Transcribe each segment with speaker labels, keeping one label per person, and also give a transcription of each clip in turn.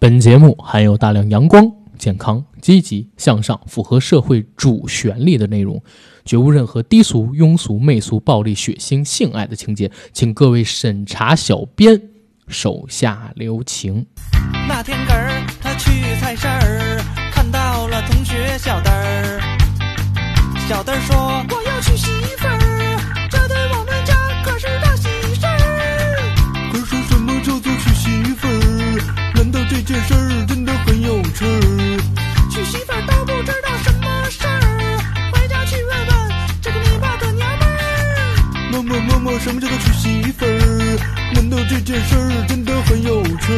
Speaker 1: 本节目含有大量阳光、健康、积极向上、符合社会主旋律的内容，绝无任何低俗、庸俗、媚俗、暴力、血腥、性爱的情节，请各位审查小编手下留情。
Speaker 2: 那天根儿他去菜市儿，看到了同学小灯儿。小灯儿说：“我要娶媳妇儿，这对我们家可是大喜事儿。”可是什么叫做娶媳妇儿？难道这件事儿真的很有趣儿？娶媳妇儿都不知道什么事儿，回家去问问这个你爸的娘们儿。妈妈妈妈，什么叫做娶媳妇儿？难道这件事儿真的很有趣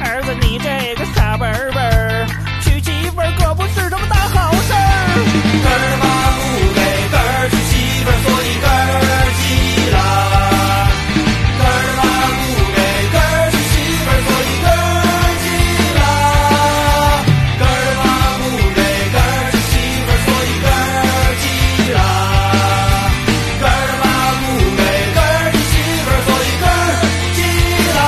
Speaker 2: 儿？
Speaker 3: 儿子，你这个傻笨儿笨儿，娶媳妇儿可不是什么大好事儿。
Speaker 2: 根儿妈不给根儿娶媳妇儿，所以根儿急了。根儿妈不给根儿娶媳妇儿，所以根儿急了。根儿妈不给根儿娶媳妇儿，所以根儿急了。根儿妈不给根儿娶媳妇儿，所以根儿急了。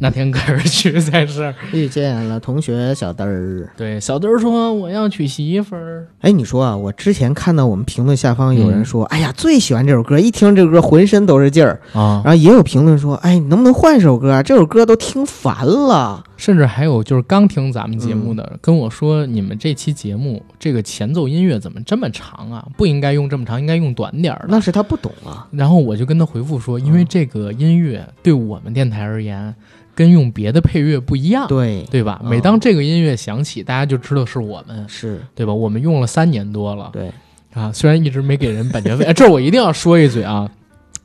Speaker 1: 那天可是去菜市儿，
Speaker 4: 遇见了同学小灯儿。
Speaker 1: 对小墩儿说我要娶媳妇儿，
Speaker 4: 哎，你说啊，我之前看到我们评论下方有人说，哎呀，最喜欢这首歌，一听这歌浑身都是劲儿。
Speaker 1: 啊
Speaker 4: 然后也有评论说，哎，你能不能换首歌啊？这首歌都听烦了。
Speaker 1: 甚至还有就是刚听咱们节目的、跟我说，你们这期节目这个前奏音乐怎么这么长啊？不应该用这么长，应该用短点儿的
Speaker 4: 那。是他不懂啊。
Speaker 1: 然后我就跟他回复说，因
Speaker 4: 嗯
Speaker 1: 为这个音乐对我们电台而言，跟用别的配乐不一样，
Speaker 4: 对，
Speaker 1: 对吧？
Speaker 4: 嗯
Speaker 1: 每当这个音乐响起，大家就知道是我们，
Speaker 4: 是，
Speaker 1: 对吧？我们用了三年多了
Speaker 4: 对，
Speaker 1: 啊，虽然一直没给人版权费，哎 这我一定要说一嘴啊。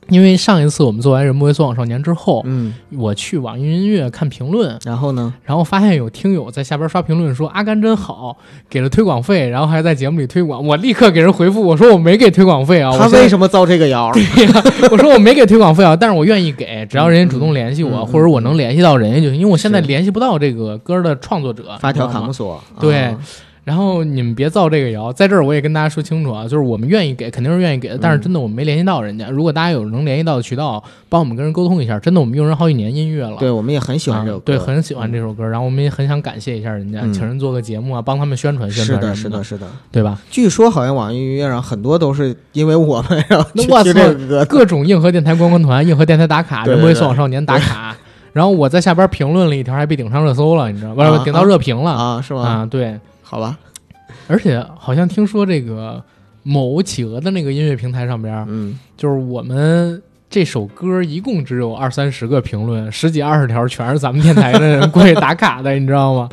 Speaker 1: 因为上一次我们做完《人不为所往少年》之后，
Speaker 4: 嗯。
Speaker 1: 我去网易云音乐看评论，
Speaker 4: 然后呢？
Speaker 1: 然后发现有听友在下边刷评论说阿甘真好，给了推广费，然后还在节目里推广，我立刻给人回复我说我没给推广费啊，
Speaker 4: 他为
Speaker 1: 么？
Speaker 4: 什么遭这个殃？
Speaker 1: 我说我没给推广费啊，但是我愿意给，只要人家主动联系我，
Speaker 4: 嗯嗯
Speaker 1: 或者我能联系到人家就行，因为我现在
Speaker 4: 是
Speaker 1: 联系不到这个歌的创作者，
Speaker 4: 发条
Speaker 1: 你知道
Speaker 4: 卡
Speaker 1: 吗
Speaker 4: 姆索。啊
Speaker 1: 对然后你们别造这个谣，在这儿我也跟大家说清楚啊，就是我们愿意给，肯定是愿意给的，
Speaker 4: 嗯
Speaker 1: 但是真的我们没联系到人家。如果大家有能联系到的渠道，帮我们跟人沟通一下，真的我们用人好几年音乐了，
Speaker 4: 对，我们也很喜欢这
Speaker 1: 啊
Speaker 4: 首歌。
Speaker 1: 对，很喜欢这首歌，然后我们也很想感谢一下人家，
Speaker 4: 嗯
Speaker 1: 请人做个节目啊，帮他们宣传宣
Speaker 4: 是
Speaker 1: 传
Speaker 4: 的，
Speaker 1: 什
Speaker 4: 是
Speaker 1: 么
Speaker 4: 的，是的。
Speaker 1: 对吧？
Speaker 4: 据说好像网易云音乐上很多都是因为我们 然后
Speaker 1: 那
Speaker 4: 去
Speaker 1: 我
Speaker 4: 听
Speaker 1: 操
Speaker 4: 这个 歌的。
Speaker 1: 各种硬核电台观光 团、硬核电台打卡、
Speaker 4: 对
Speaker 1: 人不
Speaker 4: 对
Speaker 1: 会
Speaker 4: 对
Speaker 1: 送往少年打 卡，然后我在下边评论了一条，还被顶上热搜了，你知道吧？不是
Speaker 4: 啊
Speaker 1: 顶到热评了
Speaker 4: 啊，是吗？
Speaker 1: 啊！对，
Speaker 4: 好吧，
Speaker 1: 而且好像听说这个某企鹅的那个音乐平台上边，
Speaker 4: 嗯，
Speaker 1: 就是我们。这首歌一共只有二三十个评论，十几二十条全是咱们电台的人过去打卡的，你知道吗？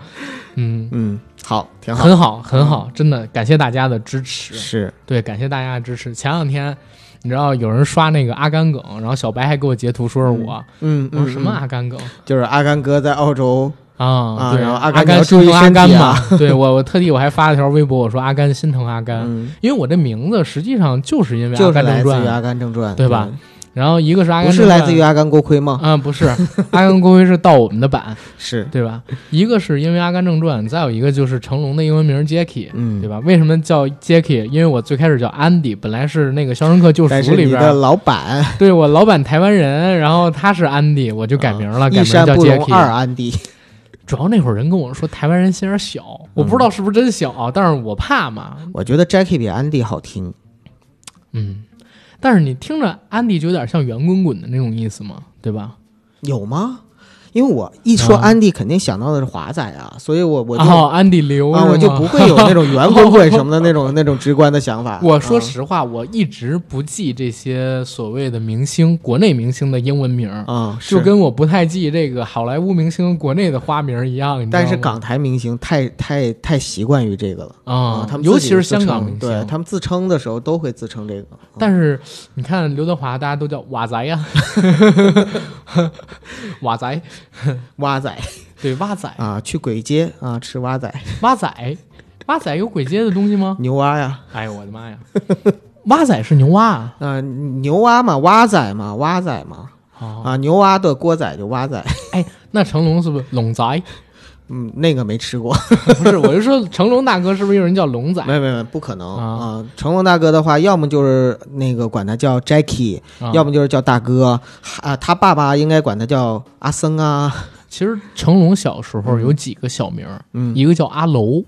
Speaker 1: 嗯，
Speaker 4: 嗯，好，挺好。
Speaker 1: 很好，很好，真的感谢大家的支持。
Speaker 4: 是，
Speaker 1: 对，感谢大家的支持。前两天你知道有人刷那个阿甘梗，然后小白还给我截图说是我，
Speaker 4: 嗯，
Speaker 1: 我说什么
Speaker 4: 啊？
Speaker 1: 阿甘梗
Speaker 4: 就是阿甘哥在澳洲，
Speaker 1: 啊？
Speaker 4: 啊
Speaker 1: 对，
Speaker 4: 然后
Speaker 1: 阿
Speaker 4: 阿甘你
Speaker 1: 甘
Speaker 4: 要
Speaker 1: 心
Speaker 4: 注意
Speaker 1: 疼阿
Speaker 4: 身
Speaker 1: 甘
Speaker 4: 体
Speaker 1: 嘛
Speaker 4: 啊？
Speaker 1: 对我，我特地我还发了条微博，我说阿甘心疼阿甘，
Speaker 4: 嗯，
Speaker 1: 因为我这名字实际上就是因为《阿
Speaker 4: 就是
Speaker 1: 甘
Speaker 4: 来
Speaker 1: 正
Speaker 4: 自于
Speaker 1: 传
Speaker 4: 《》，阿甘正传》，
Speaker 1: 对吧？然后一个是阿甘
Speaker 4: 不是
Speaker 1: 正
Speaker 4: 来
Speaker 1: 传
Speaker 4: 自于《阿甘锅盔》吗？
Speaker 1: 嗯，不是阿甘公会是盗我们的版，
Speaker 4: 是，
Speaker 1: 对吧？一个是因为《阿甘正传》，再有一个就是成龙的英文名 Jacky，
Speaker 4: 嗯，
Speaker 1: 对？吧？为什么叫 Jacky？因为我最开始叫 Andy，本来是那个《肖申克救赎
Speaker 4: 但》是
Speaker 1: 里
Speaker 4: 你
Speaker 1: 边
Speaker 4: 的
Speaker 1: 儿，
Speaker 4: 老板
Speaker 1: 对我老板台湾人，然后他是 Andy，我就改名了，
Speaker 4: 啊
Speaker 1: 改
Speaker 4: 一
Speaker 1: 名叫
Speaker 4: 山不容二
Speaker 1: Jacky。
Speaker 4: 安迪，
Speaker 1: 主要那会儿人跟我说台湾人心眼儿小，我不知道是不是真小，啊但是我怕嘛，
Speaker 4: 我觉得 Jackie 比安迪好听，
Speaker 1: 嗯。但是你听着，Andy 就有点像圆滚滚的那种意思嘛，对吧？
Speaker 4: 有吗？因为我一说
Speaker 1: 啊
Speaker 4: 安迪，肯定想到的是华仔啊，所以我我就
Speaker 1: 然后 Andy 刘
Speaker 4: 啊，
Speaker 1: 是
Speaker 4: 我就
Speaker 1: 吗
Speaker 4: 不会有那种圆滚滚什么的 那种那种直观的想法。
Speaker 1: 我说
Speaker 4: 啊
Speaker 1: 实话，我一直不记这些所谓的明星，国内明星的英文名儿，
Speaker 4: 啊，
Speaker 1: 就是跟我不太记这个好莱坞明星国内的花名儿一样。你知道吗
Speaker 4: 但是港台明星太太太习惯于这个了
Speaker 1: 啊、
Speaker 4: 他们
Speaker 1: 尤
Speaker 4: 自己
Speaker 1: 其是
Speaker 4: 自
Speaker 1: 香港
Speaker 4: 称
Speaker 1: 明星，
Speaker 4: 对他们自称的时候都会自称这个。啊
Speaker 1: 但是你看刘德华，大家都叫瓦仔呀， 瓦仔，
Speaker 4: 蛙仔
Speaker 1: 对，蛙仔，
Speaker 4: 啊，去鬼街啊吃蛙仔
Speaker 1: 蛙仔，蛙仔有鬼街的东西吗？
Speaker 4: 牛蛙呀，
Speaker 1: 哎呦我的 妈呀，蛙仔是牛蛙啊！
Speaker 4: 啊牛蛙嘛，蛙仔嘛，蛙仔嘛
Speaker 1: 哦，
Speaker 4: 啊牛蛙的锅仔就蛙仔，
Speaker 1: 哎，那成龙是不是龙仔？
Speaker 4: 嗯，那个没吃过，
Speaker 1: 不是，我就说成龙大哥是不是有人叫龙仔？
Speaker 4: 没有没有没有，不可能
Speaker 1: 啊
Speaker 4: 啊！成龙大哥的话，要么就是那个管他叫 Jackie，
Speaker 1: 啊
Speaker 4: 要么就是叫大哥啊，他爸爸应该管他叫阿森啊，
Speaker 1: 其实成龙小时候有几个小名儿，
Speaker 4: 嗯
Speaker 1: 一个叫阿楼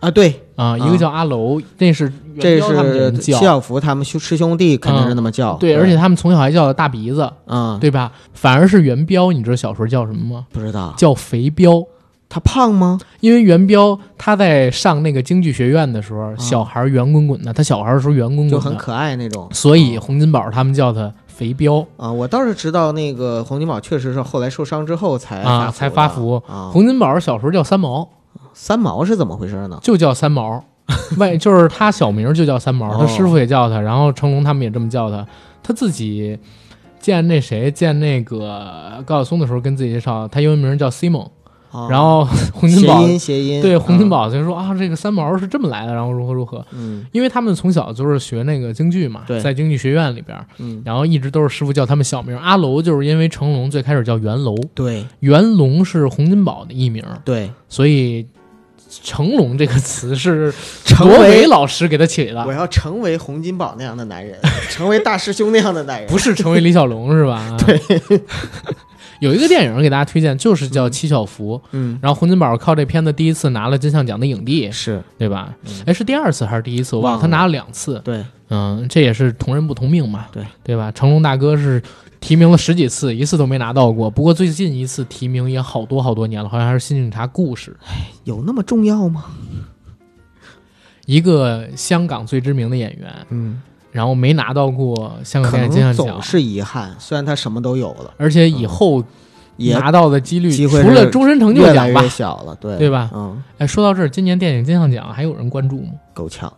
Speaker 4: 啊，对，
Speaker 1: 啊，
Speaker 4: 啊
Speaker 1: 一个叫阿楼，那是
Speaker 4: 这
Speaker 1: 元彪他们给
Speaker 4: 是
Speaker 1: 人
Speaker 4: 谢
Speaker 1: 叫。
Speaker 4: 小福他们兄师兄弟肯定是那么叫，
Speaker 1: 对，而嗯且他们从小还叫大鼻子，
Speaker 4: 啊，
Speaker 1: 对吧？反而是元彪，你知道小时候叫什么吗？
Speaker 4: 不知道
Speaker 1: 叫肥彪，
Speaker 4: 他胖吗？
Speaker 1: 因为元彪他在上那个京剧学院的时候，小孩儿圆滚滚的，他小孩儿的时候圆滚
Speaker 4: 啊就
Speaker 1: 滚
Speaker 4: 很
Speaker 1: 的，
Speaker 4: 可哦爱那种
Speaker 1: 所以洪金宝他们叫他肥彪
Speaker 4: 啊。我倒是知道那个洪金宝确实是后来受伤之后才
Speaker 1: 啊，
Speaker 4: 福
Speaker 1: 才发
Speaker 4: 的
Speaker 1: 福。
Speaker 4: 啊。
Speaker 1: 洪金宝小时候叫三毛，
Speaker 4: 三毛是怎么回事呢？
Speaker 1: 就叫三 毛，外就是他小名就叫三毛，他
Speaker 4: 哦
Speaker 1: 师傅也叫他，然后成龙他们也这么叫他。他自己见那谁见那个高晓松的时候，跟自己介绍，他英文名叫 Simon，、
Speaker 4: 啊
Speaker 1: 然后 洪金
Speaker 4: 谐
Speaker 1: 宝
Speaker 4: 音谐音
Speaker 1: 对洪金
Speaker 4: 啊
Speaker 1: 宝就说啊，这个三毛是这么来的，然后如何如何。
Speaker 4: 嗯
Speaker 1: 因为他们从小就是学那个京剧嘛，
Speaker 4: 对
Speaker 1: 在京剧学院里边，
Speaker 4: 嗯
Speaker 1: 然后一直都是师傅叫他们小名。阿楼就是因为成龙最开始叫袁楼，
Speaker 4: 对
Speaker 1: 袁龙是洪金宝的艺名，
Speaker 4: 对，
Speaker 1: 所以“成龙”这个词是
Speaker 4: 成
Speaker 1: 罗
Speaker 4: 为
Speaker 1: 维老师给他起
Speaker 4: 我
Speaker 1: 的，
Speaker 4: 要成为洪金宝那样的男人， 成为大师兄那样的男人。
Speaker 1: 不是成为李小龙是吧？对。 有一个电影给大家推荐，就是叫《七小福》，
Speaker 4: 嗯，
Speaker 1: 然后洪金宝靠这片子第一次拿了金像奖的影帝，
Speaker 4: 是
Speaker 1: 对吧？哎，是第二次还是第一次？我忘了，
Speaker 4: 忘
Speaker 1: 他
Speaker 4: 了
Speaker 1: 拿了两次。
Speaker 4: 对，
Speaker 1: 嗯，这也是同人不同命嘛，
Speaker 4: 对
Speaker 1: 对吧？成龙大哥是提名了十几次，一次都没拿到过。不过最近一次提名也好多好多年了，好像还是《新警察故事》，
Speaker 4: 有那么重要吗？
Speaker 1: 一个香港最知名的演员，
Speaker 4: 嗯，
Speaker 1: 然后没拿到过香港
Speaker 4: 可
Speaker 1: 电影金像
Speaker 4: 能
Speaker 1: 奖
Speaker 4: 总，是遗憾。虽然他什么都有了，
Speaker 1: 而且以后
Speaker 4: 也
Speaker 1: 拿到的几率，
Speaker 4: 机会
Speaker 1: 除了
Speaker 4: 是
Speaker 1: 终身成就
Speaker 4: 越来
Speaker 1: 奖吧
Speaker 4: 越。小了，对
Speaker 1: 对吧
Speaker 4: 嗯，
Speaker 1: 哎，说到这儿，今年电影金像奖还有人关注吗？
Speaker 4: 够呛，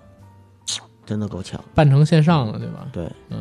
Speaker 4: 真的够呛。
Speaker 1: 办成线上了，对吧？
Speaker 4: 对，
Speaker 1: 嗯，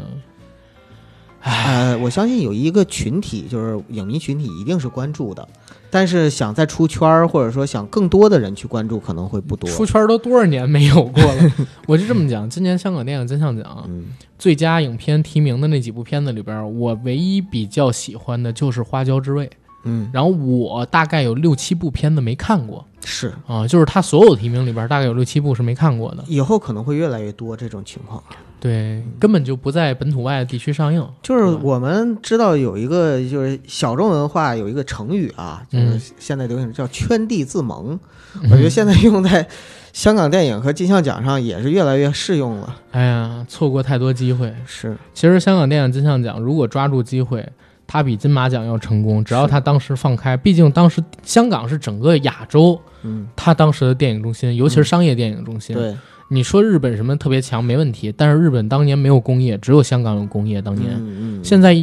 Speaker 4: 呃，我相信有一个群体，就是影迷群体，一定是关注的。但是想再出圈儿，或者说想更多的人去关注，可能会不多。
Speaker 1: 出圈都多少年没有过了？我就这么讲，今年香港电影金像奖
Speaker 4: 嗯，
Speaker 1: 最佳影片提名的那几部片子里边，我唯一比较喜欢的就是《花椒之味》，
Speaker 4: 嗯，
Speaker 1: 然后我大概有六七部片子没看过
Speaker 4: 是，
Speaker 1: 啊、就是他所有提名里边，大概有六七部是没看过的，
Speaker 4: 以后可能会越来越多这种情况。
Speaker 1: 对，根本就不在本土外地区上映。
Speaker 4: 就是
Speaker 1: 对吧
Speaker 4: 我们知道有一个就是小众文化有一个成语啊，就
Speaker 1: 嗯
Speaker 4: 是现在流行叫“圈地自萌”，我觉得现在用在香港电影和金像奖上也是越来越适用了。
Speaker 1: 哎呀，错过太多机会。
Speaker 4: 是，
Speaker 1: 其实香港电影金像奖如果抓住机会，它比金马奖要成功。只要它当时放开，毕竟当时香港是整个亚洲
Speaker 4: 嗯，
Speaker 1: 它当时的电影中心，尤其是商业电影中心。，
Speaker 4: 对，
Speaker 1: 你说日本什么特别强没问题，但是日本当年没有工业，只有香港有工业。当年，
Speaker 4: 嗯嗯，
Speaker 1: 现在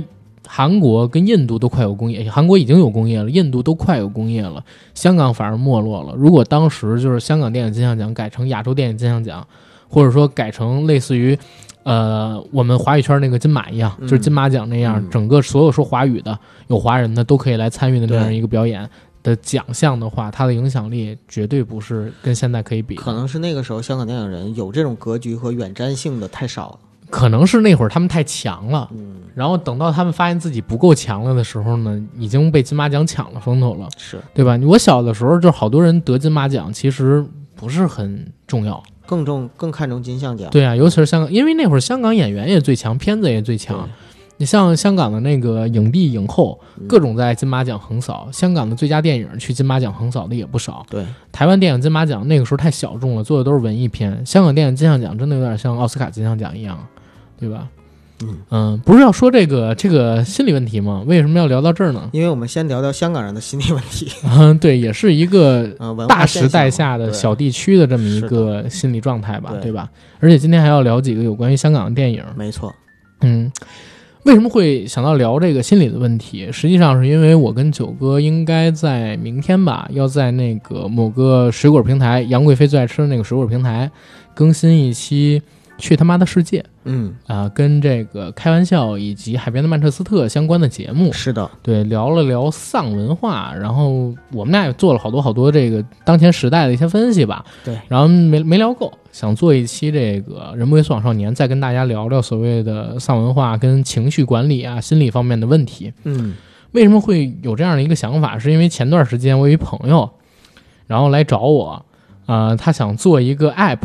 Speaker 1: 韩国跟印度都快有工业，哎韩国已经有工业了，印度都快有工业了，香港反而没落了。如果当时就是香港电影金像奖改成亚洲电影金像奖，或者说改成类似于。呃，我们华语圈那个金马一样，
Speaker 4: 嗯
Speaker 1: 就是金马奖那样，
Speaker 4: 嗯
Speaker 1: 整个所有说华语的、有华人的都可以来参与的那样
Speaker 4: 对
Speaker 1: 一个表演的奖项的话，它的影响力绝对不是跟现在可以比的。
Speaker 4: 可能是那个时候香港电影人有这种格局和远瞻性的太少了。
Speaker 1: 可能是那会儿他们太强了，
Speaker 4: 嗯，
Speaker 1: 然后等到他们发现自己不够强了的时候呢，已经被金马奖抢了风头了，
Speaker 4: 是，
Speaker 1: 对吧？我小的时候，就好多人得金马奖，其实不是很重要。
Speaker 4: 更重更看重金像奖。
Speaker 1: 对啊，尤其是香港，因为那会儿香港演员也最强，片子也最强
Speaker 4: 对。
Speaker 1: 你像香港的那个影帝、影后，各种在金马奖横扫。香港的最佳电影去金马奖横扫的也不少。
Speaker 4: 对，
Speaker 1: 台湾电影金马奖那个时候太小众了，做的都是文艺片。香港电影金像奖真的有点像奥斯卡金像奖一样，对吧？
Speaker 4: 嗯
Speaker 1: 不是要说这个这个心理问题吗？为什么要聊到这儿呢？
Speaker 4: 因为我们先聊聊香港人的心理问题，
Speaker 1: 嗯，对，也是一个
Speaker 4: 呃，文化
Speaker 1: 大时代
Speaker 4: 现象
Speaker 1: 下
Speaker 4: 嘛
Speaker 1: 的
Speaker 4: 对
Speaker 1: 小地区的这么一
Speaker 4: 是的
Speaker 1: 个心理状态吧，
Speaker 4: 对
Speaker 1: 对吧？而且今天还要聊几个有关于香港的电影。
Speaker 4: 没错，
Speaker 1: 嗯，为什么会想到聊这个心理的问题？实际上是因为我跟九哥应该在明天吧，要在那个某个水果平台，杨贵妃最爱吃的那个水果平台，更新一期《去他妈的世界》
Speaker 4: 嗯，
Speaker 1: 啊、跟这个开玩笑以及海边的曼彻斯特相关的节目。
Speaker 4: 是的，
Speaker 1: 对，聊了聊丧文化，然后我们俩也做了好多好多这个当前时代的一些分析吧。
Speaker 4: 对，
Speaker 1: 然后没没聊够，想做一期这个“人不为所往少年”，再跟大家聊聊所谓的丧文化跟情绪管理啊、心理方面的问题。
Speaker 4: 嗯
Speaker 1: 为什么会有这样的一个想法？是因为前段时间我有一朋友，然后来找我，啊、他想做一个 app，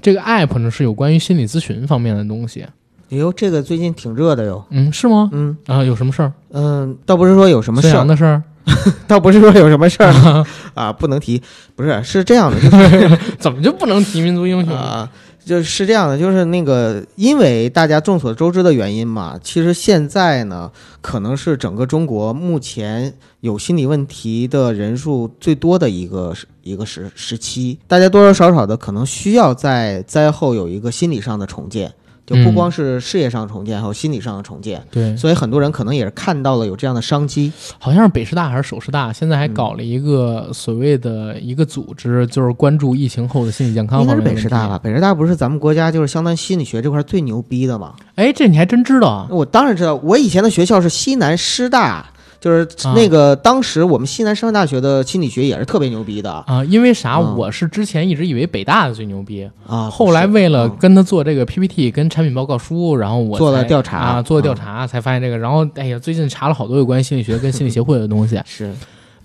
Speaker 1: 这个 app 呢是有关于心理咨询方面的东西，
Speaker 4: 哎呦，这个最近挺热的哟。
Speaker 1: 嗯，是吗？
Speaker 4: 嗯
Speaker 1: 啊，有什么事儿？
Speaker 4: 嗯，倒不是说有什么
Speaker 1: 孙
Speaker 4: 事
Speaker 1: 杨
Speaker 4: 儿，
Speaker 1: 的事儿？
Speaker 4: 倒不是说有什么事儿啊，不能提。不是，是这样的，就是
Speaker 1: 怎么就不能提民族英雄呢？
Speaker 4: 啊，就是这样的，就是那个，因为大家众所周知的原因嘛，其实现在呢，可能是整个中国目前有心理问题的人数最多的一个时一个时时期，大家多多少少的可能需要在灾后有一个心理上的重建，就不
Speaker 1: 嗯
Speaker 4: 光是事业上重建，还有心理上的重建。
Speaker 1: 对，
Speaker 4: 所以很多人可能也是看到了有这样的商机，
Speaker 1: 好像是北师大还是首师大，现在还搞
Speaker 4: 嗯
Speaker 1: 了一个所谓的一个组织，就是关注疫情后的心理健康
Speaker 4: 应该
Speaker 1: 方
Speaker 4: 是
Speaker 1: 面。
Speaker 4: 北师大吧？？北师大不是咱们国家就是相当于心理学这块最牛逼的嘛？
Speaker 1: 哎，这你还真知道啊？
Speaker 4: 我当然知道，我以前的学校是西南师大，就是
Speaker 1: 啊
Speaker 4: 那个、当时我们西南师范大学的心理学也是特别牛逼的
Speaker 1: 啊，因为啥？
Speaker 4: 嗯
Speaker 1: 我是之前一直以为北大的最牛逼，
Speaker 4: 啊。
Speaker 1: 后来
Speaker 4: 不
Speaker 1: 为了
Speaker 4: 嗯
Speaker 1: 跟他做这个 PPT 跟产品报告书，然后我
Speaker 4: 做了
Speaker 1: 才
Speaker 4: 调查，
Speaker 1: 啊，做了调查、才发现这个。然后哎呀，最近查了好多有关于心理学跟心理协会的东西啊哎
Speaker 4: 是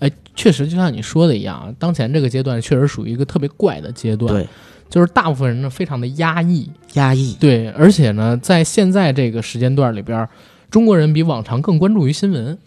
Speaker 4: 是
Speaker 1: 确实就像你说的一样，当前这个阶段确实属于一个特别怪的阶段，
Speaker 4: 对
Speaker 1: 就是大部分人呢非常的压抑，
Speaker 4: 压抑，
Speaker 1: 对，而且呢，在现在这个时间段里边儿，中国人比往常更关注于新闻。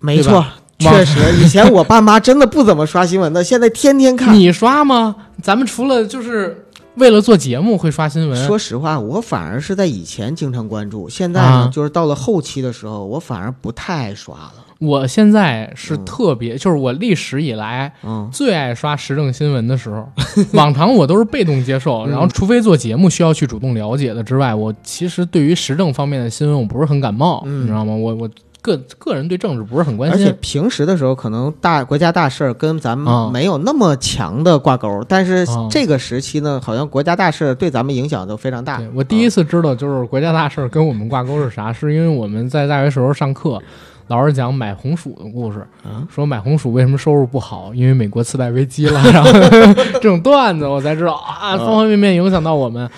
Speaker 4: 没
Speaker 1: 对
Speaker 4: 错
Speaker 1: 吧，
Speaker 4: 确实。 以前我爸妈真的不怎么刷新闻的，现在天天看。
Speaker 1: 你刷吗？咱们除了就是为了做节目会刷新闻，
Speaker 4: 说实话，我反而是在以前经常关注，现在
Speaker 1: 啊
Speaker 4: 呢，就是到了后期的时候，我反而不太爱刷了。
Speaker 1: 我现在是
Speaker 4: 嗯
Speaker 1: 特别，就是我历史以来
Speaker 4: 嗯，
Speaker 1: 最爱刷时政新闻的时候， 往常我都是被动接
Speaker 4: 嗯
Speaker 1: 受，然后除非做节目需要去主动了解的之外，我其实对于时政方面的新闻我不是很感冒，
Speaker 4: 嗯
Speaker 1: 你知道吗？我我个个人对政治不是很关
Speaker 4: 而且
Speaker 1: 心。
Speaker 4: 平时的时候，可能大国家大事儿跟咱
Speaker 1: 啊
Speaker 4: 们没有那么强的挂钩，但是
Speaker 1: 啊
Speaker 4: 这个时期呢，好像国家大事儿对咱们影响都非常大
Speaker 1: 对。我第一次知道就是国家大事儿跟我们挂钩是啥，是因为我们在大学时候上课，老师讲买红薯的故事，
Speaker 4: 啊
Speaker 1: 说买红薯为什么收入不好，因为美国次贷危机了，然后 这种段子我才知道
Speaker 4: 嗯
Speaker 1: 啊，方方面面影响到我们。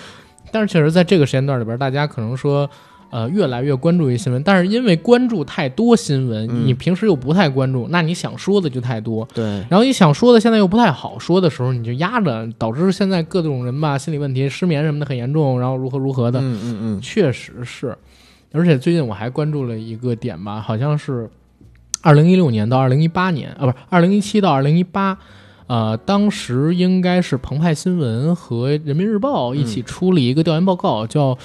Speaker 1: 但是确实在这个时间段里边，大家可能说。呃，越来越关注于新闻，但是因为关注太多新闻，
Speaker 4: 嗯
Speaker 1: 你平时又不太关注，那你想说的就太多，
Speaker 4: 对，
Speaker 1: 然后你想说的现在又不太好说的时候，你就压着，导致现在各种人吧心理问题、失眠什么的很严重，然后如何如何的，
Speaker 4: 嗯嗯嗯，
Speaker 1: 确实是。而且最近我还关注了一个点吧，好像是二零一六年到二零一八年啊，不是二零一七到二零一八，呃，当时应该是澎湃新闻和人民日报一
Speaker 4: 嗯
Speaker 1: 起出了一个调研报告，叫《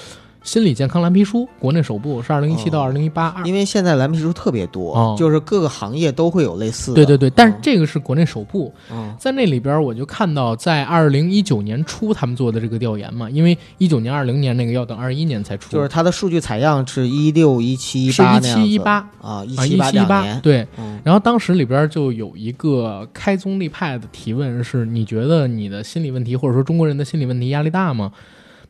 Speaker 1: 心理健康蓝皮书》，国内首部是二零一七到二零一八，二
Speaker 4: 哦因为现在蓝皮书特别多，
Speaker 1: 哦
Speaker 4: 就是各个行业都会有类似的。
Speaker 1: 对对对，但是
Speaker 4: 嗯
Speaker 1: 这个是国内首部，
Speaker 4: 嗯
Speaker 1: 在那里边，我就看到在二零一九年初他们做的这个调研嘛，因为一九年、二零年那个要等二一年才出，
Speaker 4: 就是它的数据采样是一六、一七、
Speaker 1: 是
Speaker 4: 八
Speaker 1: 一
Speaker 4: 那样
Speaker 1: 七
Speaker 4: 子
Speaker 1: 一八
Speaker 4: 啊，一
Speaker 1: 啊，
Speaker 4: 七
Speaker 1: 一
Speaker 4: 八
Speaker 1: 七一
Speaker 4: 两
Speaker 1: 八
Speaker 4: 年。
Speaker 1: 对。
Speaker 4: 嗯
Speaker 1: 然后当时里边就有一个开宗立派的提问是：你觉得你的心理问题，或者说中国人的心理问题压力大吗？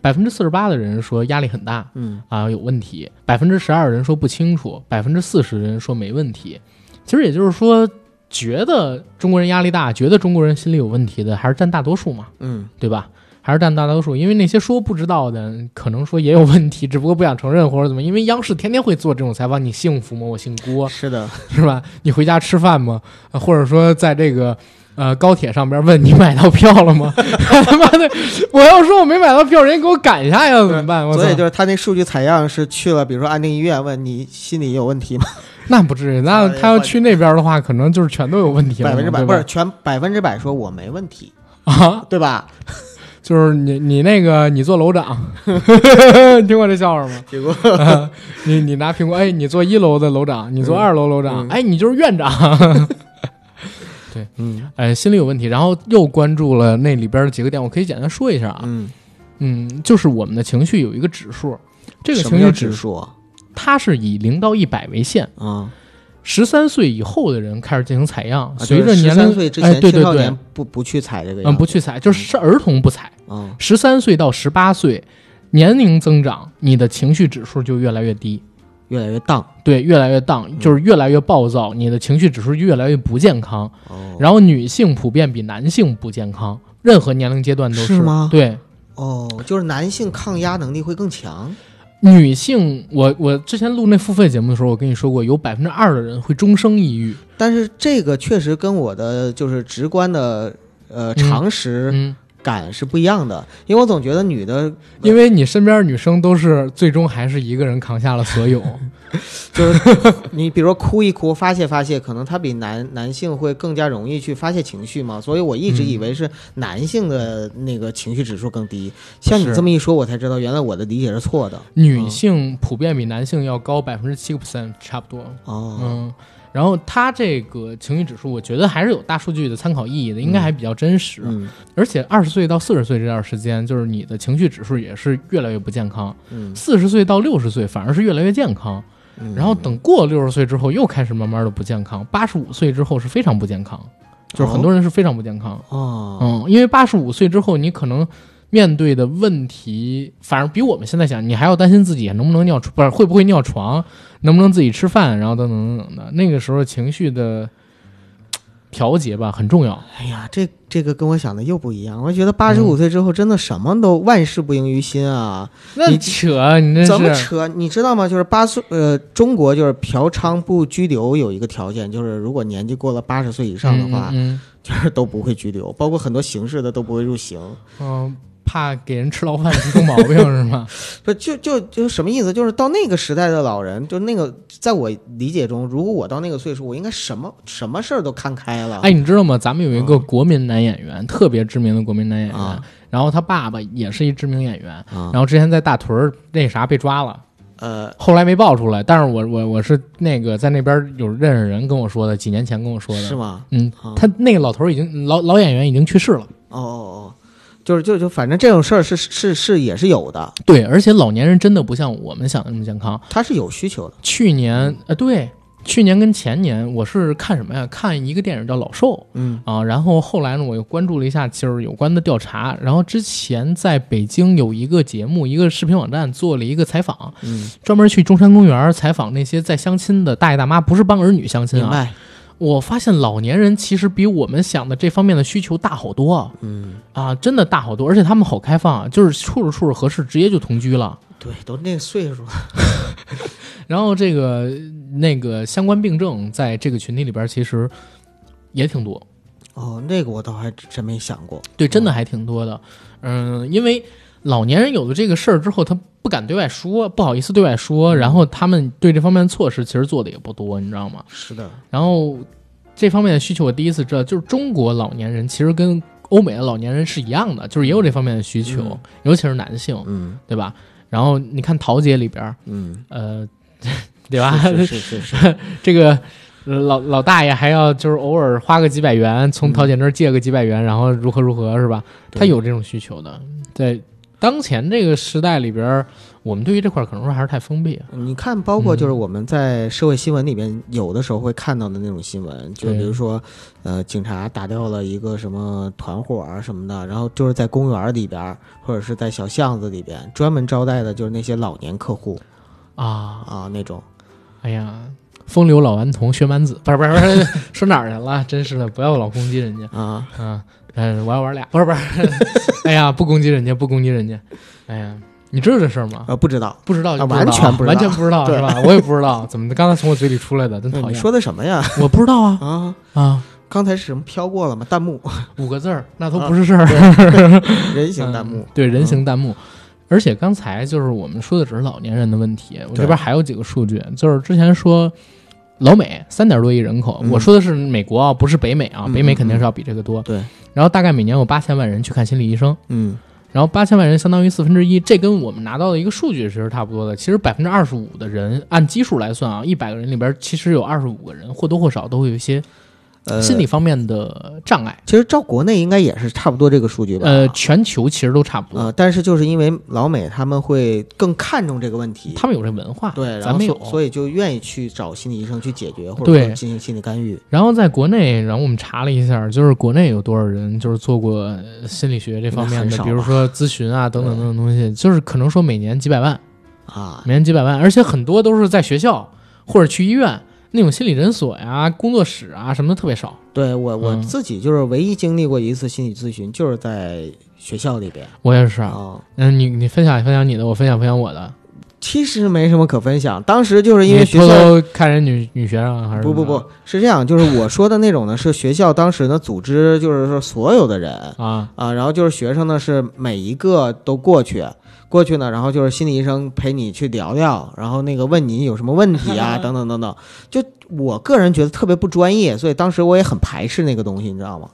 Speaker 1: 百分之四十八的人说压力很大
Speaker 4: 嗯
Speaker 1: 啊，有问题；百分之十二人说不清楚；百分之四十人说没问题。其实也就是说，觉得中国人压力大，觉得中国人心理有问题的，还是占大多数嘛。
Speaker 4: 嗯，
Speaker 1: 对吧？还是占大多数，因为那些说不知道的，可能说也有问题，只不过不想承认或者怎么。因为央视天天会做这种采访，你幸福吗？我姓 郭，
Speaker 4: 是的，
Speaker 1: 是吧？你回家吃饭吗？呃或者说在这个呃高铁上边问你买到票了 吗？他妈的，我要说我没买到票，人家给我赶下呀，怎么办？我操
Speaker 4: 所以就是它那数据采样是去了，比如说安定医院问你心理有问题吗？
Speaker 1: 那不至于，那他要去那边的话，可能就是全都有问题了嘛，
Speaker 4: 哎百分之百
Speaker 1: 对
Speaker 4: 不
Speaker 1: 吧
Speaker 4: 是全百分之百说我没问题，
Speaker 1: 啊，
Speaker 4: 对吧？
Speaker 1: 就是你你那个你做楼长， 听过这笑话吗？
Speaker 4: 结果
Speaker 1: 啊 你你拿苹果，哎，你做一楼的楼长，你做二楼楼长，
Speaker 4: 嗯
Speaker 1: 哎，你就是院长。 对，
Speaker 4: 嗯
Speaker 1: 哎，心里有问题，然后又关注了那里边的几个点，我可以简单说一下啊，
Speaker 4: 嗯，
Speaker 1: 嗯，就是我们的情绪有一个指数，这个
Speaker 4: 什么
Speaker 1: 情
Speaker 4: 叫
Speaker 1: 绪
Speaker 4: 指
Speaker 1: 指数
Speaker 4: 数啊？
Speaker 1: 它是以零到一百为限，
Speaker 4: 啊，
Speaker 1: 十三岁以后的人开始进行采样，
Speaker 4: 啊
Speaker 1: 随着年
Speaker 4: 13
Speaker 1: 龄，
Speaker 4: 岁之
Speaker 1: 哎，
Speaker 4: 前
Speaker 1: 对
Speaker 4: 青
Speaker 1: 对
Speaker 4: 少年
Speaker 1: 对，
Speaker 4: 不不去采这个
Speaker 1: 嗯，
Speaker 4: 样子，
Speaker 1: 不去采，就是是儿童不采，
Speaker 4: 嗯
Speaker 1: 十三岁到十八岁年龄增长，你的情绪指数就越来越低。
Speaker 4: 越来越荡
Speaker 1: 对，越来越荡，就是越来越暴躁，你的情绪指数越来越不健康。
Speaker 4: 哦
Speaker 1: 然后女性普遍比男性不健康，任何年龄阶段都
Speaker 4: 哦是吗
Speaker 1: 对，
Speaker 4: 哦，就是男性抗压能力会更强
Speaker 1: 女性，我我之前录那付费节目的时候，我跟你说过，有百分之二的人会终生抑郁。
Speaker 4: 但是这个确实跟我的就是直观的呃
Speaker 1: 嗯
Speaker 4: 常识
Speaker 1: 嗯，
Speaker 4: 感是不一样的，因为我总觉得女的
Speaker 1: 因为你身边女生都是最终还是一个人扛下了所有。
Speaker 4: 就是你比如说哭一哭，发泄发泄，可能他比男男性会更加容易去发泄情绪嘛，所以我一直以为是男性的那个情绪指数更低。像你
Speaker 1: 是
Speaker 4: 这么一说，我才知道原来我的理解是错的。
Speaker 1: 女性普遍比男性要高百分之七 percent 差不多。
Speaker 4: 哦，
Speaker 1: 嗯，然后它这个情绪指数，我觉得还是有大数据的参考意义的，应该还比较真实。
Speaker 4: 嗯
Speaker 1: 而且二十岁到四十岁这段时间，就是你的情绪指数也是越来越不健康。
Speaker 4: 嗯，
Speaker 1: 四十岁到六十岁反而是越来越健康，
Speaker 4: 嗯
Speaker 1: 然后等过六十岁之后又开始慢慢的不健康，八十五岁之后是非常不健康，就是很多人是非常不健康。
Speaker 4: 哦，
Speaker 1: 嗯，因为八十五岁之后，你可能面对的问题，反而比我们现在想，你还要担心自己能不能尿床，不是会不会尿床，能不能自己吃饭，然后等等等等的。那个时候情绪的嘖调节吧很重要。
Speaker 4: 哎呀，这这个跟我想的又不一样。我觉得八十
Speaker 1: 嗯
Speaker 4: 五岁之后真的什么都万事不盈于心啊，
Speaker 1: 那
Speaker 4: 你
Speaker 1: 扯，你
Speaker 4: 怎么
Speaker 1: 这是
Speaker 4: 扯？你知道吗？就是八岁，呃，中国就是嫖娼不拘留有一个条件，就是如果年纪过了八十岁以上的话，
Speaker 1: 嗯
Speaker 4: 就是都不会拘留，包括很多刑事的都不会入刑。
Speaker 1: 嗯嗯嗯怕给人吃牢饭吃出毛病是 吗？
Speaker 4: 不就就就什么意思？就是到那个时代的老人，就那个，在我理解中，如果我到那个岁数，我应该什么什么事儿都看开了。
Speaker 1: 哎，你知道吗？咱们有一个国民男演员，特别知名的国民男演员，
Speaker 4: 啊
Speaker 1: 然后他爸爸也是一知名演员，
Speaker 4: 啊，
Speaker 1: 然后之前在大屯儿那啥被抓了。
Speaker 4: 呃，
Speaker 1: 后来没爆出来，但是我我我是那个在那边有认识人跟我说的，几年前跟我说的。
Speaker 4: 是吗？
Speaker 1: 嗯
Speaker 4: 啊，
Speaker 1: 他那个老头儿已经老老演员已经去世了。
Speaker 4: 哦哦哦，就是就就反正这种事儿是是是也是有的，
Speaker 1: 对，而且老年人真的不像我们想的那么健康。
Speaker 4: 他是有需求的。
Speaker 1: 去
Speaker 4: 嗯
Speaker 1: 年呃，对，去年跟前年我是看什么呀？看一个电影叫《老兽
Speaker 4: 嗯》
Speaker 1: 啊，然后后来呢，我又关注了一下就是有关的调查。然后之前在北京有一个节目，一个视频网站做了一个采访，
Speaker 4: 嗯，
Speaker 1: 专门去中山公园采访那些在相亲的大爷大妈，不是帮儿女相亲
Speaker 4: 明
Speaker 1: 啊，
Speaker 4: 白。
Speaker 1: 我发现老年人其实比我们想的这方面的需求大好多啊
Speaker 4: 嗯，
Speaker 1: 啊，真的大好多，而且他们好开放啊，就是处着处着合适，直接就同居了。
Speaker 4: 对，都那个岁数了。
Speaker 1: 然后这个那个相关病症在这个群体里边其实也挺多，
Speaker 4: 哦，那个我倒还真没想过。
Speaker 1: 对，真的还挺多的。嗯，因为老年人有了这个事儿之后，他不敢对外说，不好意思对外说，然后他们对这方面的措施其实做的也不多，你知道吗？
Speaker 4: 是的，
Speaker 1: 然后这方面的需求，我第一次知道，就是中国老年人其实跟欧美的老年人是一样的，就是也有这方面的需求，
Speaker 4: 嗯
Speaker 1: 尤其是男性，
Speaker 4: 嗯
Speaker 1: 对吧？然后你看桃姐里边儿，
Speaker 4: 嗯，
Speaker 1: 呃， 对吧？
Speaker 4: 是是是是是，
Speaker 1: 这个呃老老大爷还要就是偶尔花个几百元，从桃姐那儿借个几百元，然后如何如何是吧？
Speaker 4: 对
Speaker 1: 他有这种需求的，在当前这个时代里边儿，我们对于这块儿可能说还是太封闭了。
Speaker 4: 你看，包
Speaker 1: 嗯
Speaker 4: 括就是我们在社会新闻里面有的时候会看到的那种新闻，就
Speaker 1: 对
Speaker 4: 比如说，呃，警察打掉了一个什么团伙啊什么的，然后就是在公园里边儿或者是在小巷子里边专门招待的就是那些老年客户
Speaker 1: 啊，
Speaker 4: 啊那种。
Speaker 1: 哎呀，风流老顽童薛蛮子， 不是不是不是，说哪儿去了？真是的，不要老攻击人家
Speaker 4: 啊，
Speaker 1: 啊！嗯，我要玩俩，不是 不是，哎呀，不攻击人家，不攻击人家，哎呀，你知道这事儿吗？
Speaker 4: 呃，不知道，
Speaker 1: 不知道就
Speaker 4: 啊
Speaker 1: 不知道
Speaker 4: 完全不知道
Speaker 1: 完全不知道
Speaker 4: 对
Speaker 1: 是吧？我也不知道，怎么的刚才从我嘴里出来的，真
Speaker 4: 那
Speaker 1: 讨
Speaker 4: 你
Speaker 1: 厌。
Speaker 4: 嗯说的什么呀？
Speaker 1: 我不知道啊
Speaker 4: 啊，
Speaker 1: 啊，
Speaker 4: 刚才是什么飘过了吗？弹幕，
Speaker 1: 五个字儿，那
Speaker 4: 啊
Speaker 1: 都不是事儿。
Speaker 4: 人形弹幕
Speaker 1: 嗯。对人形弹幕。而且刚才就是我们说的只是老年人的问题，我这
Speaker 4: 对
Speaker 1: 边还有几个数据，就是之前说老美三点多亿人口，
Speaker 4: 嗯
Speaker 1: 我说的是美国啊，不是北美啊，
Speaker 4: 嗯
Speaker 1: 北美肯定是要比这个多。
Speaker 4: 对，
Speaker 1: 然后大概每年有八千万人去看心理医生，
Speaker 4: 嗯
Speaker 1: 然后八千万人相当于四分之一，这跟我们拿到的一个数据其实差不多的。其实百分之二十五的人按基数来算啊，一百个人里边其实有二十五个人或多或少都会有一些
Speaker 4: 呃，
Speaker 1: 心理方面的障碍。
Speaker 4: 其实照国内应该也是差不多这个数据吧？
Speaker 1: 呃，全球其实都差不多，
Speaker 4: 呃，但是就是因为老美他们会更看重这个问题，
Speaker 1: 他们有这文化，
Speaker 4: 对，然
Speaker 1: 咱
Speaker 4: 后
Speaker 1: 们
Speaker 4: 所
Speaker 1: 有，
Speaker 4: 所以就愿意去找心理医生去解决，或者
Speaker 1: 对
Speaker 4: 说进行心理干预。
Speaker 1: 然后在国内，然后我们查了一下，就是国内有多少人就是做过呃心理学这方面
Speaker 4: 很
Speaker 1: 的，
Speaker 4: 少
Speaker 1: 比如说咨询啊等等等等东西，就是可能说每年几百万，
Speaker 4: 啊，
Speaker 1: 每年几百万，而且很多都是在学校或者去医院那种心理诊所呀、工作室啊什么的特别少。
Speaker 4: 对我我
Speaker 1: 嗯
Speaker 4: 自己就是唯一经历过一次心理咨询，就是在学校里边
Speaker 1: 我也是
Speaker 4: 啊、
Speaker 1: 啊，嗯，你你分享分享你的，我分享分享我的，
Speaker 4: 其实没什么可分享，当时就是因
Speaker 1: 你
Speaker 4: 为学
Speaker 1: 偷
Speaker 4: 校
Speaker 1: 偷看人女女学生啊还是
Speaker 4: 不不不是这样，就是我说的那种呢，是学校当时呢组织，就是说所有的人
Speaker 1: 啊
Speaker 4: 啊，然后就是学生呢是每一个都过去，过去呢，然后就是心理医生陪你去聊聊，然后那个问你有什么问 题啊，等等等等。就我个人觉得特别不专业，所以当时我也很排斥那个东西，你知道吗？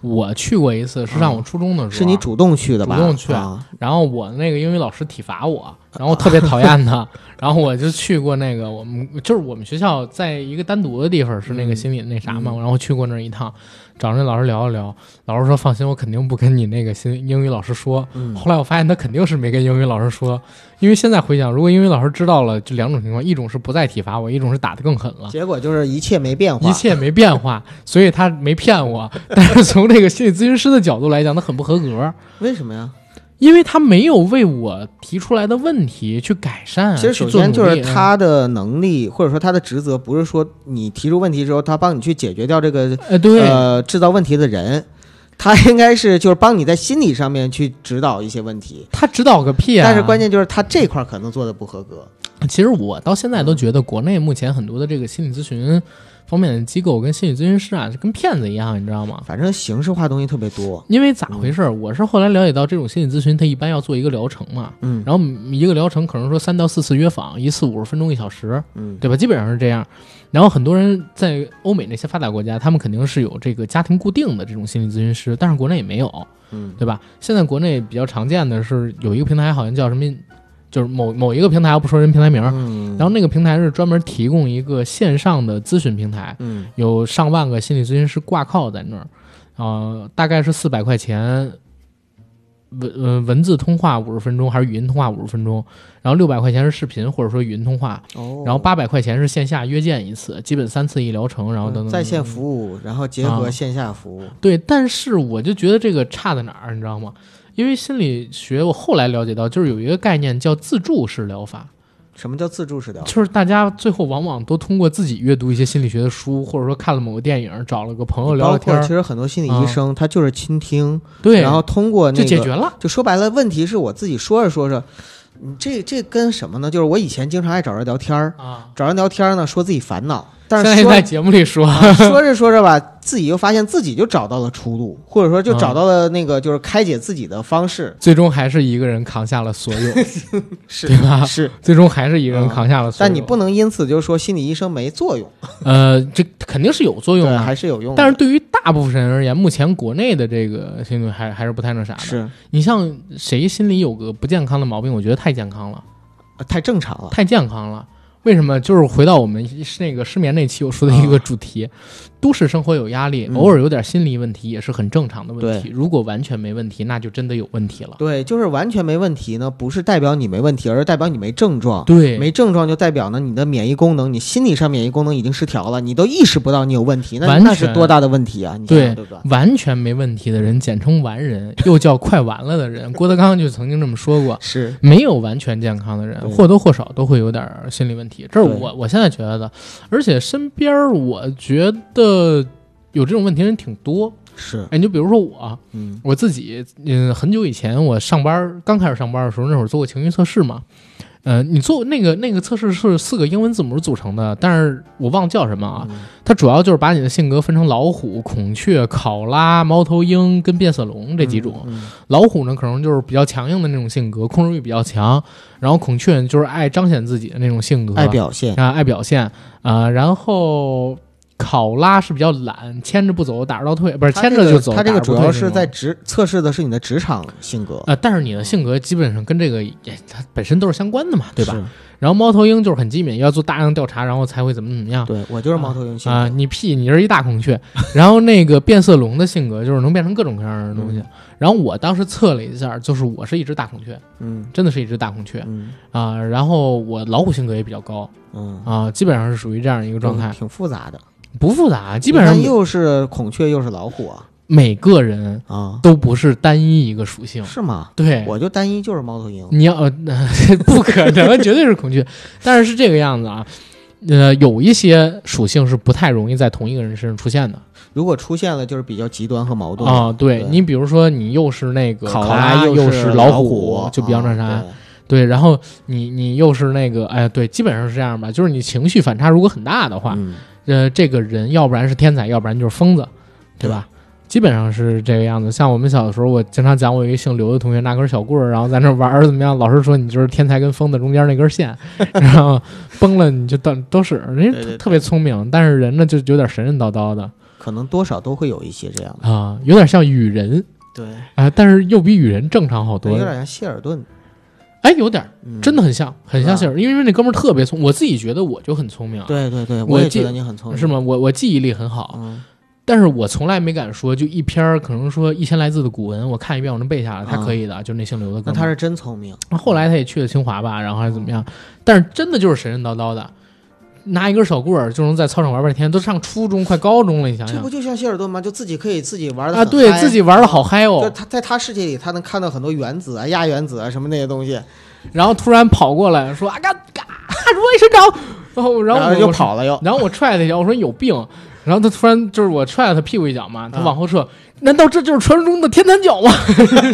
Speaker 1: 我去过一次，是上我初中的时候，啊
Speaker 4: 是你主动去的吧？
Speaker 1: 主动去
Speaker 4: 啊，
Speaker 1: 然后我那个英语老师体罚我，然后我特别讨厌他，然后我就去过那个我们就是我们学校在一个单独的地方是那个心理那啥嘛，然后去过那儿一趟，找那老师聊一聊，老师说放心，我肯定不跟你那个新英语老师说。后来我发现他肯定是没跟英语老师说，因为现在回想，如果英语老师知道了，就两种情况，一种是不再体罚我，一种是打得更狠了。
Speaker 4: 啊结果就是一切没变化，
Speaker 1: 一切没变化，所以他没骗我。但是从这个心理咨询师的角度来讲，他很不合格。
Speaker 4: 为什么呀？
Speaker 1: 因为他没有为我提出来的问题去改善啊。
Speaker 4: 其实首
Speaker 1: 去做
Speaker 4: 先就
Speaker 1: 努
Speaker 4: 是
Speaker 1: 力啊，
Speaker 4: 他的能力，或者说他的职责，不是说你提出问题之后，他帮你去解决掉这个
Speaker 1: 呃，对，
Speaker 4: 呃制造问题的人，他应该是就是帮你在心理上面去指导一些问题。
Speaker 1: 他指导个屁啊！
Speaker 4: 但是关，键就是他这块儿可能做的不合格，
Speaker 1: 其实我到现在都觉得，国内目前很多的这个心理咨询方面的机构跟心理咨询师啊，就跟骗子一样，你知道吗？
Speaker 4: 反正形式化东西特别多。
Speaker 1: 因为咋回事儿？我是后来了解到，这种心理咨询它一般要做一个疗程嘛，
Speaker 4: 嗯
Speaker 1: 然后一个疗程可能说三到四次约访，一次五十分钟一小时，
Speaker 4: 嗯
Speaker 1: 对吧？基本上是这样。然后很多人在欧美那些发达国家，他们肯定是有这个家庭固定的这种心理咨询师，但是国内也没有，
Speaker 4: 嗯，
Speaker 1: 对吧？现在国内比较常见的是有一个平台，好像叫什么，就是某某一个平台，我不说人平台名儿，
Speaker 4: 嗯，
Speaker 1: 然后那个平台是专门提供一个线上的咨询平台，
Speaker 4: 嗯
Speaker 1: 有上万个心理咨询师挂靠在那儿，呃，大概是四百块钱。文呃文字通话五十分钟还是语音通话五十分钟，然后六百块钱是视频或者说语音通话，
Speaker 4: 哦，
Speaker 1: 然后八百块钱是线下约见一次，基本三次一疗程，然后等等
Speaker 4: 嗯在线
Speaker 1: 务。
Speaker 4: 服务，然后结
Speaker 1: 啊
Speaker 4: 合线下服务，
Speaker 1: 对，但是我就觉得这个差在哪儿，你知道吗？因为心理学我后来了解到，就是有一个概念叫自助式疗法，
Speaker 4: 什么叫自助式疗？
Speaker 1: 就是大家最后往往都通过自己阅读一些心理学的书，或者说看了某个电影，找了个朋友聊
Speaker 4: 包
Speaker 1: 聊天
Speaker 4: 括其
Speaker 1: 儿，
Speaker 4: 实很多心理
Speaker 1: 啊
Speaker 4: 医生，他就是倾听，
Speaker 1: 对，
Speaker 4: 然后通过那
Speaker 1: 就
Speaker 4: 个
Speaker 1: 解决了。
Speaker 4: 就说白了，问题是我自己说着说着，嗯这这跟什么呢？就是我以前经常爱找人聊天儿，
Speaker 1: 啊，
Speaker 4: 找人聊天儿呢，说自己烦恼，但是
Speaker 1: 现在
Speaker 4: 说
Speaker 1: 在节目里说，
Speaker 4: 啊 说着说着吧，自己又发现自己就找到了出路，或者说就
Speaker 1: 啊
Speaker 4: 找到了那个就是开解自己的方式，
Speaker 1: 最终还是一个人扛下了所有，
Speaker 4: 是
Speaker 1: 对吧
Speaker 4: 是，
Speaker 1: 最终还是一个人扛下了所有。
Speaker 4: 嗯但你不能因此就说心理医生没作用，
Speaker 1: 呃，这肯定是有作用
Speaker 4: 对，
Speaker 1: 的，
Speaker 4: 还是有用的。
Speaker 1: 但是对于大部分人而言，目前国内的这个心理还还是不太那啥的。
Speaker 4: 是、
Speaker 1: 你像谁心里有个不健康的毛病，我觉得太健康了，
Speaker 4: 呃太正常了，
Speaker 1: 太健康了。为什么？就是回到我们那个失眠那期我说的一个主题，都市生活有压力，
Speaker 4: 啊嗯
Speaker 1: 偶尔有点心理问题也是很正常的问题。
Speaker 4: 对
Speaker 1: 如果完全没问题，那就真的有问题了。
Speaker 4: 对，就是完全没问题呢，不是代表你没问题，而是代表你没症状。
Speaker 1: 对，
Speaker 4: 没症状就代表呢，你的免疫功能，你心理上免疫功能已经失调了，你都意识不到你有问题，那
Speaker 1: 完
Speaker 4: 那是
Speaker 1: 全
Speaker 4: 多大的问题啊！你想
Speaker 1: 对
Speaker 4: 想对吧？
Speaker 1: 完全没问题的人，简称完人，又叫快完了的人。郭德纲就曾经这么说过。
Speaker 4: 是，
Speaker 1: 没有完全健康的人，
Speaker 4: 对
Speaker 1: 或多或少都会有点儿心理问题，这是
Speaker 4: 对
Speaker 1: 我我现在觉得的。而且身边儿我觉得有这种问题人挺多。
Speaker 4: 是，
Speaker 1: 哎，你就比如说我，
Speaker 4: 嗯
Speaker 1: 我自己，嗯，很久以前我上班儿刚开始上班的时候，那会儿做过情绪测试嘛。呃，你做那个那个测试是四个英文字母组成的，但是我忘叫什么啊。
Speaker 4: 嗯
Speaker 1: 它主要就是把你的性格分成老虎、孔雀、考拉、猫头鹰跟变色龙这几种。
Speaker 4: 嗯
Speaker 1: 老虎呢，可能就是比较强硬的那种性格，控制欲比较强；然后孔雀就是爱彰显自己的那种性格，
Speaker 4: 爱表现，
Speaker 1: 啊，爱表现啊、然后考拉是比较懒，牵着不走，打着倒退，不是
Speaker 4: 他
Speaker 1: 牵
Speaker 4: 这
Speaker 1: 着就
Speaker 4: 个
Speaker 1: 走。
Speaker 4: 他这个
Speaker 1: 打着
Speaker 4: 主
Speaker 1: 不退
Speaker 4: 要
Speaker 1: 那
Speaker 4: 是
Speaker 1: 种
Speaker 4: 在职测试的是你的职场性格，
Speaker 1: 呃，但是你的性格基本上跟这个也它本身都是相关的嘛，对吧？
Speaker 4: 是？
Speaker 1: 然后猫头鹰就是很机敏，要做大量调查，然后才会怎么怎么样。
Speaker 4: 对我就是猫头鹰性
Speaker 1: 啊、
Speaker 4: 格，
Speaker 1: 你屁，你是一大孔雀。 然后那个变色龙的性格就是能变成各种各样的东
Speaker 4: 嗯
Speaker 1: 西。然后我当时测了一下，就是我是一只大孔雀，
Speaker 4: 嗯
Speaker 1: 真的是一只大孔雀
Speaker 4: 嗯
Speaker 1: 啊、然后我老虎性格也比较高
Speaker 4: 嗯，
Speaker 1: 啊、基本上是属于这样一个状态，
Speaker 4: 挺复杂的，
Speaker 1: 不复杂，基本上
Speaker 4: 你看嗯又是孔雀又是老虎啊
Speaker 1: 每个人
Speaker 4: 啊，
Speaker 1: 都不是单一一个属性。
Speaker 4: 是吗？
Speaker 1: 对，
Speaker 4: 我就单一就是猫头鹰，
Speaker 1: 你要、呃、 不可能，绝对是孔雀，但是是这个样子啊。呃，有一些属性是不太容易在同一个人身上出现的
Speaker 4: 如果出现了就是比较极端和矛盾
Speaker 1: 啊、对
Speaker 4: 对
Speaker 1: 你，比如说你又是那个
Speaker 4: 考
Speaker 1: 拉，
Speaker 4: 又
Speaker 1: 又
Speaker 4: 是
Speaker 1: 老
Speaker 4: 虎，
Speaker 1: 就比较那啥。
Speaker 4: 啊对
Speaker 1: 对，然后你你又是那个，哎呀，对，基本上是这样吧，就是你情绪反差如果很大的话，
Speaker 4: 嗯，
Speaker 1: 呃，这个人要不然是天才，要不然就是疯子，对吧？基本上是这个样子。像我们小的时候，我经常讲，我有一个姓刘的同学拿根小棍儿，然后在那玩儿怎么样？老师说你就是天才跟疯子中间那根 线，然后崩了你就到都是人家
Speaker 4: 对对
Speaker 1: 特别聪明，但是人呢就有点神神叨叨的
Speaker 4: 可能多少都会有一些这样的，
Speaker 1: 啊，有点像雨人
Speaker 4: 对，
Speaker 1: 啊、但是又比雨人正常好
Speaker 4: 对，
Speaker 1: 多
Speaker 4: 有。点像谢尔顿，
Speaker 1: 哎，有点儿
Speaker 4: 嗯
Speaker 1: 真的，很像，很像
Speaker 4: 是
Speaker 1: 谢
Speaker 4: 吧
Speaker 1: 尔，因为那哥们儿特别聪，我自己觉得我就很聪明啊，
Speaker 4: 对对对，
Speaker 1: 我
Speaker 4: 也
Speaker 1: 记
Speaker 4: 觉得你很聪明，
Speaker 1: 是？吗？我我记忆力很好，
Speaker 4: 嗯，
Speaker 1: 但是我从来没敢说，就一篇儿可能说一千来字的古文，我看一遍我能背下来，他
Speaker 4: 啊
Speaker 1: 可以的，就那姓刘的哥
Speaker 4: 那
Speaker 1: 们儿。
Speaker 4: 他是真聪明，
Speaker 1: 那后来他也去了清华吧，然后还是怎么样？但是真的就是神神叨叨的，拿一根小棍儿就能在操场玩半天，都上初中快高中了，你想
Speaker 4: 这
Speaker 1: 想
Speaker 4: 不就像谢尔顿吗？就自己可以自己玩的
Speaker 1: 哎啊，对自己玩的好嗨
Speaker 4: 就
Speaker 1: 哦，
Speaker 4: 他在他世界里，他能看到很多原子啊、亚原子啊什么那些东西，
Speaker 1: 然后突然跑过来说啊嘎嘎，如来神掌，然后然后
Speaker 4: 然后
Speaker 1: 我
Speaker 4: 又跑了又。
Speaker 1: 然后我踹他一脚，我说有病。然后他突然就是我踹了他屁股一脚嘛，他
Speaker 4: 嗯
Speaker 1: 往后撤。难道这就是传说中的天坛脚吗？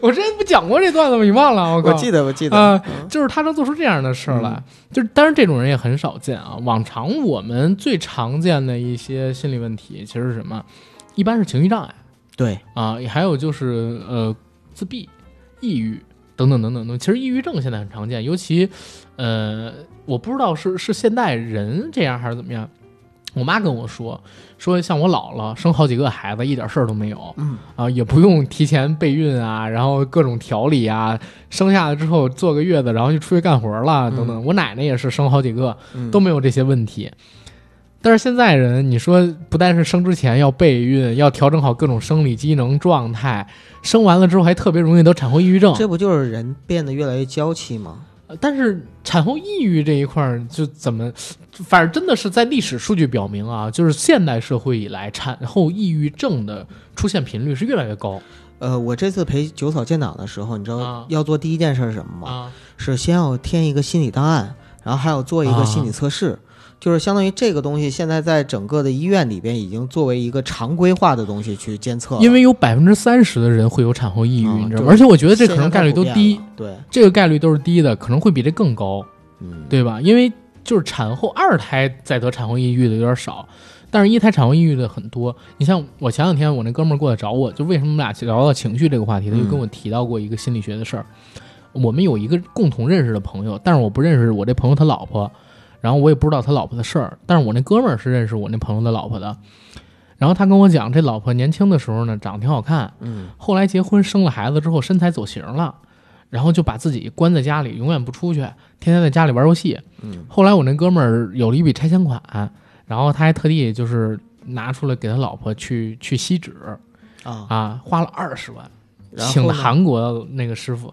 Speaker 1: 我之前不讲过这段子吗？你忘了？我靠！
Speaker 4: 我记得，我记得，嗯
Speaker 1: 啊、就是他能做出这样的事儿来，就是当然这种人也很少见啊。往常我们最常见的一些心理问题其实是什么？一般是情绪障碍
Speaker 4: 对，
Speaker 1: 啊，还有就是呃自闭、抑郁等等等等等。其实抑郁症现在很常见，尤其呃，我不知道是是现代人这样还是怎么样。我妈跟我说，说像我姥姥生好几个孩子，一点事儿都没有，
Speaker 4: 嗯
Speaker 1: 啊，也不用提前备孕啊，然后各种调理啊，生下来之后坐个月子，然后就出去干活了，等等。我奶奶也是生好几个，
Speaker 4: 嗯
Speaker 1: 都没有这些问题。但是现在人，你说不但是生之前要备孕，要调整好各种生理机能状态，生完了之后还特别容易得产后抑郁症。
Speaker 4: 这不就是人变得越来越娇气吗？
Speaker 1: 呃但是产后抑郁这一块儿，就怎么，反正真的是在历史数据表明啊，就是现代社会以来，产后抑郁症的出现频率是越来越高
Speaker 4: 呃，我这次陪九嫂建档的时候，你知
Speaker 1: 啊
Speaker 4: 道要做第一件事是什么吗？
Speaker 1: 啊。
Speaker 4: 是先要填一个心理档案，然后还要做一
Speaker 1: 啊
Speaker 4: 个心理测试，就是相当于这个东西现在在整个的医院里边已经作为一个常规化的东西去监测了，
Speaker 1: 因为有百分之三十的人会有产后抑郁，
Speaker 4: 嗯
Speaker 1: 你知道
Speaker 4: 就
Speaker 1: 吗？而且我觉得这
Speaker 4: 现
Speaker 1: 可
Speaker 4: 在
Speaker 1: 能概率都
Speaker 4: 太普遍
Speaker 1: 低
Speaker 4: 了，。对，
Speaker 1: 这个概率都是低的，可能会比这更高，
Speaker 4: 嗯，
Speaker 1: 对吧？因为就是产后二胎再得产后抑郁的有点少，但是一胎产后抑郁的很多。你像我前两天我那哥们儿过来找我，就为什么我们俩聊到情绪这个话题，他就跟我提到过一个心理学的事儿。我们有一个共同认识的朋友，但是我不认识我这朋友他老婆，然后我也不知道他老婆的事儿，但是我那哥们儿是认识我那朋友的老婆的。然后他跟我讲，这老婆年轻的时候呢，长得挺好看，
Speaker 4: 嗯，
Speaker 1: 后来结婚生了孩子之后，身材走形了，然后就把自己关在家里，永远不出去，天天在家里玩游戏。
Speaker 4: 嗯，
Speaker 1: 后来我那哥们儿有了一笔拆迁款，然后他还特地就是拿出来给他老婆去去吸纸
Speaker 4: 啊，
Speaker 1: 啊，花了二十万，
Speaker 4: 然后
Speaker 1: 请了
Speaker 4: 呢
Speaker 1: 韩国的那个师傅，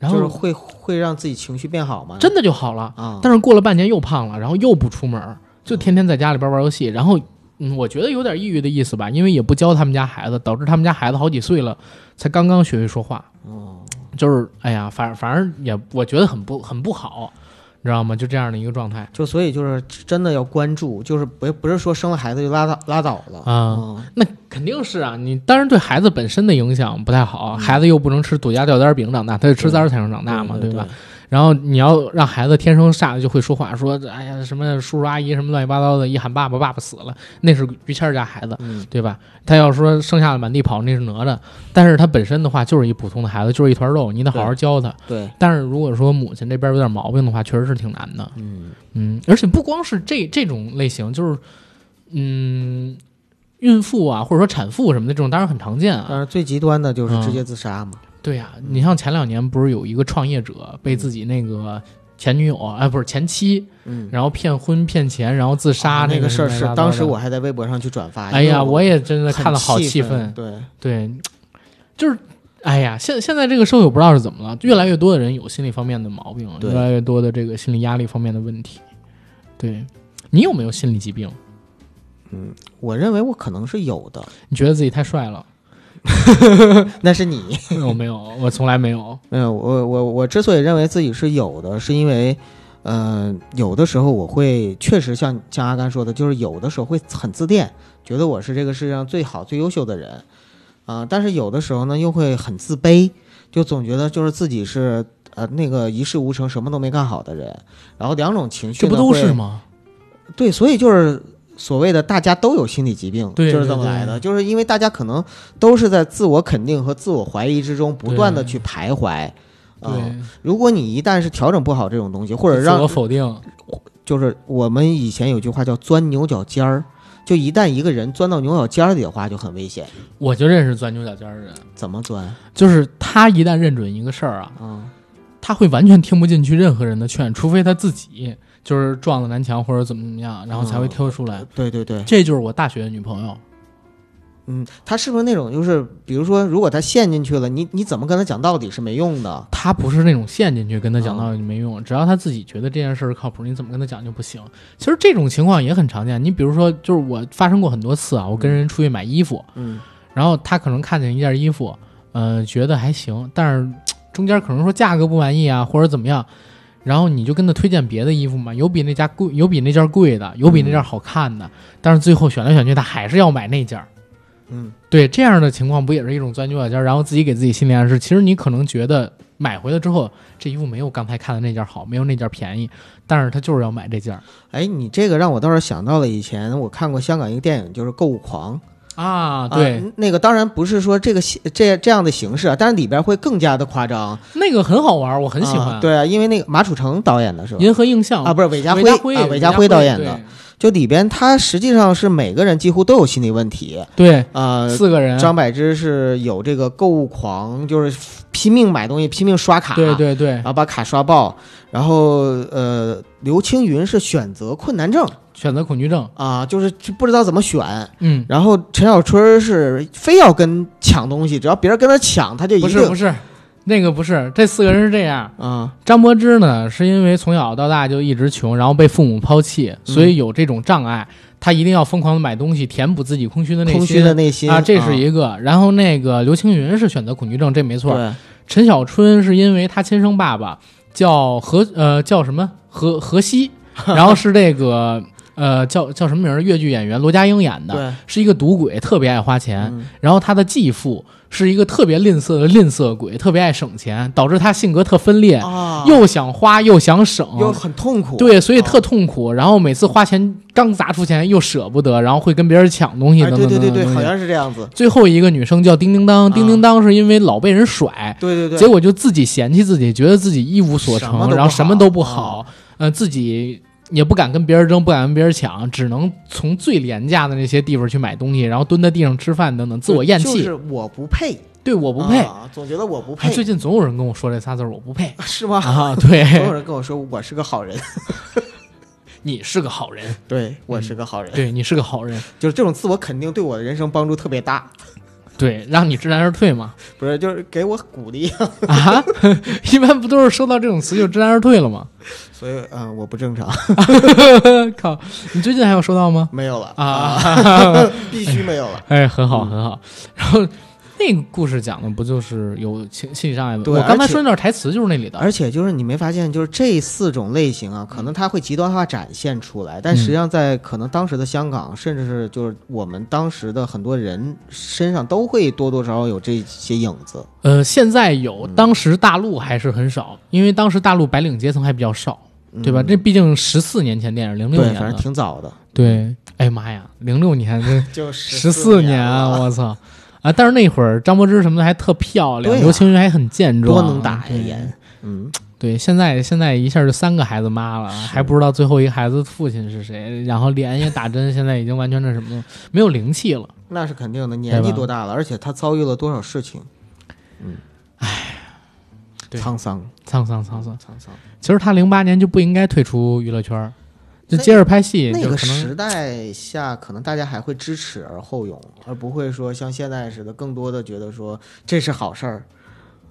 Speaker 1: 然
Speaker 4: 就是
Speaker 1: 后
Speaker 4: 会会让自己情绪变好吗？
Speaker 1: 真的就好了。
Speaker 4: 啊，
Speaker 1: 但是过了半年又胖了，然后又不出门儿，就天天在家里边玩游戏。然后，嗯，我觉得有点抑郁的意思吧，因为也不教他们家孩子，导致他们家孩子好几岁了才刚刚学会说话。
Speaker 4: 哦，
Speaker 1: 就是哎呀，反反正也我觉得很不很不好，你知道吗？就这样的一个状态
Speaker 4: 就所以就是真的要关注，就是不不是说生了孩子就拉倒拉倒了
Speaker 1: 啊、
Speaker 4: 嗯
Speaker 1: 那肯定是啊，你当然对孩子本身的影响不太好，啊孩子又不能吃赌家吊胆饼长大，他就吃
Speaker 4: 嗯对
Speaker 1: 簪儿才能长大嘛，
Speaker 4: 对
Speaker 1: 吧？？然后你要让孩子天生下来就会说话，说哎呀什么叔叔阿姨什么乱七八糟的，一喊爸爸，爸爸死了，那是于谦儿家孩子，
Speaker 4: 嗯
Speaker 1: 对吧？他要说生下来满地跑，那是哪吒，但是他本身的话就是一普通的孩子，就是一团肉，你得好好教他。
Speaker 4: 对，
Speaker 1: 但是如果说母亲这边有点毛病的话，确实是挺难的。
Speaker 4: 嗯，
Speaker 1: 嗯，而且不光是这这种类型，就是嗯，孕妇啊，或者说产妇什么的这种，当然很常见啊。
Speaker 4: 但是最极端的就是
Speaker 1: 嗯
Speaker 4: 直接自杀嘛，
Speaker 1: 对呀、你像前两年不是有一个创业者被自己那个前女友啊，哎不是前妻，
Speaker 4: 嗯，
Speaker 1: 然后骗婚骗钱，然后自杀、
Speaker 4: 啊那
Speaker 1: 个
Speaker 4: 个事儿
Speaker 1: 什么乱七
Speaker 4: 是
Speaker 1: 八糟
Speaker 4: 当
Speaker 1: 的
Speaker 4: 时我。还在微博上去转发，
Speaker 1: 哎
Speaker 4: 因为
Speaker 1: 呀，我也真的
Speaker 4: 很
Speaker 1: 看了好
Speaker 4: 气
Speaker 1: 愤。
Speaker 4: 对，
Speaker 1: 对，就是，哎呀，现现在这个社会我不知道是怎么了，越来越多的人有心理方面的毛病，
Speaker 4: 对
Speaker 1: 越来越多的这个心理压力方面的问题。对你有没有心理疾病？
Speaker 4: 我认为我可能是 有的，
Speaker 1: 你觉得自己太帅了？
Speaker 4: 那是你。
Speaker 1: 我没有，我从来没有。
Speaker 4: 没有，嗯我我我之所以认为自己是有的，是因为，呃，有的时候我会确实像像阿甘说的，就是有的时候会很自恋，觉得我是这个世界上最好最优秀的人，啊、但是有的时候呢又会很自卑，就总觉得就是自己是呃那个一事无成，什么都没干好的人，然后两种情绪
Speaker 1: 这
Speaker 4: 呢
Speaker 1: 不都
Speaker 4: 会
Speaker 1: 是吗？
Speaker 4: 对，所以就是所谓的大家都有心理疾病，
Speaker 1: 对
Speaker 4: 就是
Speaker 1: 对
Speaker 4: 这么
Speaker 1: 对
Speaker 4: 来的。就是因为大家可能都是在自我肯定和自我怀疑之中不断的
Speaker 1: 对
Speaker 4: 去徘徊。
Speaker 1: 对，
Speaker 4: 嗯，如果你一旦是调整不好这种东西，或者
Speaker 1: 啊自我
Speaker 4: 让
Speaker 1: 否定，
Speaker 4: 就是我们以前有句话叫钻牛角尖儿，就一旦一个人钻到牛角尖儿里的话，就很危险。
Speaker 1: 我就认识钻牛角尖儿的人，
Speaker 4: 怎么钻？
Speaker 1: 就是他一旦认准一个事儿啊，
Speaker 4: 嗯，
Speaker 1: 他会完全听不进去任何人的劝，除非他自己就是撞了南墙或者怎么怎么样，然后才会挑出来。
Speaker 4: 对对对，
Speaker 1: 这就是我大学的女朋友，
Speaker 4: 嗯，他是不是那种就是，比如说，如果他陷进去了，你你怎么跟他讲道理是没用的。
Speaker 1: 她不是那种陷进去跟她讲道理没用，只要她自己觉得这件事儿靠谱，你怎么跟她讲就不行。其实这种情况也很常见，你比如说，就是我发生过很多次啊，我跟人出去买衣服，
Speaker 4: 嗯
Speaker 1: 然后他可能看见一件衣服，呃，觉得还行，但是中间可能说价格不满意啊，或者怎么样，然后你就跟他推荐别的衣服嘛，有比那家贵，有比那件贵的，有比
Speaker 4: 嗯
Speaker 1: 那件好看的，但是最后选来选去，他还是要买那件儿。
Speaker 4: 嗯，
Speaker 1: 对，这样的情况不也是一种钻牛角尖儿，然后自己给自己心理暗示，其实你可能觉得买回来之后，这衣服没有刚才看的那件好，没有那件便宜，但是他就是要买这件儿
Speaker 4: 哎，你这个让我倒是想到了以前我看过香港一个电影，就是《购物狂》。
Speaker 1: 啊。对，
Speaker 4: 啊那个当然不是说这个形这这样的形式啊，但是里边会更加的夸张，
Speaker 1: 那个很好玩儿，我很喜欢。
Speaker 4: 啊，对啊，因为那个马楚成导演的是吧？
Speaker 1: 银河映像
Speaker 4: 啊，不是韦家
Speaker 1: 韦
Speaker 4: 辉
Speaker 1: 家
Speaker 4: 啊，
Speaker 1: 辉，
Speaker 4: 韦
Speaker 1: 家
Speaker 4: 家辉导演的
Speaker 1: 对，
Speaker 4: 就里边他实际上是每个人几乎都有心理问题
Speaker 1: 对，
Speaker 4: 啊。
Speaker 1: 四个人，
Speaker 4: 张柏芝是有这个购物狂，就是拼命买东西，拼命刷卡，
Speaker 1: 对对对
Speaker 4: 然，后把卡刷爆。然后呃，刘青云是选择困难症
Speaker 1: 选择恐惧症，
Speaker 4: 啊，就是就不知道怎么选。
Speaker 1: 嗯，
Speaker 4: 然后陈小春是非要跟抢东西，只要别人跟他抢，他就一
Speaker 1: 不
Speaker 4: 定
Speaker 1: 是不是，那个不是，这四个人是这样。
Speaker 4: 啊，
Speaker 1: 张柏芝呢，是因为从小到大就一直穷，然后被父母抛弃，所
Speaker 4: 嗯
Speaker 1: 以有这种障碍，她一定要疯狂的买东西填补自己空虚的内心。
Speaker 4: 空虚的内心
Speaker 1: 啊，这是一个。然后那个刘青云是选择恐惧症，这没错。
Speaker 4: 对
Speaker 1: 陈小春是因为他亲生爸爸叫何呃叫什么何何 西，然后是这个呃叫叫什么名儿？越剧演员罗家英演的。
Speaker 4: 对，
Speaker 1: 是一个赌鬼，特别爱花钱。
Speaker 4: 嗯
Speaker 1: 然后他的继父是一个特别吝啬的吝啬鬼，特别爱省钱，导致他性格特分裂，
Speaker 4: 啊，
Speaker 1: 又想花又想省，
Speaker 4: 又很痛苦，
Speaker 1: 对，所以
Speaker 4: 啊
Speaker 1: 特痛苦。然后每次花钱刚砸出钱又舍不得，然后会跟别人抢东西
Speaker 4: 哎
Speaker 1: 等
Speaker 4: 对
Speaker 1: 等
Speaker 4: 对
Speaker 1: 等
Speaker 4: 对
Speaker 1: 等
Speaker 4: 对，
Speaker 1: 等
Speaker 4: 好
Speaker 1: 等。
Speaker 4: 像是这样子，
Speaker 1: 最后一个女生叫叮叮当，
Speaker 4: 啊
Speaker 1: 叮叮当是因为老被人甩，
Speaker 4: 对对对，
Speaker 1: 结果就自己嫌弃自己，觉得自己一无所
Speaker 4: 什么都
Speaker 1: 成，
Speaker 4: 不
Speaker 1: 然后什么
Speaker 4: 好
Speaker 1: 都不
Speaker 4: 啊
Speaker 1: 好，呃，自己也不敢跟别人争，不敢跟别人抢，只能从最廉价的那些地方去买东西，然后蹲在地上吃饭等等，自我厌
Speaker 4: 就
Speaker 1: 弃。
Speaker 4: 是我不配，
Speaker 1: 对，我不配。
Speaker 4: 啊，总觉得我不
Speaker 1: 哎
Speaker 4: 配，
Speaker 1: 最近总有人跟我说这仨字儿，我不 配
Speaker 4: 是吗？
Speaker 1: 啊！
Speaker 4: 总有
Speaker 1: 对，
Speaker 4: 人跟我说我是个 好人，
Speaker 1: 你是个好人，
Speaker 4: 对我是个好人，
Speaker 1: 对你是个好人，
Speaker 4: 就是这种自我肯定对我的人生帮助特别大，
Speaker 1: 对，让你知难而退嘛。
Speaker 4: 不是就是给我鼓励，
Speaker 1: 啊， 一般不都是收到这种词就知难而退了吗？
Speaker 4: 所以嗯，我不正常，
Speaker 1: 靠，你最近还有收到吗？
Speaker 4: 没有了
Speaker 1: 啊，
Speaker 4: 必须没有了。
Speaker 1: 哎，很
Speaker 4: 嗯
Speaker 1: 好，很好。然后那个故事讲的不就是有心心理障碍吗？
Speaker 4: 对
Speaker 1: 我刚才
Speaker 4: 而且
Speaker 1: 说那段台词就是那里的。
Speaker 4: 而且就是你没发现，就是这四种类型啊，可能它会极端化展现出来，但实际上在可能当时的香港，甚至是就是我们当时的很多人身上都会多多少少有这些影子。
Speaker 1: 呃，现在有，
Speaker 4: 嗯
Speaker 1: 当时大陆还是很少，因为当时大陆白领阶层还比较少，对吧？这毕竟十四年前电影，零六
Speaker 4: 嗯对，
Speaker 1: 年
Speaker 4: 反正
Speaker 1: 了。
Speaker 4: 挺早的，
Speaker 1: 对，哎妈呀，零六年这
Speaker 4: 就
Speaker 1: 十四年啊，
Speaker 4: 啊，
Speaker 1: 我操！啊，但是那会儿张柏芝什么的还特漂亮，
Speaker 4: 对啊
Speaker 1: 刘青云还很健壮，
Speaker 4: 多能打呀
Speaker 1: 对
Speaker 4: 人。嗯，
Speaker 1: 对，现在现在一下就三个孩子妈了，还不知道最后一个孩子父亲是谁，然后连夜打针，现在已经完全那什么了，没有灵气了。
Speaker 4: 那是肯定的。年纪多大了，而且他遭遇了多少事情，嗯，
Speaker 1: 对
Speaker 4: 唉，沧桑，
Speaker 1: 苍苍苍苍！
Speaker 4: 沧桑。
Speaker 1: 其实他零八年就不应该退出娱乐圈儿，就
Speaker 4: 那
Speaker 1: 接着拍戏，
Speaker 4: 那
Speaker 1: 就
Speaker 4: 个
Speaker 1: 可能
Speaker 4: 时代下，可能大家还会知耻而后勇，而不会说像现在似的，更多的觉得说这是好事儿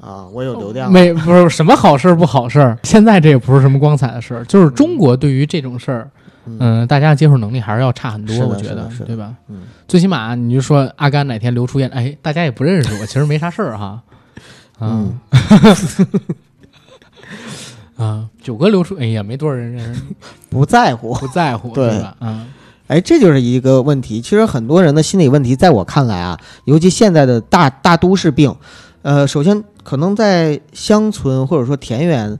Speaker 4: 啊，我有流量。
Speaker 1: 哦没不是什么好事儿不好事儿，现在这也不是什么光彩的事儿，就是中国对于这种事儿，
Speaker 4: 嗯
Speaker 1: 嗯、大家接受能力还是要差很
Speaker 4: 是
Speaker 1: 多，我
Speaker 4: 的
Speaker 1: 觉
Speaker 4: 是
Speaker 1: 得
Speaker 4: 的是，的
Speaker 1: 对吧？
Speaker 4: 嗯，
Speaker 1: 最起码你就说阿甘哪天流出烟，哎，大家也不认识我，其实没啥事儿哈，啊，
Speaker 4: 嗯
Speaker 1: 啊，九哥流出，哎呀，没多少人 认识，
Speaker 4: 不在乎。
Speaker 1: 不在乎，
Speaker 4: 对
Speaker 1: 是吧？啊，
Speaker 4: 哎，这就是一个问题。其实很多人的心理问题，在我看来啊，尤其现在的大大都市病，呃，首先可能在乡村或者说田园，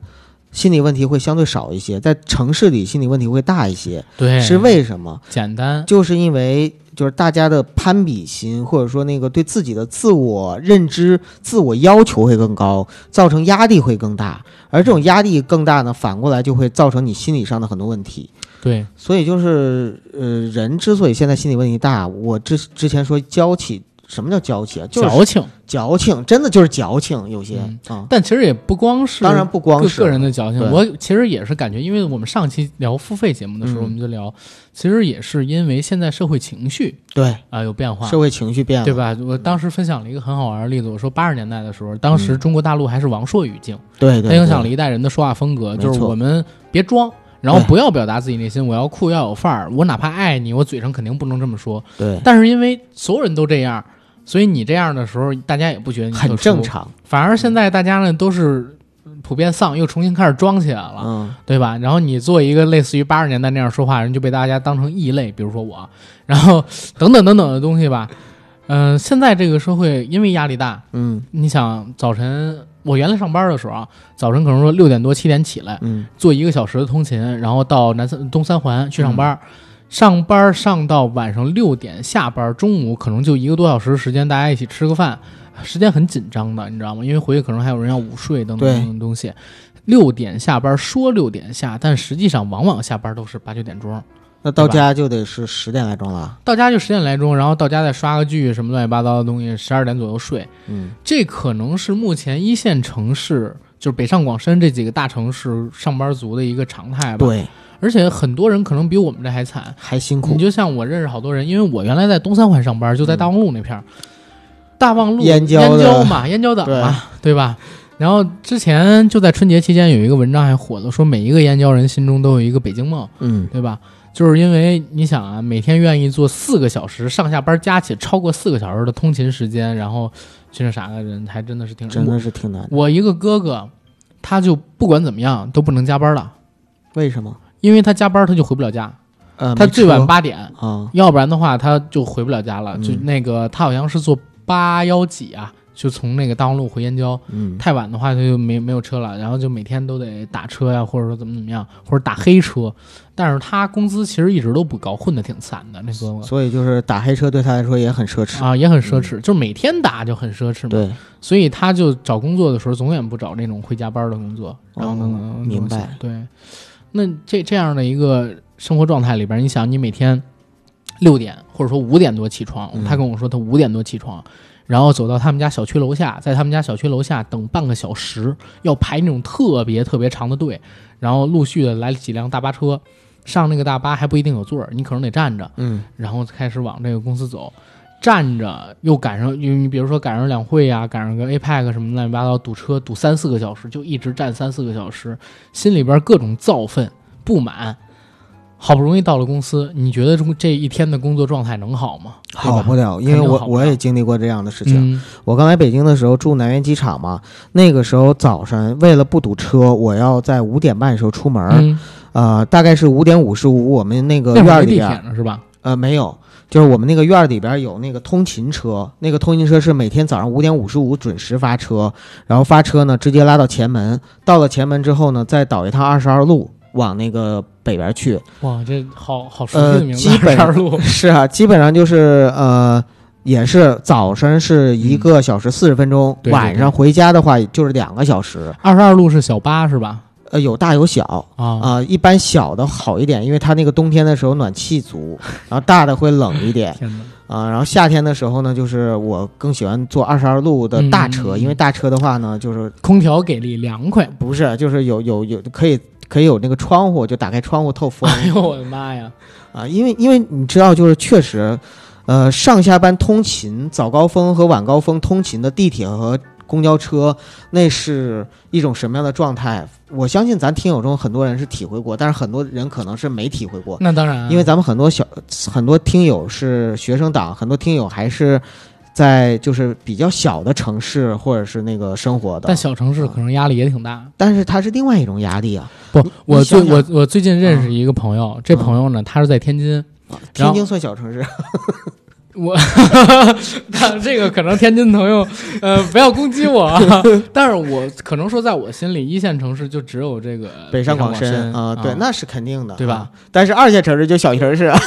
Speaker 4: 心理问题会相对少一些，在城市里心理问题会大一些，
Speaker 1: 对，
Speaker 4: 是为什么？
Speaker 1: 简单，
Speaker 4: 就是因为就是大家的攀比心，或者说那个对自己的自我认知、自我要求会更高，造成压力会更大，而这种压力更大呢，反过来就会造成你心理上的很多问题。
Speaker 1: 对，
Speaker 4: 所以就是呃，人之所以现在心理问题大，我之之前说娇气，什么叫娇气啊？就是
Speaker 1: 矫情。
Speaker 4: 矫情，真的就是矫情，有些
Speaker 1: 嗯
Speaker 4: 啊、
Speaker 1: 但其实也不光是，
Speaker 4: 当然不光
Speaker 1: 个
Speaker 4: 是
Speaker 1: 个人的矫情
Speaker 4: 对。
Speaker 1: 我其实也是感觉，因为我们上期聊付费节目的时候，
Speaker 4: 嗯
Speaker 1: 我们就聊，其实也是因为现在社会情绪
Speaker 4: 对
Speaker 1: 啊、有变化，
Speaker 4: 社会情绪变了，
Speaker 1: 对吧？我当时分享了一个很好玩的例子，我说八十年代的时候，当时中国大陆还是王朔语境，
Speaker 4: 嗯对对，
Speaker 1: 它影响了
Speaker 4: 对
Speaker 1: 一代人的说话风格，
Speaker 4: 没
Speaker 1: 就是
Speaker 4: 错
Speaker 1: 我们别装。然后
Speaker 4: 对
Speaker 1: 不要表达自己内心，我要酷，要有范儿。我哪怕爱你，我嘴上肯定不能这么说。
Speaker 4: 对，
Speaker 1: 但是因为所有人都这样，所以你这样的时候，大家也不觉得你
Speaker 4: 很
Speaker 1: 特殊
Speaker 4: 正。常，
Speaker 1: 反而现在大家呢都是呃普遍丧，又重新开始装起来了，
Speaker 4: 嗯，
Speaker 1: 对吧？然后你做一个类似于八十年代那样说话，人就被大家当成异类，比如说我，然后等等等等的东西吧。嗯、现在这个社会因为压力大，
Speaker 4: 嗯
Speaker 1: 你想早晨我原来上班的时候啊，早晨可能说六点多七点起来，
Speaker 4: 嗯
Speaker 1: 坐一个小时的通勤，然后到南三东三环去上班。上班上到晚上六点，下班中午可能就一个多小时时间，大家一起吃个饭，时间很紧张的，你知道吗？因为回去可能还有人要午睡等等
Speaker 4: 对
Speaker 1: 等等东西。六点下班说六点下，但实际上往往下班都是八九点钟，
Speaker 4: 那到
Speaker 1: 对吧
Speaker 4: 家就得是十点来钟了，
Speaker 1: 到家就十点来钟，然后到家再刷个剧什么乱七八糟的东西，十二点左右睡。
Speaker 4: 嗯，
Speaker 1: 这可能是目前一线城市，就是北上广深这几个大城市上班族的一个常态吧。
Speaker 4: 对，
Speaker 1: 而且很多人可能比我们这还惨。
Speaker 4: 还辛苦
Speaker 1: 你，就像我认识好多人，因为我原来在东三环上班，就在大望路那片儿，大望路
Speaker 4: 燕郊
Speaker 1: 郊
Speaker 4: 的
Speaker 1: 嘛，燕郊党嘛，对吧？然后之前就在春节期间有一个文章还火了，说每一个燕郊人心中都有一个北京梦，
Speaker 4: 嗯，
Speaker 1: 对吧？就是因为你想啊，每天愿意做四个小时上下班加起超过四个小时的通勤时间，然后去那啥的人，还真的是挺
Speaker 4: 真的是挺难的。
Speaker 1: 我。我一个哥哥，他就不管怎么样都不能加班了，
Speaker 4: 为什么？
Speaker 1: 因为他加班他就回不了家，
Speaker 4: 呃，
Speaker 1: 他
Speaker 4: 没
Speaker 1: 最
Speaker 4: 车
Speaker 1: 晚八点，
Speaker 4: 啊，
Speaker 1: 要不然的话他就回不了家了。就
Speaker 4: 嗯
Speaker 1: 那个他好像是坐八幺几啊，就从那个大望路回燕郊，
Speaker 4: 嗯，
Speaker 1: 太晚的话他就没没有车了，然后就每天都得打车呀、或者说怎么怎么样，或者打黑车。但是他工资其实一直都不高，混得挺惨的那哥们儿
Speaker 4: 所以就是嗯打黑车对他来说也很奢侈。
Speaker 1: 啊，也很奢侈，就是每天打就很奢侈嘛。
Speaker 4: 对，
Speaker 1: 所以他就找工作的时候永远不找那种会加班的工作，然后等等等等东西
Speaker 4: 哦明白？
Speaker 1: 对，那这这样的一个生活状态里边，你想，你每天六点或者说五点多起床，
Speaker 4: 嗯
Speaker 1: 他跟我说他五点多起床，然后走到他们家小区楼下，在他们家小区楼下等半个小时，要排那种特别特别长的队，然后陆续的来几辆大巴车，上那个大巴还不一定有座儿，你可能得站着，
Speaker 4: 嗯，
Speaker 1: 然后开始往这个公司走。站着又赶上，因为你比如说赶上两会呀、赶上个 APEC 什么乱七八糟，堵车堵三四个小时，就一直站三四个小时，心里边各种躁奋、不满。好不容易到了公司，你觉得这这一天的工作状态能好吗？对吧
Speaker 4: 好不了，因为
Speaker 1: 肯定
Speaker 4: 我
Speaker 1: 好不
Speaker 4: 我
Speaker 1: 了
Speaker 4: 也经历过这样的事情。
Speaker 1: 嗯，
Speaker 4: 我刚来北京的时候住南苑机场嘛，那个时候早晨为了不堵车，我要在五点半的时候出门儿，
Speaker 1: 嗯
Speaker 4: 呃，大概是五点五十五，我们那个
Speaker 1: 那会
Speaker 4: 院
Speaker 1: 儿
Speaker 4: 儿
Speaker 1: 没
Speaker 4: 里
Speaker 1: 地
Speaker 4: 边
Speaker 1: 铁
Speaker 4: 儿
Speaker 1: 呢是吧？
Speaker 4: 呃没有。就是我们那个院儿里边儿有那个通勤车，那个通勤车是每天早上五点五十五准时发车，然后发车呢直接拉到前门，到了前门之后呢，再倒一趟二十二路往那个北边 儿去，
Speaker 1: 哇，这好好熟悉
Speaker 4: 呃
Speaker 1: 的，名字，
Speaker 4: 基本
Speaker 1: 二 路，
Speaker 4: 是啊，基本上就是呃，也是早晨是一个小时四十分钟，
Speaker 1: 嗯对对对
Speaker 4: 晚上回家的话就是两个小时，
Speaker 1: 二十二路是小巴是吧？
Speaker 4: 呃，有大有小。
Speaker 1: 啊，
Speaker 4: 啊、一般小的好一点，因为它那个冬天的时候暖 气足，然后大的会冷一点
Speaker 1: 天哪，
Speaker 4: 啊、然后夏天的时候呢，就是我更喜欢坐二十二路的大车，
Speaker 1: 嗯
Speaker 4: 因为大车的话呢，就是
Speaker 1: 空调给力，凉快。
Speaker 4: 不是就是有有有可以可以有那个窗户，就打开窗户透风。
Speaker 1: 哎呦我的妈呀！
Speaker 4: 啊，因为因为你知道，就是确实，呃，上下班通勤，早高峰和晚高峰通勤的地铁和公交车，那是一种什么样的状态？我相信咱听友中很多人是体会过，但是很多人可能是没体会过，
Speaker 1: 那当然啊，
Speaker 4: 哦因为咱们很多小很多听友是学生党，很多听友还是。在就是比较小的城市或者是那个生活的，
Speaker 1: 但小城市可能压力也挺大。
Speaker 4: 但是它是另外一种压力啊。
Speaker 1: 不，我
Speaker 4: 你想
Speaker 1: 最
Speaker 4: 想嗯
Speaker 1: 我我 最近认识一个朋友，这朋友呢，他是在天津，然后
Speaker 4: 天津算小城市，
Speaker 1: 我但这个可能天津朋友，呃，不要攻击我 啊。但是我可能说，在我心里，一线城市就只有这个
Speaker 4: 北
Speaker 1: 上
Speaker 4: 上广
Speaker 1: 深
Speaker 4: 深啊，对，那是肯定的，
Speaker 1: 对吧
Speaker 4: 啊？但是二线城市就小城市啊，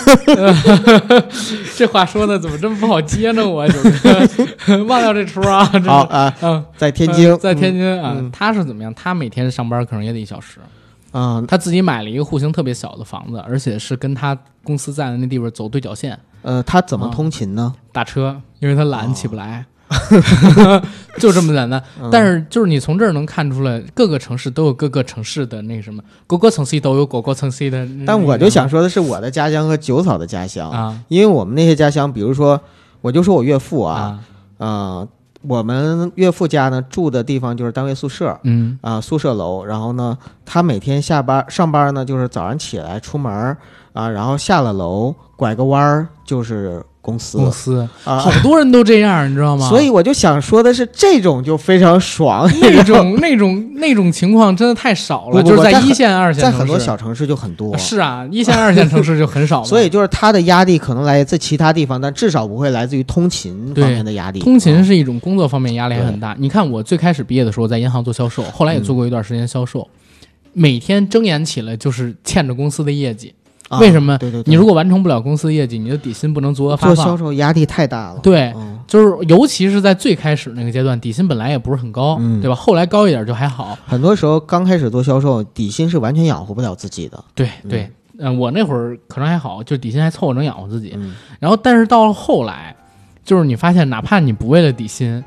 Speaker 1: 这话说的怎么这么不好接呢？我就是 忘掉这出啊。真
Speaker 4: 好
Speaker 1: 的，
Speaker 4: 啊，
Speaker 1: 嗯，
Speaker 4: 在天津，
Speaker 1: 在天津啊，
Speaker 4: 嗯
Speaker 1: 他是怎么样？他每天上班可能也得一小时，
Speaker 4: 嗯啊，
Speaker 1: 他自己买了一个户型特别小的房子，而且是跟他公司在的那地方走对角线，
Speaker 4: 呃，他怎
Speaker 1: 啊
Speaker 4: 么通勤呢？
Speaker 1: 打车，因为他懒起不来，
Speaker 4: 哦
Speaker 1: 就这么简单。
Speaker 4: 嗯
Speaker 1: 但是就是你从这儿能看出来，各个城市都有各个城市的那个什么，各个城市都有各个城市的。
Speaker 4: 但我就想说的是，我的家乡和九嫂的家乡，
Speaker 1: 嗯啊
Speaker 4: 因为我们那些家乡，比如说，我就说我岳父啊，
Speaker 1: 啊，
Speaker 4: 呃，我们岳父家呢住的地方就是单位宿舍，
Speaker 1: 嗯
Speaker 4: 啊、宿舍楼，然后呢，他每天下班上班呢，就是早上起来出门儿啊，然后下了楼拐个弯儿就是公司
Speaker 1: 公司
Speaker 4: 啊
Speaker 1: 好，多人都这样，你知道吗？
Speaker 4: 所以我就想说的是，这种就非常爽，
Speaker 1: 那种 那种那种情况真的太少了，
Speaker 4: 不不不
Speaker 1: 就是
Speaker 4: 在很
Speaker 1: 一线、二线
Speaker 4: 在
Speaker 1: 城市，
Speaker 4: 很多小城市就很多。
Speaker 1: 是啊，一线、二线城市就很少嘛。
Speaker 4: 所以就是他的压力可能来自其他地方，但至少不会来自于通勤方面的压力。
Speaker 1: 通勤
Speaker 4: 啊
Speaker 1: 是一种工作方面压力还很大。你看我最开始毕业的时候在银行做销售，后来
Speaker 4: 嗯
Speaker 1: 也做过一段时间销售，每天睁眼起来就是欠着公司的业绩。
Speaker 4: 啊
Speaker 1: 为什么
Speaker 4: 对对对，
Speaker 1: 你如果完成不了公司的业绩，你的底薪不能足额发
Speaker 4: 做销
Speaker 1: 放。
Speaker 4: 售压力太大了。
Speaker 1: 对，
Speaker 4: 嗯，
Speaker 1: 就是尤其是在最开始那个阶段，底薪本来也不是很高，
Speaker 4: 嗯
Speaker 1: 对吧？后来高一点就还好。
Speaker 4: 很多时候刚开始做销售，底薪是完全养活不了自己的。
Speaker 1: 对对，嗯、我那会儿可能还好，就底薪还凑合能养活自己。
Speaker 4: 嗯
Speaker 1: 然后，但是到了后来，就是你发现，哪怕你不为了底薪，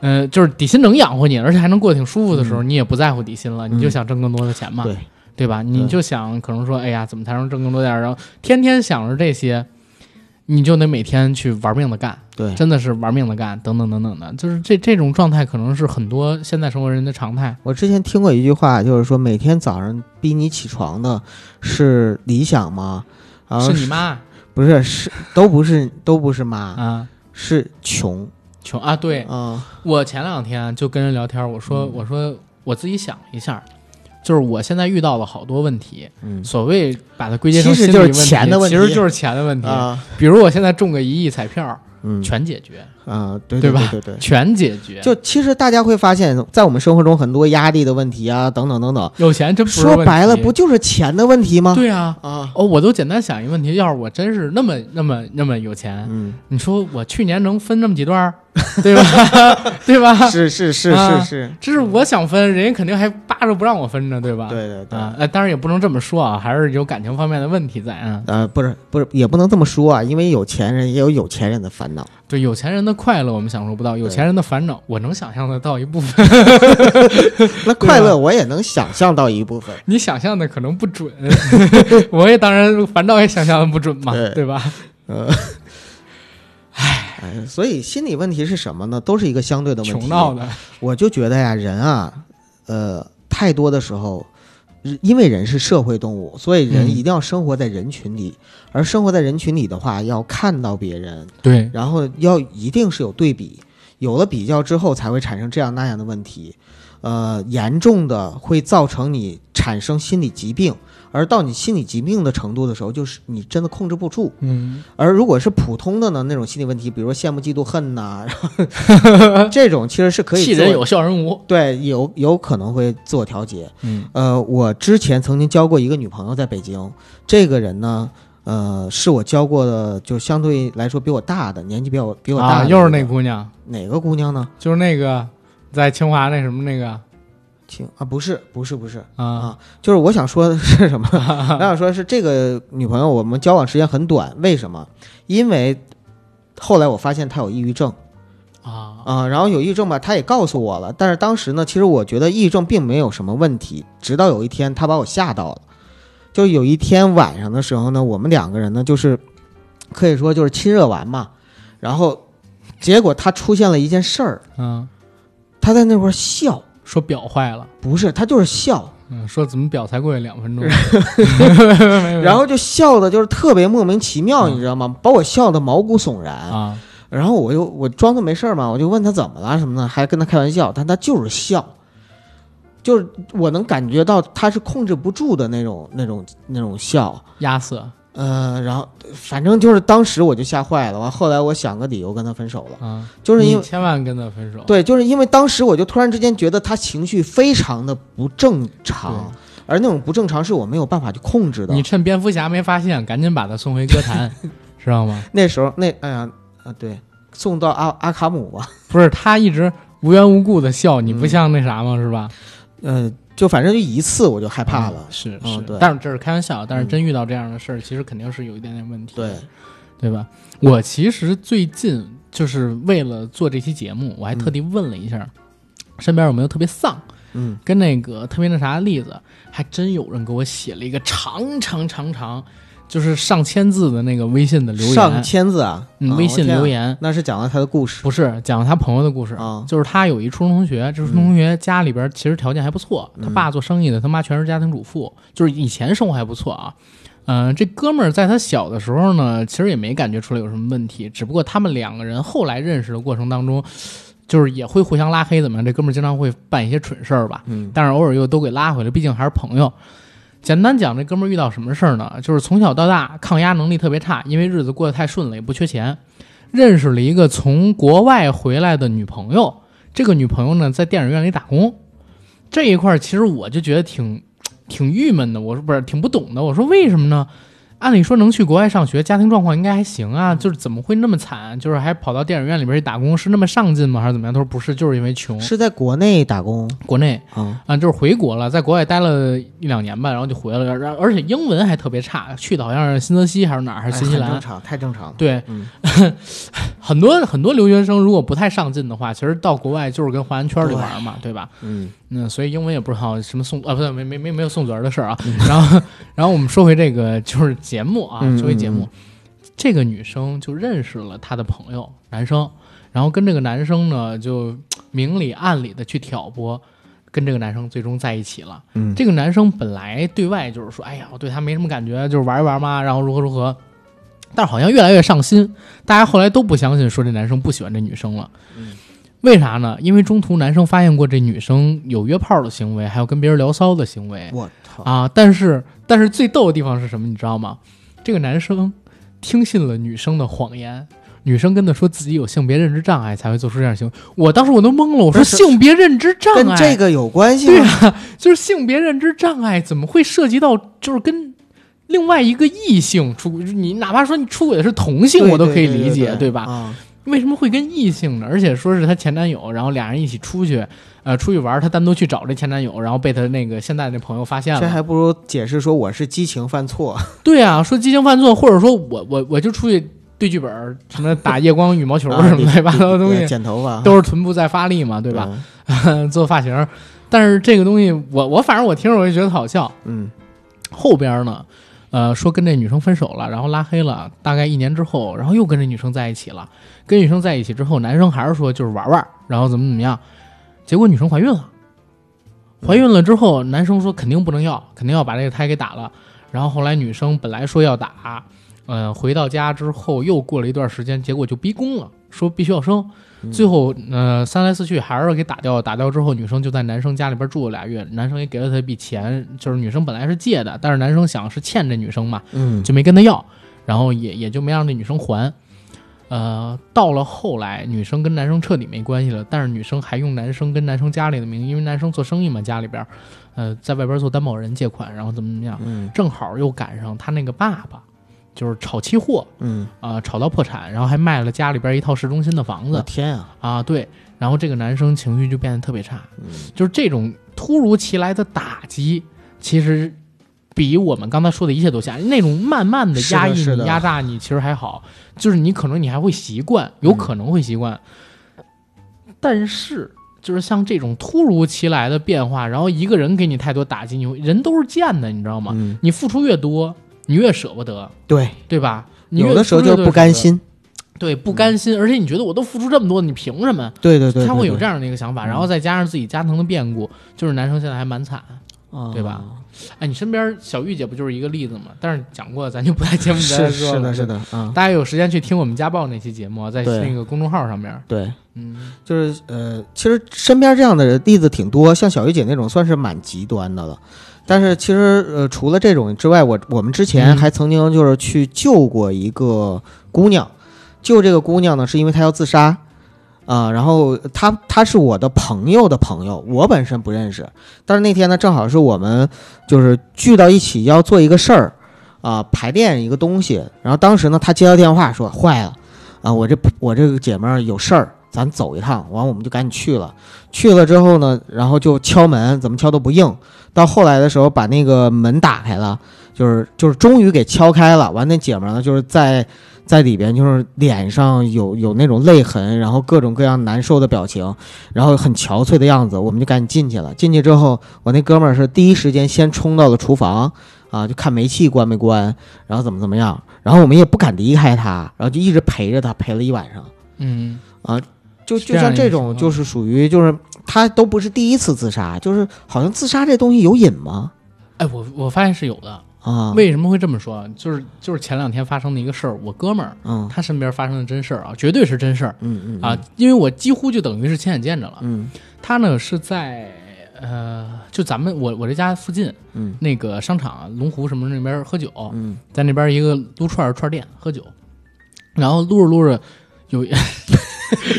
Speaker 1: 呃，就是底薪能养活你，而且还能过得挺舒服的时候，你也不在乎底薪了，你就想挣更多的钱嘛，
Speaker 4: 嗯对
Speaker 1: 对吧？你就想可能说，哎呀，怎么才能挣更多点儿？然后天天想着这些，你就得每天去玩命的干，
Speaker 4: 对，
Speaker 1: 真的是玩命的干，等等等等的，就是这这种状态可能是很多现在生活人的常态。
Speaker 4: 我之前听过一句话，就是说每天早上逼你起床的是理想吗？啊，
Speaker 1: 是你妈
Speaker 4: 不是是都不是都不是妈，
Speaker 1: 啊，
Speaker 4: 是穷
Speaker 1: 穷啊，对，
Speaker 4: 啊
Speaker 1: 我前两天就跟人聊天，我
Speaker 4: 嗯
Speaker 1: 说、我说我自己想了一下，就是我现在遇到了好多问题，
Speaker 4: 嗯
Speaker 1: 所谓把它归结成
Speaker 4: 其
Speaker 1: 心
Speaker 4: 实
Speaker 1: 理
Speaker 4: 就是
Speaker 1: 问题
Speaker 4: 钱的问题
Speaker 1: 其实就是钱的问题。
Speaker 4: 啊
Speaker 1: 比如我现在中个一亿彩票，
Speaker 4: 嗯
Speaker 1: 全解决，
Speaker 4: 啊对
Speaker 1: 对啊
Speaker 4: 对
Speaker 1: 吧
Speaker 4: 对对。
Speaker 1: 全解决，
Speaker 4: 就其实大家会发现，在我们生活中很多压力的问题啊，等等等等，
Speaker 1: 有钱真不是
Speaker 4: 说白了
Speaker 1: 问题
Speaker 4: 不就是钱的问题吗？
Speaker 1: 对啊。
Speaker 4: 啊，
Speaker 1: 哦，我都简单想一个问题，要是我真是那么那么那么有钱，
Speaker 4: 嗯，
Speaker 1: 你说我去年能分那么几段 儿，对吧？对吧？
Speaker 4: 是是是
Speaker 1: 啊
Speaker 4: 是是，
Speaker 1: 这是我想分，人家肯定还扒着不让我分呢，对吧？
Speaker 4: 对对对。
Speaker 1: 啊，呃，当然也不能这么说啊，还是有感情方面的问题在啊。
Speaker 4: 呃，不是，不是，也不能这么说啊，因为有钱人也有有钱人的烦恼。
Speaker 1: 对，有钱人的快乐我们享受不到，有钱人的烦恼我能想象得到一部分，
Speaker 4: 那快乐我也能想象到一部分，
Speaker 1: 你想象的可能不准。 我也当然烦恼也想象的不准嘛，
Speaker 4: 对
Speaker 1: 对吧？
Speaker 4: 呃，哎，所以心理问题是什么呢？都是一个相对的问题。
Speaker 1: 嗯穷闹的，
Speaker 4: 我就觉得呀，人啊，呃，太多的时候，人因为人是社会动物，所以人
Speaker 1: 嗯
Speaker 4: 一定要生活在人群里。而生活在人群里的话，要看到别人，
Speaker 1: 对
Speaker 4: 然后要一定是有对比，有了比较之后才会产生这样那样的问题，呃，严重的会造成你产生心理疾病，而到你心理疾病的程度的时候，就是你真的控制不住。
Speaker 1: 嗯，
Speaker 4: 而如果是普通的呢，那种心理问题，比如说羡慕、嫉妒、恨呐、然后这种其实是可以
Speaker 1: 气
Speaker 4: 自我
Speaker 1: 人有笑人无，
Speaker 4: 对有有可能会自我调节。
Speaker 1: 嗯
Speaker 4: 呃，我之前曾经交过一个女朋友，在北京。这个人呢，呃，是我交过的，就相对来说比我大的，年纪比我比我大
Speaker 1: 啊，
Speaker 4: 的一
Speaker 1: 又是那姑娘，
Speaker 4: 哪个姑娘呢？
Speaker 1: 就是那个在清华那什么那个
Speaker 4: 请啊，不是，不是，不是，
Speaker 1: 啊，
Speaker 4: 啊，就是我想说的是 什么？我想说的是这个女朋友，我们交往时间很短，为什么？因为后来我发现她有抑郁症
Speaker 1: 啊
Speaker 4: 啊、然后有抑郁症吧，她也告诉我了，但是当时呢，其实我觉得抑郁症并没有什么问题，直到有一天她把我吓到了，就有一天晚上的时候呢，我们两个人呢，就是可以说就是亲热完嘛，然后结果她出现了一件事儿，
Speaker 1: 嗯，
Speaker 4: 她在那块儿笑，
Speaker 1: 说表坏了，
Speaker 4: 不是，她就是笑。
Speaker 1: 嗯，说怎么表才过去两分钟，
Speaker 4: 然后就笑的，就是特别莫名其妙，
Speaker 1: 嗯
Speaker 4: 你知道吗？把我笑的毛骨悚然。
Speaker 1: 啊，
Speaker 4: 然后我就我装作没事儿嘛，我就问他怎么了什么的，还跟他开玩笑，但他就是笑，就是我能感觉到他是控制不住的那种那种那种笑。
Speaker 1: 压色
Speaker 4: 呃，然后反正就是当时我就吓坏了，完后来我想个理由跟他分手了，
Speaker 1: 啊，
Speaker 4: 就是因
Speaker 1: 你
Speaker 4: 为
Speaker 1: 千万跟他分手。
Speaker 4: 对，就是因为当时我就突然之间觉得他情绪非常的不正常，而那种不正常是我没有办法去控制的
Speaker 1: 你。趁蝙蝠侠没发现，赶紧把他送回歌坛，知道吗？
Speaker 4: 那时候那哎呀啊对，送到阿阿卡姆吧，
Speaker 1: 不是他一直无缘无故的笑，你不
Speaker 4: 嗯
Speaker 1: 像那啥吗？是吧？
Speaker 4: 呃，就反正就一次我就害怕了
Speaker 1: 嗯。是
Speaker 4: 嗯
Speaker 1: 是
Speaker 4: 对，
Speaker 1: 但是这是开玩笑，但是
Speaker 4: 嗯
Speaker 1: 真遇到这样的事儿，其实肯定是有一点点问题，
Speaker 4: 对，
Speaker 1: 对吧？我其实最近就是为了做这期节目，我还特地问了一下，身边有没有特别丧，
Speaker 4: 嗯
Speaker 1: 跟那个特别那啥的例子，还真有人给我写了一个长长长长，就是上千字的那个微信的留言，
Speaker 4: 上千字啊，
Speaker 1: 嗯，
Speaker 4: 啊
Speaker 1: 微信留，
Speaker 4: 我天啊
Speaker 1: 言。哦
Speaker 4: 那是讲了他的故事
Speaker 1: 不是讲他朋友的故事，
Speaker 4: 啊嗯
Speaker 1: 就是他有一初中同学，这初中同学家里边其实条件还不错，他爸做生意的，他妈全是家庭主妇，就是以前生活还不错啊。嗯、这哥们儿在他小的时候呢，其实也没感觉出来有什么问题，只不过他们两个人后来认识的过程当中，就是也会互相拉黑，怎么样？这哥们儿经常会办一些蠢事儿吧，
Speaker 4: 嗯
Speaker 1: 但是偶尔又都给拉回来，毕竟还是朋友。简单讲，这哥们儿遇到什么事儿呢？就是从小到大抗压能力特别差，因为日子过得太顺了，也不缺钱。认识了一个从国外回来的女朋友，这个女朋友呢在电影院里打工。这一块儿其实我就觉得挺挺郁闷的，我说不是挺不懂的，我说为什么呢？按理说能去国外上学，家庭状况应该还行啊，就是怎么会那么惨？就是还跑到电影院里边去打工，是那么上进吗？还是怎么样？他说不是，就是因为穷。
Speaker 4: 是在国内打工
Speaker 1: 国内
Speaker 4: 啊，
Speaker 1: 啊，就是回国了，在国外待了一两年吧，然后就回来了，然后而且英文还特别差，去的好像是新泽西还是哪儿，还是新西
Speaker 4: 哎
Speaker 1: 兰。
Speaker 4: 很正常，太正常了。
Speaker 1: 对，
Speaker 4: 嗯
Speaker 1: 很多很多留学生如果不太上进的话，其实到国外就是跟华人圈里玩嘛，对吧？
Speaker 4: 嗯，
Speaker 1: 嗯，所以英文也不是很好，什么送啊，不对，没没没没有送子儿的事儿啊。然后，然后我们说回这个就是节目啊，
Speaker 4: 嗯
Speaker 1: 说回节目，这个女生就认识了她的朋友男生，然后跟这个男生呢就明里暗里的去挑拨，跟这个男生最终在一起了。
Speaker 4: 嗯
Speaker 1: 这个男生本来对外就是说，哎呀，我对他没什么感觉，就是玩一玩嘛，然后如何如何。但是好像越来越上心，大家后来都不相信说这男生不喜欢这女生了。为啥呢？因为中途男生发现过这女生有约炮的行为，还有跟别人聊骚的行为
Speaker 4: 我操，
Speaker 1: 啊。但是，但是最逗的地方是什么？你知道吗？这个男生听信了女生的谎言，女生跟他说自己有性别认知障碍才会做出这样的行为。我当时我都懵了，我说
Speaker 4: 不是
Speaker 1: 性别认知障
Speaker 4: 跟
Speaker 1: 碍，
Speaker 4: 这个有关系
Speaker 1: 对
Speaker 4: 吗？
Speaker 1: 啊，就是性别认知障碍怎么会涉及到就是跟另外一个异性出轨？你哪怕说你出轨的是同性，
Speaker 4: 对
Speaker 1: 我都可以
Speaker 4: 对
Speaker 1: 理解，
Speaker 4: 对
Speaker 1: 吧？
Speaker 4: 啊，
Speaker 1: 为什么会跟异性呢？而且说是她前男友，然后俩人一起出去，呃，出去玩，她单独去找这前男友，然后被她那个现在那朋友发现
Speaker 4: 这
Speaker 1: 了。
Speaker 4: 还不如解释说我是激情 犯错。
Speaker 1: 对啊，说激情犯错，或者说我我我就出去对剧本儿，什么打夜光羽毛球
Speaker 4: 啊
Speaker 1: 什么乱七八糟的东
Speaker 4: 对啊
Speaker 1: 西，
Speaker 4: 剪头发
Speaker 1: 都是臀部在发力嘛，对吧？？ 做发型，但是这个东西，我我反正我听着我就觉得好笑。
Speaker 4: 嗯
Speaker 1: 后边呢，呃，说跟这女生分手了，然后拉黑了，大概一年之后，然后又跟这女生在一起了。跟女生在一起之后，男生还是说就是玩玩儿，然后怎么怎么样，结果女生怀孕了。怀孕了之后，男生说肯定不能要，肯定要把这个胎给打了。然后后来女生本来说要打，嗯、回到家之后又过了一段时间，结果就逼宫了，说必须要生。最后，呃，三来四去还是给打掉。打掉之后，女生就在男生家里边住了俩月，男生也给了她一笔钱，就是女生本来是借的，但是男生想是欠这女生嘛，
Speaker 4: 嗯
Speaker 1: 就没跟她要，然后也也就没让这女生还。呃，到了后来，女生跟男生彻底没关系了，但是女生还用男生跟男生家里的名义，因为男生做生意嘛，家里边，呃，在外边做担保人借款，然后怎么怎么样，
Speaker 4: 嗯
Speaker 1: 正好又赶上他那个爸爸，就是炒期货
Speaker 4: 嗯，
Speaker 1: 啊、炒到破产，然后还卖了家里边一套市中心的房
Speaker 4: 我
Speaker 1: 子
Speaker 4: 天啊！
Speaker 1: 啊，对，然后这个男生情绪就变得特别差，
Speaker 4: 嗯
Speaker 1: 就是这种突如其来的打击，其实比我们刚才说的一切都吓人。那种慢慢的
Speaker 4: 是的
Speaker 1: 压抑
Speaker 4: 是
Speaker 1: 你、
Speaker 4: 的
Speaker 1: 压榨你，其实还好，就是你可能你还会习惯，有
Speaker 4: 嗯
Speaker 1: 可能会习惯。但是，就是像这种突如其来的变化，然后一个人给你太多打击，你会人都是贱的，你知道吗？
Speaker 4: 嗯，
Speaker 1: 你付出越多，你越舍不得，
Speaker 4: 对，
Speaker 1: 对吧？你越
Speaker 4: 有的时候
Speaker 1: 付出越
Speaker 4: 就
Speaker 1: 多
Speaker 4: 是不甘
Speaker 1: 舍得，
Speaker 4: 心。嗯
Speaker 1: 对，不甘心，而且你觉得我都付出这么多，你凭什么？
Speaker 4: 对对对，嗯
Speaker 1: 他会有这
Speaker 4: 样，
Speaker 1: 样的一个想法，然后再加上自己家庭的变故，就是男生现在还蛮惨。
Speaker 4: 啊
Speaker 1: 对吧？哎，你身边小玉姐不就是一个例子吗？但是讲过，咱就不在节目里再
Speaker 4: 是
Speaker 1: 说
Speaker 4: 是
Speaker 1: 了
Speaker 4: 的，是。的啊，
Speaker 1: 大家有时间去听我们家暴那期节目啊，在
Speaker 4: 对
Speaker 1: 那个公众号上面。
Speaker 4: 对。
Speaker 1: 嗯，
Speaker 4: 就是呃，其实身边这样的例子挺多，像小玉姐那种算是蛮极端的了。但是其实呃，除了这种之外，我我们之前
Speaker 1: 嗯
Speaker 4: 还曾经就是去救过一个姑娘，救这个姑娘呢，是因为她要自杀。啊、然后她她是我的朋友的朋友，我本身不认识，但是那天呢，正好是我们就是聚到一起要做一个事儿，啊、排练一个东西，然后当时呢，她接到电话说坏了，啊、我这我这个姐们儿有事儿，咱走一趟，完我们就赶紧去了，去了之后呢，然后就敲门，怎么敲都不应，到后来的时候把那个门打开了，就是就是终于给敲开了。完那姐们儿呢，就是在在里边就是脸上有有那种泪痕，然后各种各样难受的表情，然后很憔悴的样子，我们就赶紧进去了。进去之后，我那哥们儿是第一时间先冲到了厨房。啊，就看煤气关没关，然后怎么怎么样，然后我们也不敢离开他，然后就一直陪着他，陪了一晚上。
Speaker 1: 嗯，
Speaker 4: 就是就
Speaker 1: 这样
Speaker 4: 像
Speaker 1: 一个
Speaker 4: 这
Speaker 1: 情
Speaker 4: 种，
Speaker 1: 况
Speaker 4: 就是属于就是他都不是第一次自杀，就是好像自杀这东西有瘾吗？
Speaker 1: 哎，我我发现是有的。
Speaker 4: 啊，
Speaker 1: 为什么会这么说啊？就是就是前两天发生的一个事儿，我哥们儿
Speaker 4: 嗯
Speaker 1: 他身边发生的真事儿啊，绝对是真事儿
Speaker 4: 嗯嗯
Speaker 1: 啊，因为我几乎就等于是亲眼见着了。
Speaker 4: 嗯
Speaker 1: 他呢是在呃，就咱们我我这家附近
Speaker 4: 嗯
Speaker 1: 那个商场龙湖什么那边喝酒，
Speaker 4: 嗯，
Speaker 1: 在那边一个撸串儿串儿店喝酒，然后撸着撸着有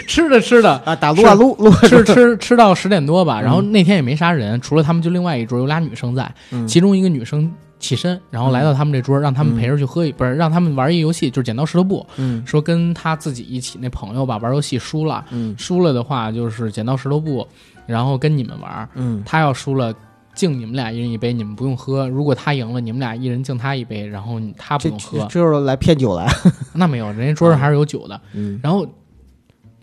Speaker 1: 吃着吃着。
Speaker 4: 啊，打撸啊
Speaker 1: 是
Speaker 4: 撸撸 啊
Speaker 1: 吃
Speaker 4: 撸
Speaker 1: 吃吃到十点多
Speaker 4: 嗯
Speaker 1: 吧，然后那天也没啥人，除了他们就另外一桌有俩女生在，
Speaker 4: 嗯
Speaker 1: 其中一个女生起身，然后来到他们这桌，让他们陪着去喝一，不是让他们玩一游戏，就是剪刀石头布，
Speaker 4: 嗯
Speaker 1: 说跟他自己一起那朋友吧玩游戏输了，
Speaker 4: 嗯
Speaker 1: 输了的话就是剪刀石头布，然后跟你们玩，
Speaker 4: 嗯
Speaker 1: 他要输了。敬你们俩一人一杯，你们不用喝。如果他赢了，你们俩一人敬他一杯，然后他不
Speaker 4: 这
Speaker 1: 用喝
Speaker 4: 这。就是来骗酒 来，
Speaker 1: 那没有，人家桌上还是有酒的。
Speaker 4: 嗯
Speaker 1: 然后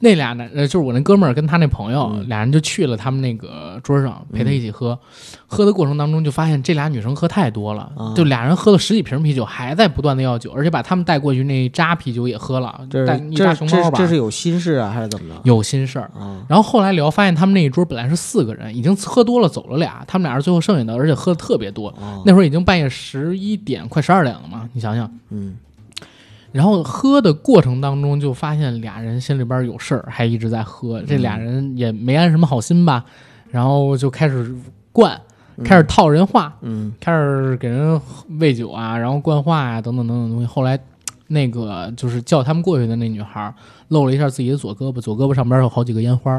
Speaker 1: 那俩男，呃，就是我那哥们儿跟他那朋友，
Speaker 4: 嗯
Speaker 1: 俩人就去了他们那个桌上陪他一起喝。喝的过程当中，就发现这俩女生喝太多了，
Speaker 4: 嗯啊
Speaker 1: 就俩人喝了十几瓶啤酒，还在不断的要酒，而且把他们带过去那扎啤酒也喝了，
Speaker 4: 这
Speaker 1: 带
Speaker 4: 是
Speaker 1: 一大
Speaker 4: 这
Speaker 1: 熊
Speaker 4: 是
Speaker 1: 猫
Speaker 4: 这
Speaker 1: 吧，
Speaker 4: 这是有心事啊，还是怎么着？
Speaker 1: 有心事儿。
Speaker 4: 啊，
Speaker 1: 然后后来聊，发现他们那一桌本来是四个人，已经喝多了走了俩，他们俩是最后剩下的，而且喝的特别多。
Speaker 4: 哦
Speaker 1: 那会儿已经半夜十一点，快十二点了嘛，你想想，
Speaker 4: 嗯
Speaker 1: 然后喝的过程当中，就发现俩人心里边有事儿，还一直在喝。
Speaker 4: 嗯
Speaker 1: 这俩人也没安什么好心吧，然后就开始灌，开始套人话，
Speaker 4: 嗯
Speaker 1: 开始给人喂酒啊，然后灌话啊，等等等等东西。后来，那个就是叫他们过去的那女孩儿露了一下自己的左胳膊，左胳膊上边有好几个烟花，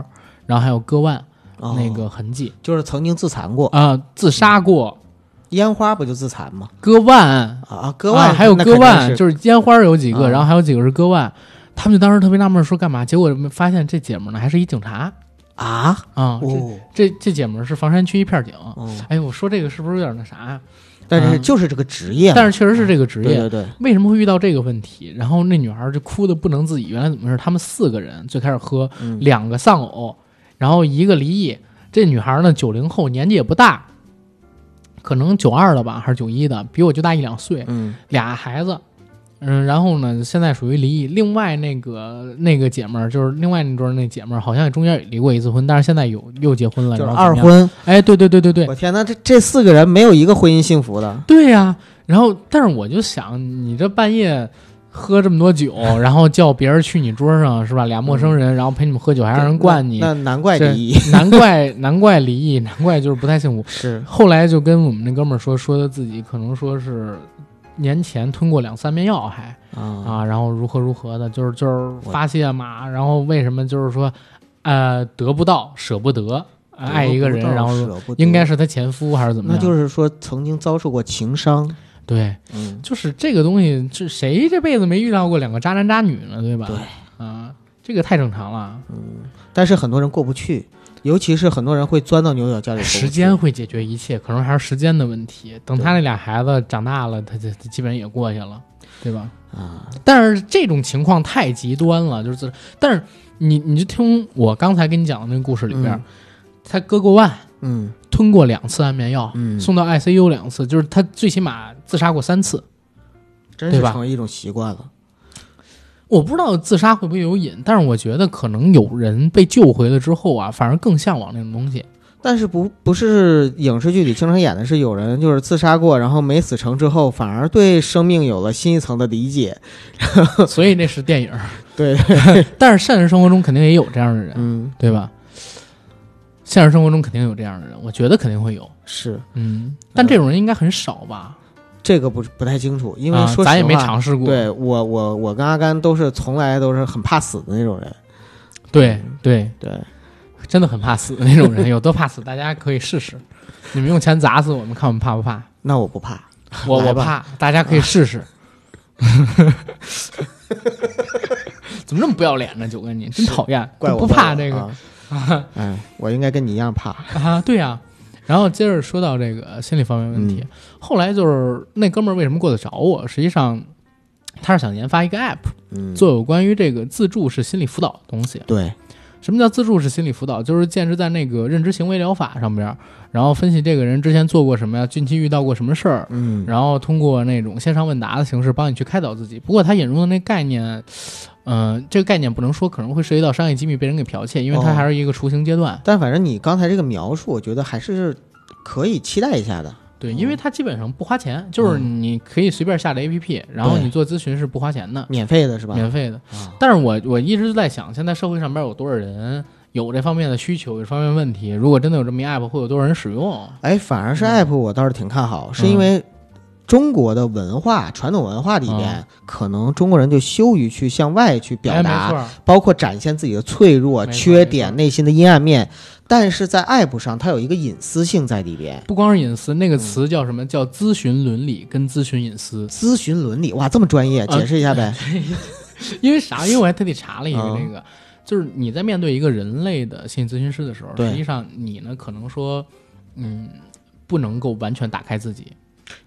Speaker 1: 然后还有割腕
Speaker 4: 哦
Speaker 1: 那个痕迹
Speaker 4: 就是曾经自残过，
Speaker 1: 啊、自杀过，
Speaker 4: 烟花不就自残吗？
Speaker 1: 割腕
Speaker 4: 啊啊，割腕
Speaker 1: 啊、还有
Speaker 4: 那
Speaker 1: 割
Speaker 4: 肯定
Speaker 1: 腕，
Speaker 4: 是
Speaker 1: 就是烟花有几个，
Speaker 4: 啊
Speaker 1: 然后还有几个是割腕。他们就当时特别纳闷，说干嘛？结果发现这姐们儿呢，还是一警察
Speaker 4: 啊，
Speaker 1: 啊、
Speaker 4: 哦
Speaker 1: 这这这姐们儿是房山区一片儿警。
Speaker 4: 哦，
Speaker 1: 哎，我说这个是不是有点那啥呀？
Speaker 4: 但是
Speaker 1: 嗯
Speaker 4: 就是这个职业嘛，
Speaker 1: 但是确实是这个职业。
Speaker 4: 嗯对对对，
Speaker 1: 为什么会遇到这个问题？然后那女孩就哭的不能自已。原来怎么回事？他们四个人最开始喝，
Speaker 4: 嗯
Speaker 1: 两个丧偶，然后一个离异。这女孩呢，九零后，年纪也不大，可能九二的吧，还是九一的，比我就大一两岁。
Speaker 4: 嗯
Speaker 1: 俩孩子，嗯，然后呢，现在属于离异。另外那个那个姐们儿，就是另外那桌那姐们儿，好像中间也离过一次婚，但是现在有又结婚了，
Speaker 4: 嗯就是
Speaker 1: 然后
Speaker 4: 二
Speaker 1: 怎么样。
Speaker 4: 婚，
Speaker 1: 哎，对对对对对
Speaker 4: 我天呐，这这四个人没有一个婚姻幸福的，
Speaker 1: 对呀、然后，但是我就想，你这半夜。喝这么多 酒，然后叫别人去你桌上是吧？俩陌生人，然后陪你们喝酒，还让人灌你，
Speaker 4: 嗯那那难怪
Speaker 1: 这
Speaker 4: 离异
Speaker 1: 难怪 难怪离异，难怪就是不太幸福。
Speaker 4: 是，
Speaker 1: 后来就跟我们那哥们儿说，说自己可能说是年前吞过两三遍药，还
Speaker 4: 啊
Speaker 1: 啊，然后如何如何的，就是就是发泄嘛，然后为什么就是说，呃，得不到舍不得，呃爱一个人，然后应该
Speaker 4: 是
Speaker 1: 是他前夫还是怎么
Speaker 4: 那
Speaker 1: 样？
Speaker 4: 就是是说曾经遭受过情伤，
Speaker 1: 对，
Speaker 4: 嗯，
Speaker 1: 就是这个东西，这谁这辈子没遇到过两个渣男渣女呢？对吧？
Speaker 4: 对
Speaker 1: 啊、这个太正常了。
Speaker 4: 但是很多人过不去，尤其是很多人会钻到牛角尖里过不去，
Speaker 1: 时间会解决一切，可能还是时间的问题。等他那
Speaker 4: 对
Speaker 1: 俩孩子长大了，他就他基本也过去了，对吧？
Speaker 4: 啊，
Speaker 1: 但是这种情况太极端了，就是自，但是你你就听我刚才跟你讲的那个故事里边，
Speaker 4: 嗯
Speaker 1: 他割过腕，
Speaker 4: 嗯
Speaker 1: 吞过两次安眠药，
Speaker 4: 嗯，
Speaker 1: 送到 ICU 两次，就是他最起码自杀过三次。
Speaker 4: 真
Speaker 1: 对
Speaker 4: 是
Speaker 1: 吧
Speaker 4: 成为一种习惯了，
Speaker 1: 我不知道自杀会不会有瘾，但是我觉得可能有人被救回来之后啊，反而更向往那种东 西。
Speaker 4: 但是不不是影视剧里经常演的是有人就是自杀过，然后没死成之后，反而对生命有了新一层的理解，
Speaker 1: 所以那是电影儿，
Speaker 4: 对，
Speaker 1: 但是现实生活中肯定也有这样的人，
Speaker 4: 嗯，
Speaker 1: 对吧？现实生活中肯定有这样的人，我觉得肯定会有。
Speaker 4: 是
Speaker 1: 嗯，但这种人应该很少吧？
Speaker 4: 这个不是不太清楚，因为
Speaker 1: 啊
Speaker 4: 说实话，
Speaker 1: 咱也没尝试过。
Speaker 4: 对我我我跟阿甘都是从来都是很怕死的那种人，
Speaker 1: 对对，
Speaker 4: 对，
Speaker 1: 真的很怕死的那种人，有多怕死，大家可以试试。你们用钱砸死我们，看我们怕不怕？
Speaker 4: 那我不怕，
Speaker 1: 我
Speaker 4: 来
Speaker 1: 我
Speaker 4: 吧啊
Speaker 1: 怕，大家可以试试。 怎么这么不要脸呢？九哥你真讨厌，
Speaker 4: 怪
Speaker 1: 都不
Speaker 4: 我
Speaker 1: 怕这个
Speaker 4: 啊。哎，我应该跟你一样怕。
Speaker 1: 啊，对呀、然后接着说到这个心理方面问题，
Speaker 4: 嗯
Speaker 1: 后来就是那哥们儿为什么过来找我？实际上他是想研发一个 app，
Speaker 4: 嗯，
Speaker 1: 做有关于这个自助式心理辅导的东西。
Speaker 4: 对，
Speaker 1: 什么叫自助式心理辅导？就是建制在那个认知行为疗法上边儿，然后分析这个人之前做过什么呀，近期遇到过什么事儿，
Speaker 4: 嗯，
Speaker 1: 然后通过那种线上问答的形式帮你去开导自己。不过他引入的那概念，嗯、这个概念不能说可能会涉及到商业机密被人给剽窃，因为它
Speaker 4: 哦
Speaker 1: 还是一个雏形阶段。
Speaker 4: 但反正你刚才这个描述，我觉得还是可以期待一下的。
Speaker 1: 对，因为它基本上不花钱，就是你可以随便下载 APP，然后
Speaker 4: 嗯对
Speaker 1: 你做咨询是不花钱的，
Speaker 4: 免费的是吧？
Speaker 1: 免费的
Speaker 4: 啊。
Speaker 1: 但是我我一直在想，现在社会上边有多少人有这方面的需求，有这方面的问题？如果真的有这么一 app，会有多少人使用？
Speaker 4: 哎，反而是
Speaker 1: 嗯
Speaker 4: app 我倒是挺看好，是因为中国的文化、传统文化里边，可能中国人就羞于去向外去表
Speaker 1: 嗯哎，没
Speaker 4: 达，
Speaker 1: 错儿，
Speaker 4: 包括展现自己的脆弱、
Speaker 1: 没错
Speaker 4: 缺
Speaker 1: 没
Speaker 4: 点、内心的阴暗面。但是在 app 上，它有一个隐私性在里边。
Speaker 1: 不光是隐私，那
Speaker 4: 嗯
Speaker 1: 个词叫什么？叫咨询伦理跟咨询隐私。
Speaker 4: 咨询伦理，哇，这么专业，
Speaker 1: 啊
Speaker 4: 解释一下 呗。
Speaker 1: 因为啥？因为我还特地查了一个
Speaker 4: 嗯
Speaker 1: 这个，就是你在面对一个人类的心理咨询师的时候，
Speaker 4: 对
Speaker 1: 实际上你呢可能说，嗯，不能够完全打开自己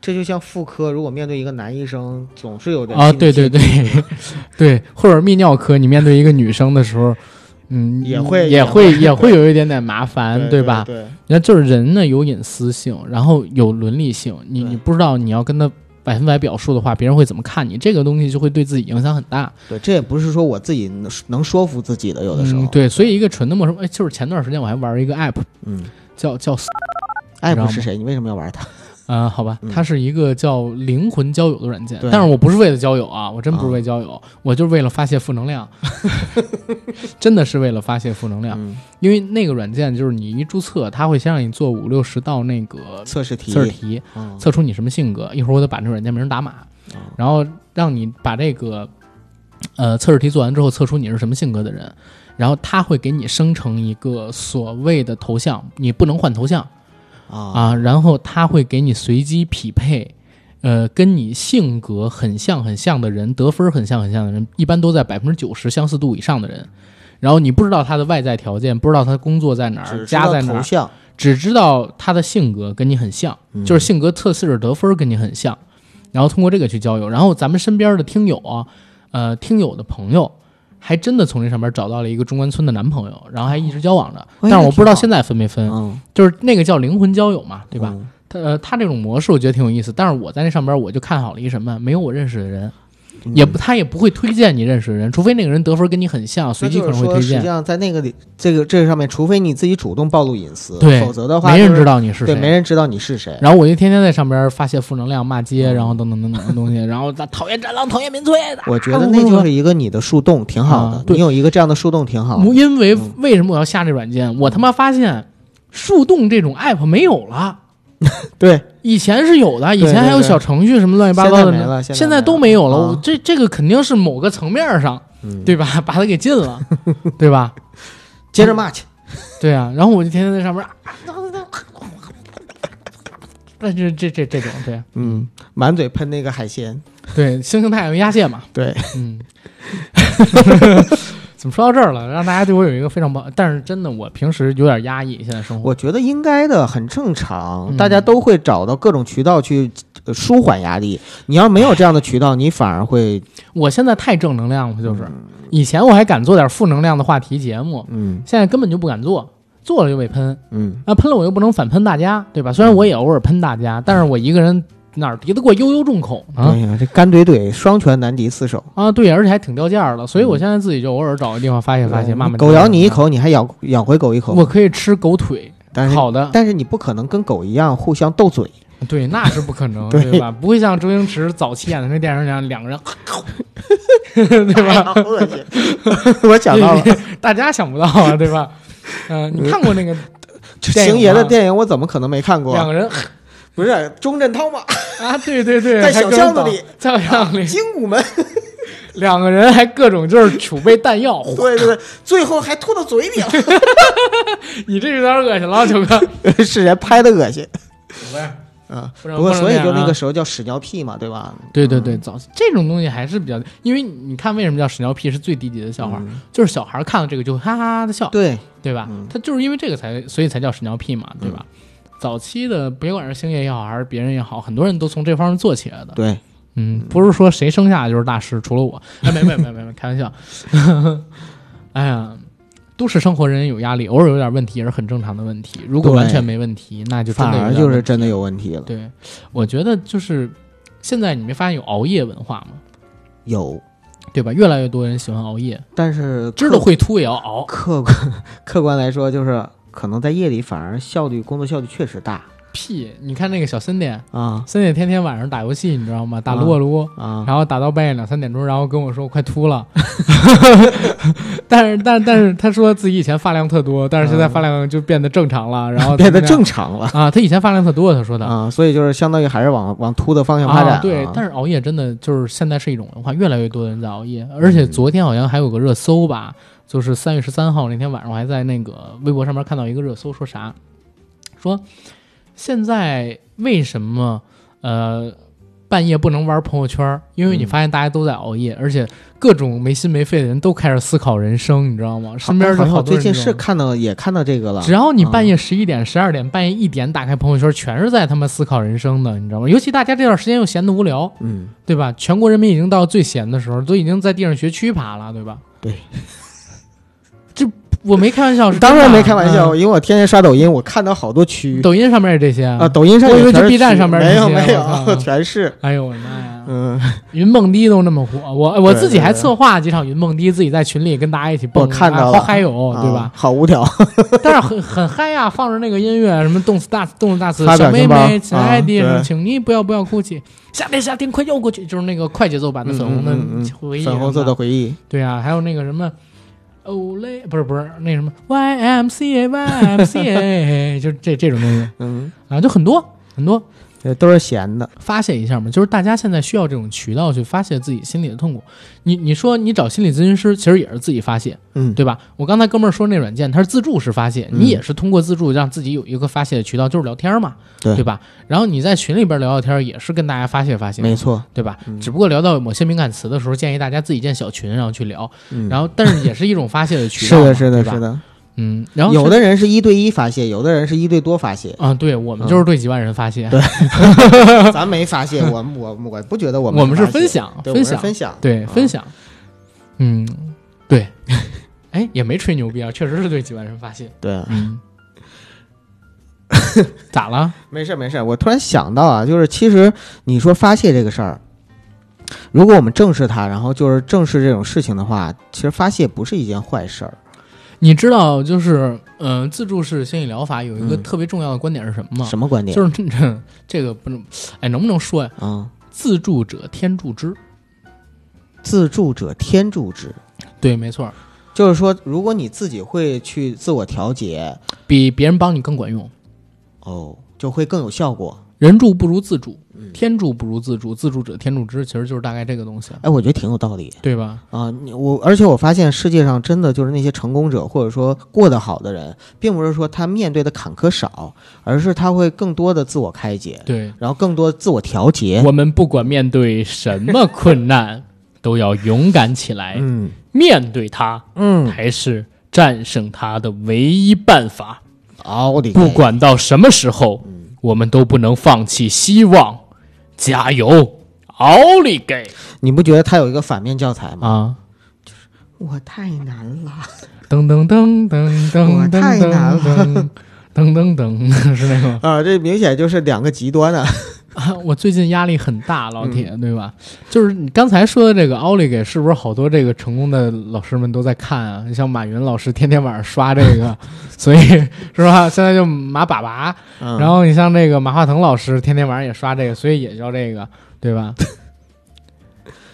Speaker 4: 这就像妇科，如果面对一个男医生，总是有点
Speaker 1: 啊，
Speaker 4: 心理
Speaker 1: 对对
Speaker 4: 芥
Speaker 1: 对 对，或者泌尿科，你面对一个女生的时候。嗯，
Speaker 4: 也会
Speaker 1: 也
Speaker 4: 也
Speaker 1: 会
Speaker 4: 会
Speaker 1: 也会有一点点麻烦，
Speaker 4: 蒂
Speaker 1: 对吧？
Speaker 4: 对，
Speaker 1: 那就是人呢有隐私性，然后有伦理性，你
Speaker 4: 对
Speaker 1: 你不知道你要跟他百分百表述的话，别人会怎么看你，这个东西就会对自己影响很大。
Speaker 4: 对，这也不是说我自己能能说服自己的，有的时候。
Speaker 1: 嗯，，对，所以一个纯的陌生，哎，就是前段时间我还玩一个 app，
Speaker 4: 嗯，
Speaker 1: 叫叫
Speaker 4: 爱
Speaker 1: 知道
Speaker 4: 不
Speaker 1: 吗
Speaker 4: 是谁，你为什么要玩它？
Speaker 1: 呃，好吧，
Speaker 4: 嗯
Speaker 1: 它是一个叫灵魂交友的软件，
Speaker 4: 对
Speaker 1: 但是我不是为了交友啊，我真不是
Speaker 4: 啊
Speaker 1: 为交友，我就是为了发泄负能量， 真的是为了发泄负能量。
Speaker 4: 嗯，
Speaker 1: 因为那个软件就是你一注册，它会先让你做五六十道那个
Speaker 4: 测试题，
Speaker 1: 测试题，
Speaker 4: 嗯，
Speaker 1: 测出你什么性格。一会儿我得把这软件名打码，然后让你把这个呃测试题做完之后，测出你是什么性格的人，然后它会给你生成一个所谓的头像，你不能换头像。
Speaker 4: 啊
Speaker 1: 啊，然后他会给你随机匹配，呃，跟你性格很像很像的人，得分很像很像的人，一般都在百分之九十相似度以上的人。然后你不知道他的外在条件，不知道他工作在哪
Speaker 4: 只
Speaker 1: 儿，
Speaker 4: 知
Speaker 1: 家
Speaker 4: 道
Speaker 1: 在哪
Speaker 4: 头
Speaker 1: 儿，
Speaker 4: 像，嗯
Speaker 1: 只知道他的性格跟你很像，就是性格测试得分跟你很像，然后通过这个去交友。然后咱们身边的听友啊，呃，听友的朋友。还真的从这上面找到了一个中关村的男朋友，然后还一直交往着，
Speaker 4: 哎
Speaker 1: 但是我不知
Speaker 4: 那挺
Speaker 1: 道
Speaker 4: 好
Speaker 1: 现在啊分没分，
Speaker 4: 嗯，
Speaker 1: 就是那个叫灵魂交友嘛，对吧？
Speaker 4: 嗯？
Speaker 1: 他呃，他这种模式我觉得挺有意思，但是我在那上边我就看好了一什么，没有我认识的人，
Speaker 4: 嗯
Speaker 1: 也不他也不会推荐你认识的人，除非那个人得分跟你很像，随
Speaker 4: 那
Speaker 1: 机可
Speaker 4: 就是
Speaker 1: 能会
Speaker 4: 说，
Speaker 1: 推
Speaker 4: 实际
Speaker 1: 荐，
Speaker 4: 上在那个里，这个这个上面，除非你自己主动暴露隐私，
Speaker 1: 对
Speaker 4: 否则的话
Speaker 1: 没人
Speaker 4: 就是
Speaker 1: 知道你是
Speaker 4: 对，没
Speaker 1: 谁。
Speaker 4: 人知道你是谁。
Speaker 1: 然后我就天天在上边发泄负能量、骂街，
Speaker 4: 嗯
Speaker 1: 然后等等等等的东西，然后他讨厌战狼、讨厌民粹的。
Speaker 4: 我觉得那就是一个你的树洞，挺好
Speaker 1: 啊
Speaker 4: 的。
Speaker 1: 对
Speaker 4: 你有一个这样的树洞，挺好
Speaker 1: 我，
Speaker 4: 的。
Speaker 1: 因为为什么我要下这软件？我他妈发现树洞这种 app 没有了。
Speaker 4: 对，
Speaker 1: 以前是有的，以
Speaker 4: 对
Speaker 1: 前还有
Speaker 4: 对对
Speaker 1: 小程序什么乱七八糟的
Speaker 4: 现在
Speaker 1: 呢，
Speaker 4: 没了
Speaker 1: 现
Speaker 4: 现在没了
Speaker 1: 都没有了。
Speaker 4: 啊
Speaker 1: 我这这个肯定是某个层面上，
Speaker 4: 嗯
Speaker 1: 对吧？把它给禁 了，对吧？
Speaker 4: 接
Speaker 1: 嗯
Speaker 4: 着骂去。
Speaker 1: 对啊，然后我就天天在上面啊，那这这这这种对啊
Speaker 4: 嗯，满嘴喷那个海鲜。
Speaker 1: 对，星星太阳压蟹嘛，
Speaker 4: 对，
Speaker 1: 嗯， 怎么说到这儿了？让大家对我有一个非常不好，但是真的我平时有点压抑，现在生活
Speaker 4: 我觉得应该的，很正常，
Speaker 1: 嗯
Speaker 4: 大家都会找到各种渠道去呃舒缓压力。你要没有这样的渠道，你反而会，
Speaker 1: 我现在太正能量了，就是以前我还敢做点负能量的话题节目，
Speaker 4: 嗯
Speaker 1: 现在根本就不敢做，做了就被喷，
Speaker 4: 嗯，
Speaker 1: 啊，喷了我又不能反喷大家，对吧？虽然我也偶尔喷大家，但是我一个人哪儿敌得过悠悠众口呢？
Speaker 4: 对呀、这干怼怼，双拳难敌四手。
Speaker 1: 啊，对，而且还挺掉价儿的，所以我现在自己就偶尔找个地方发泄发泄，骂骂
Speaker 4: 嗯狗咬你一
Speaker 1: 口，
Speaker 4: 口，你还咬咬回狗一口，
Speaker 1: 我可以吃狗腿，
Speaker 4: 但是
Speaker 1: 好的，
Speaker 4: 但是你不可能跟狗一样互相 斗嘴，
Speaker 1: 对，那是不可能，
Speaker 4: 对
Speaker 1: 吧？不会像周星驰早期演的那电影一样，两个人， 对吧？
Speaker 4: 恶 心！我想到了，
Speaker 1: 大家想不到啊，对吧？嗯、你看过那个
Speaker 4: 这
Speaker 1: 电影
Speaker 4: 星爷的
Speaker 1: 吗
Speaker 4: 电影我怎么可能没看
Speaker 1: 两
Speaker 4: 过？啊
Speaker 1: 个人
Speaker 4: 不是钟镇 涛嘛，
Speaker 1: 啊，对对对，
Speaker 4: 在
Speaker 1: 还各
Speaker 4: 小
Speaker 1: 种
Speaker 4: 巷子
Speaker 1: 挡
Speaker 4: 里，啊
Speaker 1: 在小巷里，
Speaker 4: 精武门，
Speaker 1: 两个人还各种就是储备弹 药，
Speaker 4: 对对对，最后还吐到嘴 里了，
Speaker 1: 你这有点恶心了，九哥。
Speaker 4: 是人拍的恶心啊。
Speaker 1: 不然
Speaker 4: 不过所以
Speaker 1: 不能
Speaker 4: 就
Speaker 1: 这样啊
Speaker 4: 那个时候叫屎尿屁嘛，对吧？
Speaker 1: 对对对，早期这种东西还是比较，因为你看为什么叫屎尿屁是最低级的笑话，就是小孩看了这个就哈哈哈的笑，
Speaker 4: 对，
Speaker 1: 对吧？他就是因为这个才，所以才叫屎尿屁嘛，对吧？早期的别管是星爷也好，还是别人也好，很多人都从这方面做起来的。
Speaker 4: 对，
Speaker 1: 嗯，不是说谁生下来就是大师，除了 我。哎，没没没没没，开玩笑。 哎呀，都市生活人有压力，偶尔有点问题也是很正常的问题。如果
Speaker 4: 对
Speaker 1: 完全没问题，那就真
Speaker 4: 反
Speaker 1: 的有
Speaker 4: 而
Speaker 1: 点
Speaker 4: 就是
Speaker 1: 问题
Speaker 4: 真的有问题了。
Speaker 1: 对。我觉得就是现在你没发现有熬夜文化吗？
Speaker 4: 有，
Speaker 1: 对吧？越来越多人喜欢熬夜，
Speaker 4: 但是
Speaker 1: 知道
Speaker 4: 客
Speaker 1: 会秃也要熬。
Speaker 4: 客观客观来说，就是可能在夜里反而效率工作效率确实大
Speaker 1: 屁！你看那个小森点，
Speaker 4: 啊
Speaker 1: 森点天天晚上打游戏，你知道吗？打撸啊撸。
Speaker 4: 啊，
Speaker 1: 然后打到半夜两三点钟，然后跟我说快秃 了， 但是但但是他说自己以前发量特多，但是现在发量就变得正常了，然后
Speaker 4: 嗯变得
Speaker 1: 怎么
Speaker 4: 正常了
Speaker 1: 样啊，他以前发量特多，他说的
Speaker 4: 啊，所以就是相当于还是往往秃的方向发展
Speaker 1: 啊
Speaker 4: 啊。
Speaker 1: 对，但是熬夜真的就是现在是一种文化，越来越多的人在熬夜，而
Speaker 4: 嗯
Speaker 1: 且昨天好像还有个热搜吧，就是三月十三号那天晚上，我还在那个微博上面看到一个热搜，说啥？说现在为什么呃半夜不能玩朋友圈儿？因为你
Speaker 4: 嗯
Speaker 1: 发现大家都在熬夜，而且各种没心没肺的人都开始思考人生，你知道吗？
Speaker 4: 好
Speaker 1: 身边
Speaker 4: 好
Speaker 1: 是
Speaker 4: 像
Speaker 1: 好
Speaker 4: 我
Speaker 1: 多
Speaker 4: 最
Speaker 1: 人
Speaker 4: 近
Speaker 1: 这
Speaker 4: 是
Speaker 1: 种
Speaker 4: 看啊到也看到这个了
Speaker 1: 只，要你半夜十一点、十二点、半夜一点打开朋友圈，全是在他妈思考人生的，你知道吗？尤其大家这段时间又闲得无聊，
Speaker 4: 嗯，
Speaker 1: 对吧？全国人民已经到最闲的时候，都已经在地上学区爬了，对吧？
Speaker 4: 对，
Speaker 1: 这我没开玩笑，是
Speaker 4: 当然
Speaker 1: 真的
Speaker 4: 没开玩笑，
Speaker 1: 嗯
Speaker 4: 因为我天天刷抖音，我看到好多区
Speaker 1: 抖音上面也这些
Speaker 4: 啊，。抖音上
Speaker 1: 我以
Speaker 4: 也
Speaker 1: 为
Speaker 4: 全
Speaker 1: 就是 B 站上面
Speaker 4: 没有
Speaker 1: 那些
Speaker 4: 没
Speaker 1: 我靠
Speaker 4: 有， 全是
Speaker 1: 哎呦我的妈呀！
Speaker 4: 嗯，
Speaker 1: 云蹦迪都那么火，我我
Speaker 4: 对
Speaker 1: 自己还
Speaker 4: 对对
Speaker 1: 策划几场云蹦迪，自己在群里跟大家一起蹦，
Speaker 4: 我看到
Speaker 1: 啊
Speaker 4: 了
Speaker 1: 好嗨哟，对
Speaker 4: 啊
Speaker 1: 吧？？
Speaker 4: 好无聊，
Speaker 1: 但是很很嗨呀，放着那个音乐，什么动次大动次大次，
Speaker 4: 发
Speaker 1: 小
Speaker 4: 表
Speaker 1: 妹
Speaker 4: 情包
Speaker 1: 妹，亲
Speaker 4: 啊
Speaker 1: 爱的，
Speaker 4: 对
Speaker 1: 什么请你不要不要哭泣，夏天夏天快要过去，就是那个快节奏版的粉红
Speaker 4: 嗯嗯嗯
Speaker 1: 的
Speaker 4: 嗯
Speaker 1: 回忆什么，
Speaker 4: 粉红色的回忆，
Speaker 1: 对啊，还有那个什么，哦嘞，不是不是那什么 YMCA YMCA，就这这种东西
Speaker 4: 嗯，
Speaker 1: 啊，就很多很多
Speaker 4: 这都是闲的，
Speaker 1: 发泄一下嘛，就是大家现在需要这种渠道去发泄自己心里的痛苦。你你说你找心理咨询师，其实也是自己发泄，
Speaker 4: 嗯，
Speaker 1: 对吧？我刚才哥们儿说那软件，它是自助式发泄，
Speaker 4: 嗯
Speaker 1: 你也是通过自助让自己有一个发泄的渠道，就是聊天嘛，
Speaker 4: 对
Speaker 1: 对吧？然后你在群里边聊聊天，也是跟大家发泄发泄，
Speaker 4: 没错，
Speaker 1: 对吧？
Speaker 4: 嗯
Speaker 1: 只不过聊到某些敏感词的时候，建议大家自己建小群，然后去聊，然后但是也是一种发泄的 渠
Speaker 4: 嗯是
Speaker 1: 道嘛，
Speaker 4: 的，是的，
Speaker 1: 对吧
Speaker 4: 是，的，
Speaker 1: 嗯，然后
Speaker 4: 有
Speaker 1: 是
Speaker 4: 的人是一对一发泄，有的人是一对多发泄，
Speaker 1: 啊，对我们就是对几万人发泄，
Speaker 4: 对咱没发泄，我我我不觉得我 们
Speaker 1: 我们是
Speaker 4: 发泄
Speaker 1: 分享
Speaker 4: 对，
Speaker 1: 分
Speaker 4: 我们是
Speaker 1: 享
Speaker 4: 分享，
Speaker 1: 对
Speaker 4: 啊
Speaker 1: 分享，嗯，对， 哎，也没吹牛逼啊，确实是对几万人发泄，
Speaker 4: 对，
Speaker 1: 嗯， 咋了？
Speaker 4: 没事没事，我突然想到啊，就是其实你说发泄这个事儿，如果我们正视它，然后就是正视这种事情的话，其实发泄不是一件坏事儿，
Speaker 1: 你知道，就是嗯、呃自助式心理疗法有一个
Speaker 4: 嗯
Speaker 1: 特别重要的观点是什么吗？
Speaker 4: 什么观点？
Speaker 1: 就是这这这个不能，哎，能不能说呀？
Speaker 4: 啊，
Speaker 1: 自助者天助之。
Speaker 4: 自助者天助之，
Speaker 1: 对，没错，
Speaker 4: 就是说，如果你自己会去自我调节，
Speaker 1: 比别人帮你更管用。
Speaker 4: 哦，就会更有效果。
Speaker 1: 人助不如自助，
Speaker 4: 嗯
Speaker 1: 天助不如自助，自助者天助之，其实就是大概这个东西，
Speaker 4: 哎，我觉得挺有道理
Speaker 1: 对吧？
Speaker 4: 啊！你我，而且我发现世界上真的就是那些成功者，或者说过得好的人，并不是说他面对的坎坷少，而是他会更多的自我开解，
Speaker 1: 对，
Speaker 4: 然后更多自我调节。
Speaker 1: 我们不管面对什么困难，都要勇敢起来，
Speaker 4: 嗯
Speaker 1: 面对它
Speaker 4: 嗯，
Speaker 1: 才是战胜它的唯一办法。
Speaker 4: 奥利给！
Speaker 1: 不管到什么时候，
Speaker 4: 嗯
Speaker 1: 我们都不能放弃希望，加油！奥利给
Speaker 4: 你不觉得他有一个反面教材吗？
Speaker 1: 啊！
Speaker 4: 我太难了，
Speaker 1: 噔噔噔噔噔
Speaker 4: 我太
Speaker 1: 噔
Speaker 4: 难？
Speaker 1: 噔噔噔噔， 是那个吗
Speaker 4: 啊，这明显就是两个极端啊。
Speaker 1: 啊 我最近压力很
Speaker 4: 嗯
Speaker 1: 大，老铁，对吧？就是你刚才说的这个奥利给，是不是好多这个成功的老师们都在看啊？你像马云老师天天晚上刷这 个，所以是吧？现在就马粑粑，
Speaker 4: 嗯
Speaker 1: 然后你像这个马化腾老师，天天晚上也刷这个，所以也叫这个，对吧？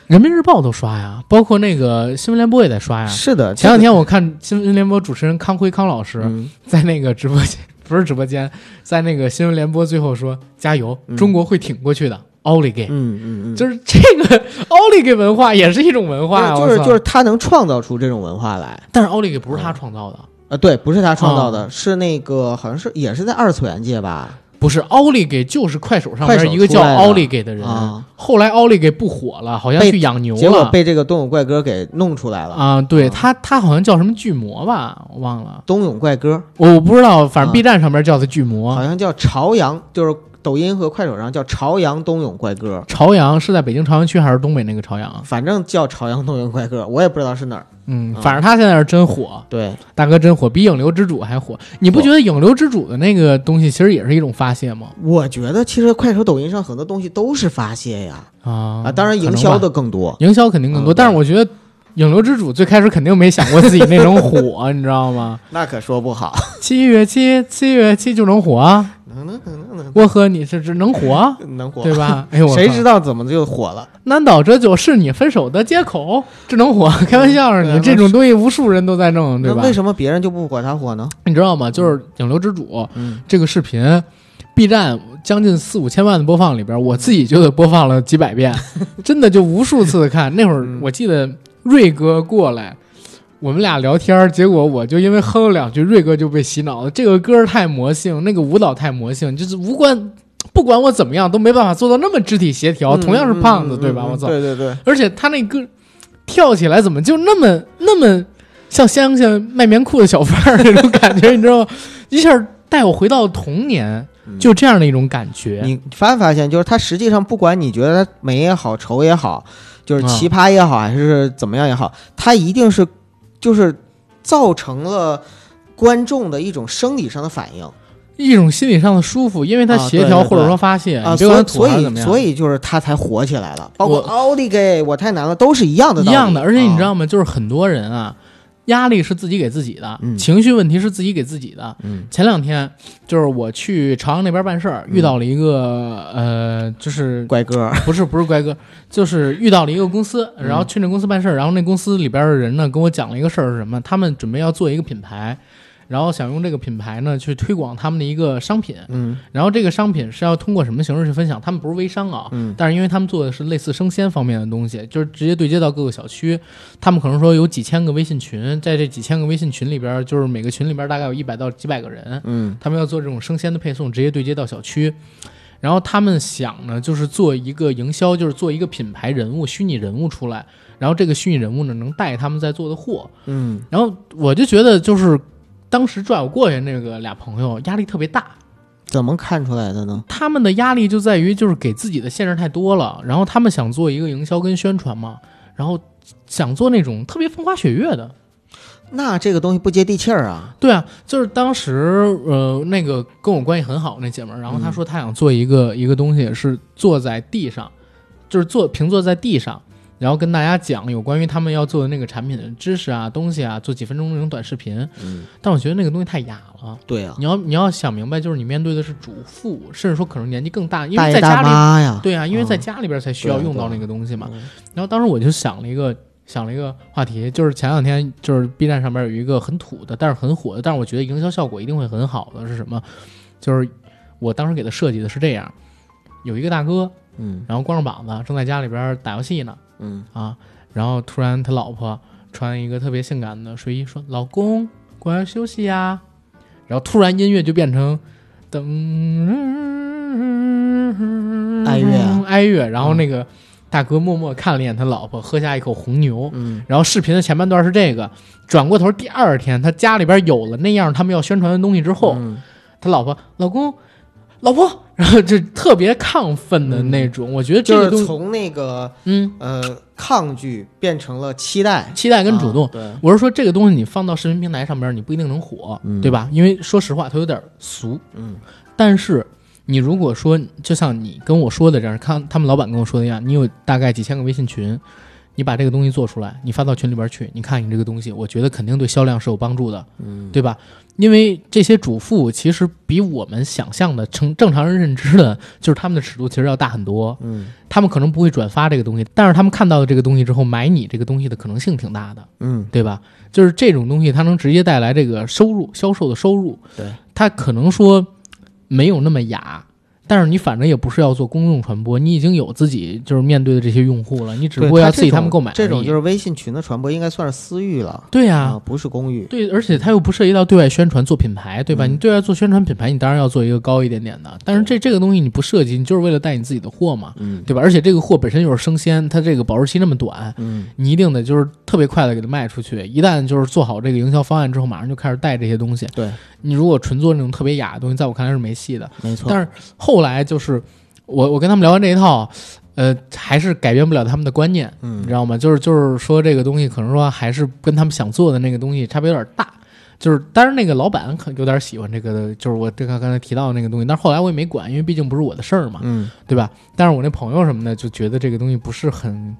Speaker 1: 人民日报都刷呀，包括那个新闻联播也在刷呀。
Speaker 4: 是的，
Speaker 1: 前两天我看新闻联播主持人康辉康老师
Speaker 4: 嗯
Speaker 1: 在那个直播间，不是直播间，在那个新闻联播最后说加油，
Speaker 4: 嗯
Speaker 1: 中国会挺过去的。奥利给，
Speaker 4: 嗯嗯嗯，
Speaker 1: 就是这个奥利给文化也是一种文化啊，
Speaker 4: 就是
Speaker 1: 我操
Speaker 4: 就是，他能创造出这种文化来。
Speaker 1: 但是奥利给不是他创造的，
Speaker 4: 呃，对，不是他创造
Speaker 1: 哦
Speaker 4: 的，是那个好像是也是在二次元界吧？
Speaker 1: 不是奥利给就是快手上
Speaker 4: 快
Speaker 1: 面
Speaker 4: 手
Speaker 1: 一个叫
Speaker 4: 出来的
Speaker 1: 奥利给的人，
Speaker 4: 啊
Speaker 1: 后来奥利给不火了，好像
Speaker 4: 被
Speaker 1: 去养牛
Speaker 4: 结果
Speaker 1: 了
Speaker 4: 被这个东永怪哥给弄出来了。
Speaker 1: 啊，对
Speaker 4: 啊
Speaker 1: 他他好像叫什么巨魔吧，我忘了，
Speaker 4: 东永怪哥
Speaker 1: 我不知道，反正
Speaker 4: 啊
Speaker 1: B 站上面叫他巨魔。
Speaker 4: 好像叫朝阳，就是抖音和快手上叫朝阳东永怪哥，
Speaker 1: 朝阳是在北京朝阳区还是东北那个朝阳啊？
Speaker 4: 反正叫朝阳东永怪哥，我也不知道是哪儿。
Speaker 1: 嗯，
Speaker 4: 啊
Speaker 1: 反正他现在是真火，
Speaker 4: 对，
Speaker 1: 大哥真火，比影流之主还火。你不
Speaker 4: 火
Speaker 1: 觉得影流之主的那个东西其实也是一种发泄吗？
Speaker 4: 我觉得其实快手、抖音上很多东西都是发泄呀，
Speaker 1: 啊
Speaker 4: 啊，当然营销的更多。
Speaker 1: 营销肯定更多，
Speaker 4: 嗯
Speaker 1: 但是我觉得影流之主最开始肯定没想过自己那种 火，你知道吗？
Speaker 4: 那可说不 好，
Speaker 1: 七月七，七月七就能火啊！
Speaker 4: 能能能能
Speaker 1: 我和你是只能火 啊，
Speaker 4: 能能火，
Speaker 1: 对吧？哎呦，我
Speaker 4: 谁
Speaker 1: 靠
Speaker 4: 知道怎么就火了？
Speaker 1: 难道这就是你分手的借口？这能火？开玩笑儿，
Speaker 4: 嗯对
Speaker 1: 你
Speaker 4: 那
Speaker 1: 这种东西无数人都在弄，对
Speaker 4: 那
Speaker 1: 吧？
Speaker 4: 为什么别人就不火，他火呢？
Speaker 1: 你知道吗？就是影流之主
Speaker 4: 嗯，
Speaker 1: 这个视频，B 站将近四五千万的播放里边，我自己就得播放了几百遍，真的就无数次的看。那会儿
Speaker 4: 嗯
Speaker 1: 我记得瑞哥过来。我们俩聊天儿，结果我就因为哼了两句，瑞哥就被洗脑了。这个歌儿太魔性，那个舞蹈太魔性，就是无关，不管我怎么样都没办法做到那么肢体协调。
Speaker 4: 嗯
Speaker 1: 哦同样是胖子，
Speaker 4: 嗯嗯
Speaker 1: 对吧？
Speaker 4: 嗯
Speaker 1: 我操，
Speaker 4: 对对对，
Speaker 1: 而且他那歌跳起来怎么就那么那么像乡下卖棉裤的小贩儿那种感觉，你知道吗？一下带我回到童年，
Speaker 4: 嗯
Speaker 1: 就这样的一种感觉。
Speaker 4: 你发没发现，就是他实际上不管你觉得他美也好，丑也好，
Speaker 1: 啊
Speaker 4: 就是奇葩也好，还是怎么样也好，他一定是就是造成了观众的一种生理上的反应
Speaker 1: 一种心理上的舒服，因为它
Speaker 4: 啊
Speaker 1: 协调
Speaker 4: 对对对
Speaker 1: 或者说发泄，
Speaker 4: 啊，
Speaker 1: 你
Speaker 4: 所
Speaker 1: 别管它
Speaker 4: 以
Speaker 1: 吐
Speaker 4: 所
Speaker 1: 槽怎么
Speaker 4: 以
Speaker 1: 样，
Speaker 4: 所以就是他才火起来了。包括
Speaker 1: 我
Speaker 4: 奥利给我太难了，都是一样的
Speaker 1: 一
Speaker 4: 道理
Speaker 1: 样的。而且你知，道
Speaker 4: 啊
Speaker 1: 吗？就是很多人啊，压力是自己给自己的，
Speaker 4: 嗯
Speaker 1: 情绪问题是自己给自己的。
Speaker 4: 嗯
Speaker 1: 前两天就是我去朝阳那边办事儿，遇到了一个、呃，就是
Speaker 4: 乖哥，
Speaker 1: 不是不是乖哥，就是遇到了一个公司，
Speaker 4: 嗯
Speaker 1: 然后去那公司办事儿，然后那公司里边的人呢跟我讲了一个事儿是什么？他们准备要做一个品牌，然后想用这个品牌呢去推广他们的一个商品，
Speaker 4: 嗯
Speaker 1: 然后这个商品是要通过什么形式去分享？他们不是微商啊，
Speaker 4: 嗯
Speaker 1: 但是因为他们做的是类似生鲜方面的东西，就是直接对接到各个小区，他们可能说有几千个微信群，在这几千个微信群里边，就是每个群里边大概有一百到几百个人，
Speaker 4: 嗯
Speaker 1: 他们要做这种生鲜的配送，直接对接到小区。然后他们想呢，就是做一个营销，就是做一个品牌人物、虚拟人物出来，然后这个虚拟人物呢能带他们在做的货。
Speaker 4: 嗯，
Speaker 1: 然后我就觉得，就是当时拽我过去那个俩朋友压力特别大，
Speaker 4: 怎么看出来的呢？
Speaker 1: 他们的压力就在于就是给自己的限制太多了，然后他们想做一个营销跟宣传嘛，然后想做那种特别风花雪月的，
Speaker 4: 那这个东西不接地气儿啊，
Speaker 1: 对啊，就是当时呃，那个跟我关系很好那姐们儿，然后
Speaker 4: 嗯
Speaker 1: 她说她想做一个、一个东西，是坐在地上，就是坐平坐在地上，然后跟大家讲有关于他们要做的那个产品的知识啊、东西啊，做几分钟那种短视频。
Speaker 4: 嗯，
Speaker 1: 但我觉得那个东西太哑了。
Speaker 4: 对啊，
Speaker 1: 你要你要想明白，就是你面对的是主妇，甚至说可能年纪更大，因
Speaker 4: 大
Speaker 1: 为在
Speaker 4: 爷
Speaker 1: 家
Speaker 4: 大
Speaker 1: 里，
Speaker 4: 妈呀，
Speaker 1: 对啊，因为在
Speaker 4: 嗯
Speaker 1: 家里边才需要
Speaker 4: 对啊
Speaker 1: 用到
Speaker 4: 对啊
Speaker 1: 那个东西嘛。
Speaker 4: 嗯
Speaker 1: 然后当时我就想了一个想了一个话题，就是前两天就是 B 站上面有一个很土的，但是很火的，但是我觉得营销效果一定会很好的是什么？就是我当时给他设计的是这样：有一个大哥，
Speaker 4: 嗯
Speaker 1: 然后光着膀子正在家里边打游戏呢
Speaker 4: 嗯
Speaker 1: 啊，然后突然他老婆穿一个特别性感的睡衣说：“老公，乖休息呀。”然后突然音乐就变成噔
Speaker 4: 哀乐啊
Speaker 1: 哀乐，然后那个大哥默默看了一眼他老婆，喝下一口红牛。
Speaker 4: 嗯
Speaker 1: 然后视频的前半段是这个，转过头第二天，他家里边有了那样他们要宣传的东西之后，
Speaker 4: 嗯
Speaker 1: 他老婆老公老婆， 然后就特别亢奋的那种。我觉得这
Speaker 4: 嗯就
Speaker 1: 个东
Speaker 4: 是
Speaker 1: 西，
Speaker 4: 从那个
Speaker 1: 嗯，
Speaker 4: 呃抗拒变成了期待
Speaker 1: 期待跟主动
Speaker 4: 啊。对，
Speaker 1: 我是说，这个东西你放到视频平台上边，你不一定能火，
Speaker 4: 嗯
Speaker 1: 对吧？因为说实话，它有点俗。
Speaker 4: 嗯
Speaker 1: 但是你如果说，就像你跟我说的这样，看他们老板跟我说的一样，你有大概几千个微信群，你把这个东西做出来，你发到群里边去，你看你这个东西，我觉得肯定对销量是有帮助的，
Speaker 4: 嗯，
Speaker 1: 对吧？因为这些主妇其实比我们想象的成正常人认知的，就是他们的尺度其实要大很多。
Speaker 4: 嗯
Speaker 1: 他们可能不会转发这个东西，但是他们看到的这个东西之后，买你这个东西的可能性挺大的。
Speaker 4: 嗯
Speaker 1: 对吧？就是这种东西，它能直接带来这个收入、销售的收入。
Speaker 4: 对，
Speaker 1: 他可能说没有那么雅，但是你反正也不是要做公众传播，你已经有自己就是面对的这些用户了，你只不过
Speaker 4: 对
Speaker 1: 要
Speaker 4: 这
Speaker 1: 刺激他
Speaker 4: 种
Speaker 1: 们购买
Speaker 4: 这种
Speaker 1: 而已
Speaker 4: 就是微信群的传播，应该算是私域了
Speaker 1: 对呀、
Speaker 4: 啊，不是公域。
Speaker 1: 对，而且它又不涉及到对外宣传做品牌，对吧？
Speaker 4: 嗯
Speaker 1: 你对外做宣传品牌，你当然要做一个高一点点的，但是这这个东西你不涉及，你就是为了带你自己的货嘛，
Speaker 4: 嗯
Speaker 1: 对吧？而且这个货本身又是生鲜，它这个保质期那么短，
Speaker 4: 嗯，
Speaker 1: 你一定得就是特别快的给它卖出去。一旦就是做好这个营销方案之后，马上就开始带这些东西。
Speaker 4: 对，
Speaker 1: 你如果纯做那种特别雅的东西，在我看来是没戏的。
Speaker 4: 没错。
Speaker 1: 但是后来就是我我跟他们聊完这一套，呃，还是改变不了他们的观念，你
Speaker 4: 嗯
Speaker 1: 知道吗？就是就是说这个东西可能说还是跟他们想做的那个东西差别有点大。就是，当然那个老板可能有点喜欢这个，就是我这个刚才提到的那个东西，但是后来我也没管，因为毕竟不是我的事儿嘛，
Speaker 4: 嗯，
Speaker 1: 对吧？但是我那朋友什么的就觉得这个东西不是很，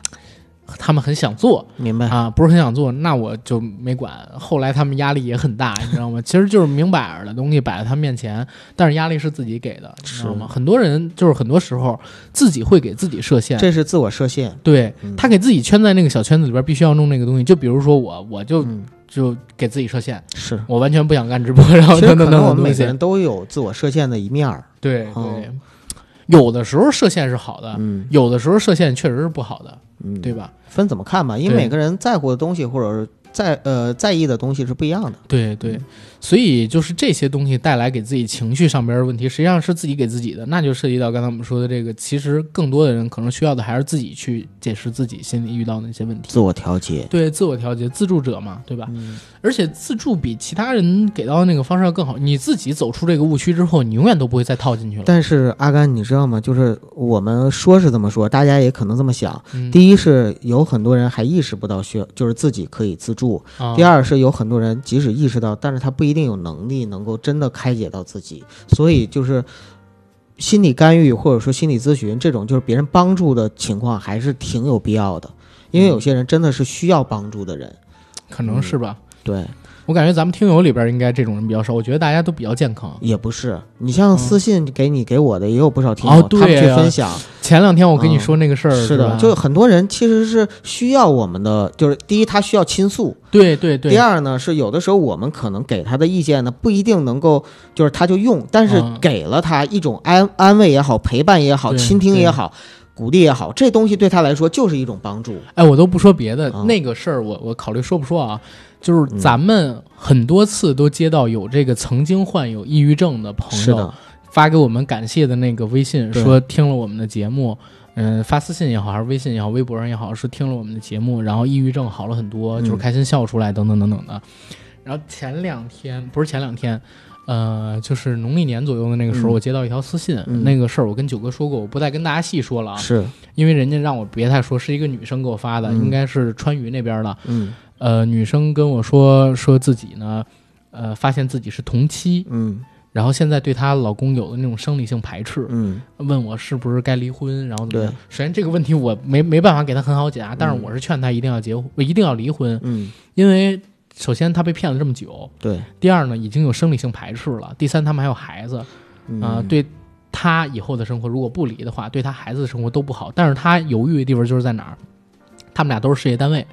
Speaker 1: 他们很想做
Speaker 4: 明 白。
Speaker 1: 啊，不是很想做，那我就没管。后来他们压力也很大，你知道吗？其实就是明摆着的东西摆在他面前，但是压力是自己给的，你知道吗？很多人就是很多时候自己会给自己设限，
Speaker 4: 这是自我设限。
Speaker 1: 对
Speaker 4: 嗯
Speaker 1: 他给自己圈在那个小圈子里边，必须要弄那个东西。就比如说我，我就
Speaker 4: 嗯，
Speaker 1: 就给自己设限，
Speaker 4: 是。
Speaker 1: 我完全不想干直播，然后
Speaker 4: 其实
Speaker 1: 等
Speaker 4: 可
Speaker 1: 等等
Speaker 4: 能我
Speaker 1: 等
Speaker 4: 们
Speaker 1: 东
Speaker 4: 每个
Speaker 1: 西
Speaker 4: 人。都有自我设限的一面儿。
Speaker 1: 对
Speaker 4: 哦
Speaker 1: 对，有的时候设限是好的，
Speaker 4: 嗯
Speaker 1: 有的时候设限确实是不好的，
Speaker 4: 嗯，
Speaker 1: 啊对吧？
Speaker 4: 分怎么看吧，因为
Speaker 1: 对
Speaker 4: 每个人在乎的东西或者是在呃在意的东西是不一样的。
Speaker 1: 对对，所以就是这些东西带来给自己情绪上边的问题，实际上是自己给自己的，那就涉及到刚才我们说的这个，其实更多的人可能需要的还是自己去解释自己心里遇到的那些问题。
Speaker 4: 自我调节，
Speaker 1: 对，自我调节，自助者嘛，对吧？
Speaker 4: 嗯，
Speaker 1: 而且自助比其他人给到的那个方式要更好。你自己走出这个误区之后，你永远都不会再套进去了。
Speaker 4: 但是阿甘，你知道吗？就是我们说是这么说，大家也可能这么想。
Speaker 1: 嗯、
Speaker 4: 第一是有很多人还意识不到需要，就是自己可以自助；
Speaker 1: 啊
Speaker 4: 第，二是有很多人即使意识到，但是他不一定有能力能够真的开解到自己。所以就是心理干预或者说心理咨询这种就是别人帮助的情况，还是挺有必要的。因为有些人真的是需要帮助的人，
Speaker 1: 可能是吧。
Speaker 4: 对，
Speaker 1: 我感觉咱们听友里边应该这种人比较少，我觉得大家都比较健康。
Speaker 4: 也不是。你像私信给你给我的也有不少听
Speaker 1: 哦
Speaker 4: 友，他们
Speaker 1: 对
Speaker 4: 去
Speaker 1: 啊
Speaker 4: 分享，
Speaker 1: 前两天我跟你说那个事儿、
Speaker 4: 是
Speaker 1: 吧
Speaker 4: 的，就很多人其实是需要我们的，就是第一他需要倾诉，
Speaker 1: 对对对，
Speaker 4: 第二呢是有的时候我们可能给他的意见呢不一定能够就是他就用，但是
Speaker 1: 嗯
Speaker 4: 给了他一种安安慰也好，陪伴也好，
Speaker 1: 对
Speaker 4: 倾听
Speaker 1: 对
Speaker 4: 也好，鼓励也好，这东西对他来说就是一种帮助。
Speaker 1: 哎，我都不说别的，
Speaker 4: 啊
Speaker 1: 那个事儿我我考虑说不说啊？就是
Speaker 4: 嗯
Speaker 1: 咱们很多次都接到有这个曾经患有抑郁症的朋
Speaker 4: 是
Speaker 1: 友，
Speaker 4: 的，
Speaker 1: 发给我们感谢的那个微信，
Speaker 4: 对
Speaker 1: 说听了我们的节目，嗯、发私信也好，还是微信也好，微博上也好，是听了我们的节目，然后抑郁症好了很多，
Speaker 4: 嗯
Speaker 1: 就是开心笑出来，等等等等的。然后前两天不是前两天，呃，就是农历年左右的那个时候，
Speaker 4: 嗯
Speaker 1: 我接到一条私信，
Speaker 4: 嗯
Speaker 1: 那个事儿我跟九哥说过，我不再跟大家细说了啊，
Speaker 4: 是，
Speaker 1: 因为人家让我别太说，是一个女生给我发的，
Speaker 4: 嗯
Speaker 1: 应该是川渝那边的，
Speaker 4: 嗯
Speaker 1: 呃，女生跟我说说自己呢，呃，发现自己是同妻，
Speaker 4: 嗯
Speaker 1: 然后现在对她老公有了那种生理性排斥，
Speaker 4: 嗯，
Speaker 1: 问我是不是该离婚，然后怎么样
Speaker 4: 对？
Speaker 1: 首先这个问题我没没办法给她很好解答，但是我是劝她一定要结婚，一定要离婚，
Speaker 4: 嗯，
Speaker 1: 因为首先她被骗了这么久，
Speaker 4: 对，
Speaker 1: 第二呢已经有生理性排斥了，第三他们还有孩子啊、
Speaker 4: 嗯，
Speaker 1: 对。她以后的生活如果不离的话，对她孩子的生活都不好。但是她犹豫的地方就是在哪儿？他们俩都是事业单位，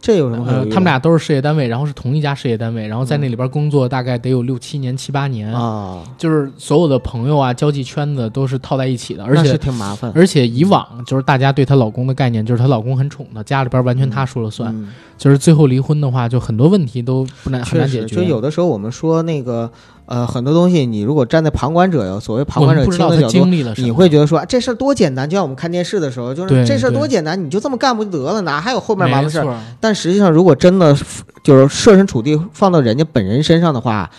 Speaker 4: 这有什么可
Speaker 1: 呃
Speaker 4: 犹豫，的？
Speaker 1: 他们俩都是事业单位，然后是同一家事业单位，然后在那里边工作大概得有六七年、七八年
Speaker 4: 啊，
Speaker 1: 就是所有的朋友啊、交际圈子都是套在一起的，而
Speaker 4: 那是
Speaker 1: 且
Speaker 4: 挺麻烦，
Speaker 1: 而且以往就是大家对她老公的概念就是她老公很宠她，家里边完全她说了算，
Speaker 4: 嗯
Speaker 1: 就是最后离婚的话，就很多问题都不难很
Speaker 4: 确
Speaker 1: 难解
Speaker 4: 实，
Speaker 1: 决。
Speaker 4: 就有的时候我们说那个，呃，很多东西你如果站在旁观者有所谓旁
Speaker 1: 我
Speaker 4: 观
Speaker 1: 们
Speaker 4: 者
Speaker 1: 不知
Speaker 4: 清
Speaker 1: 道
Speaker 4: 的
Speaker 1: 她
Speaker 4: 角度
Speaker 1: 经，历了什么，
Speaker 4: 你会觉得说、啊、这事儿多简单，就像我们看电视的时候，就
Speaker 1: 对
Speaker 4: 是这事儿
Speaker 1: 对
Speaker 4: 多简单，你就这么干不就得了，哪还有后面麻
Speaker 1: 没
Speaker 4: 烦事儿？
Speaker 1: 错，
Speaker 4: 但实际上，如果真的就是设身处地放到人家本人身上的话，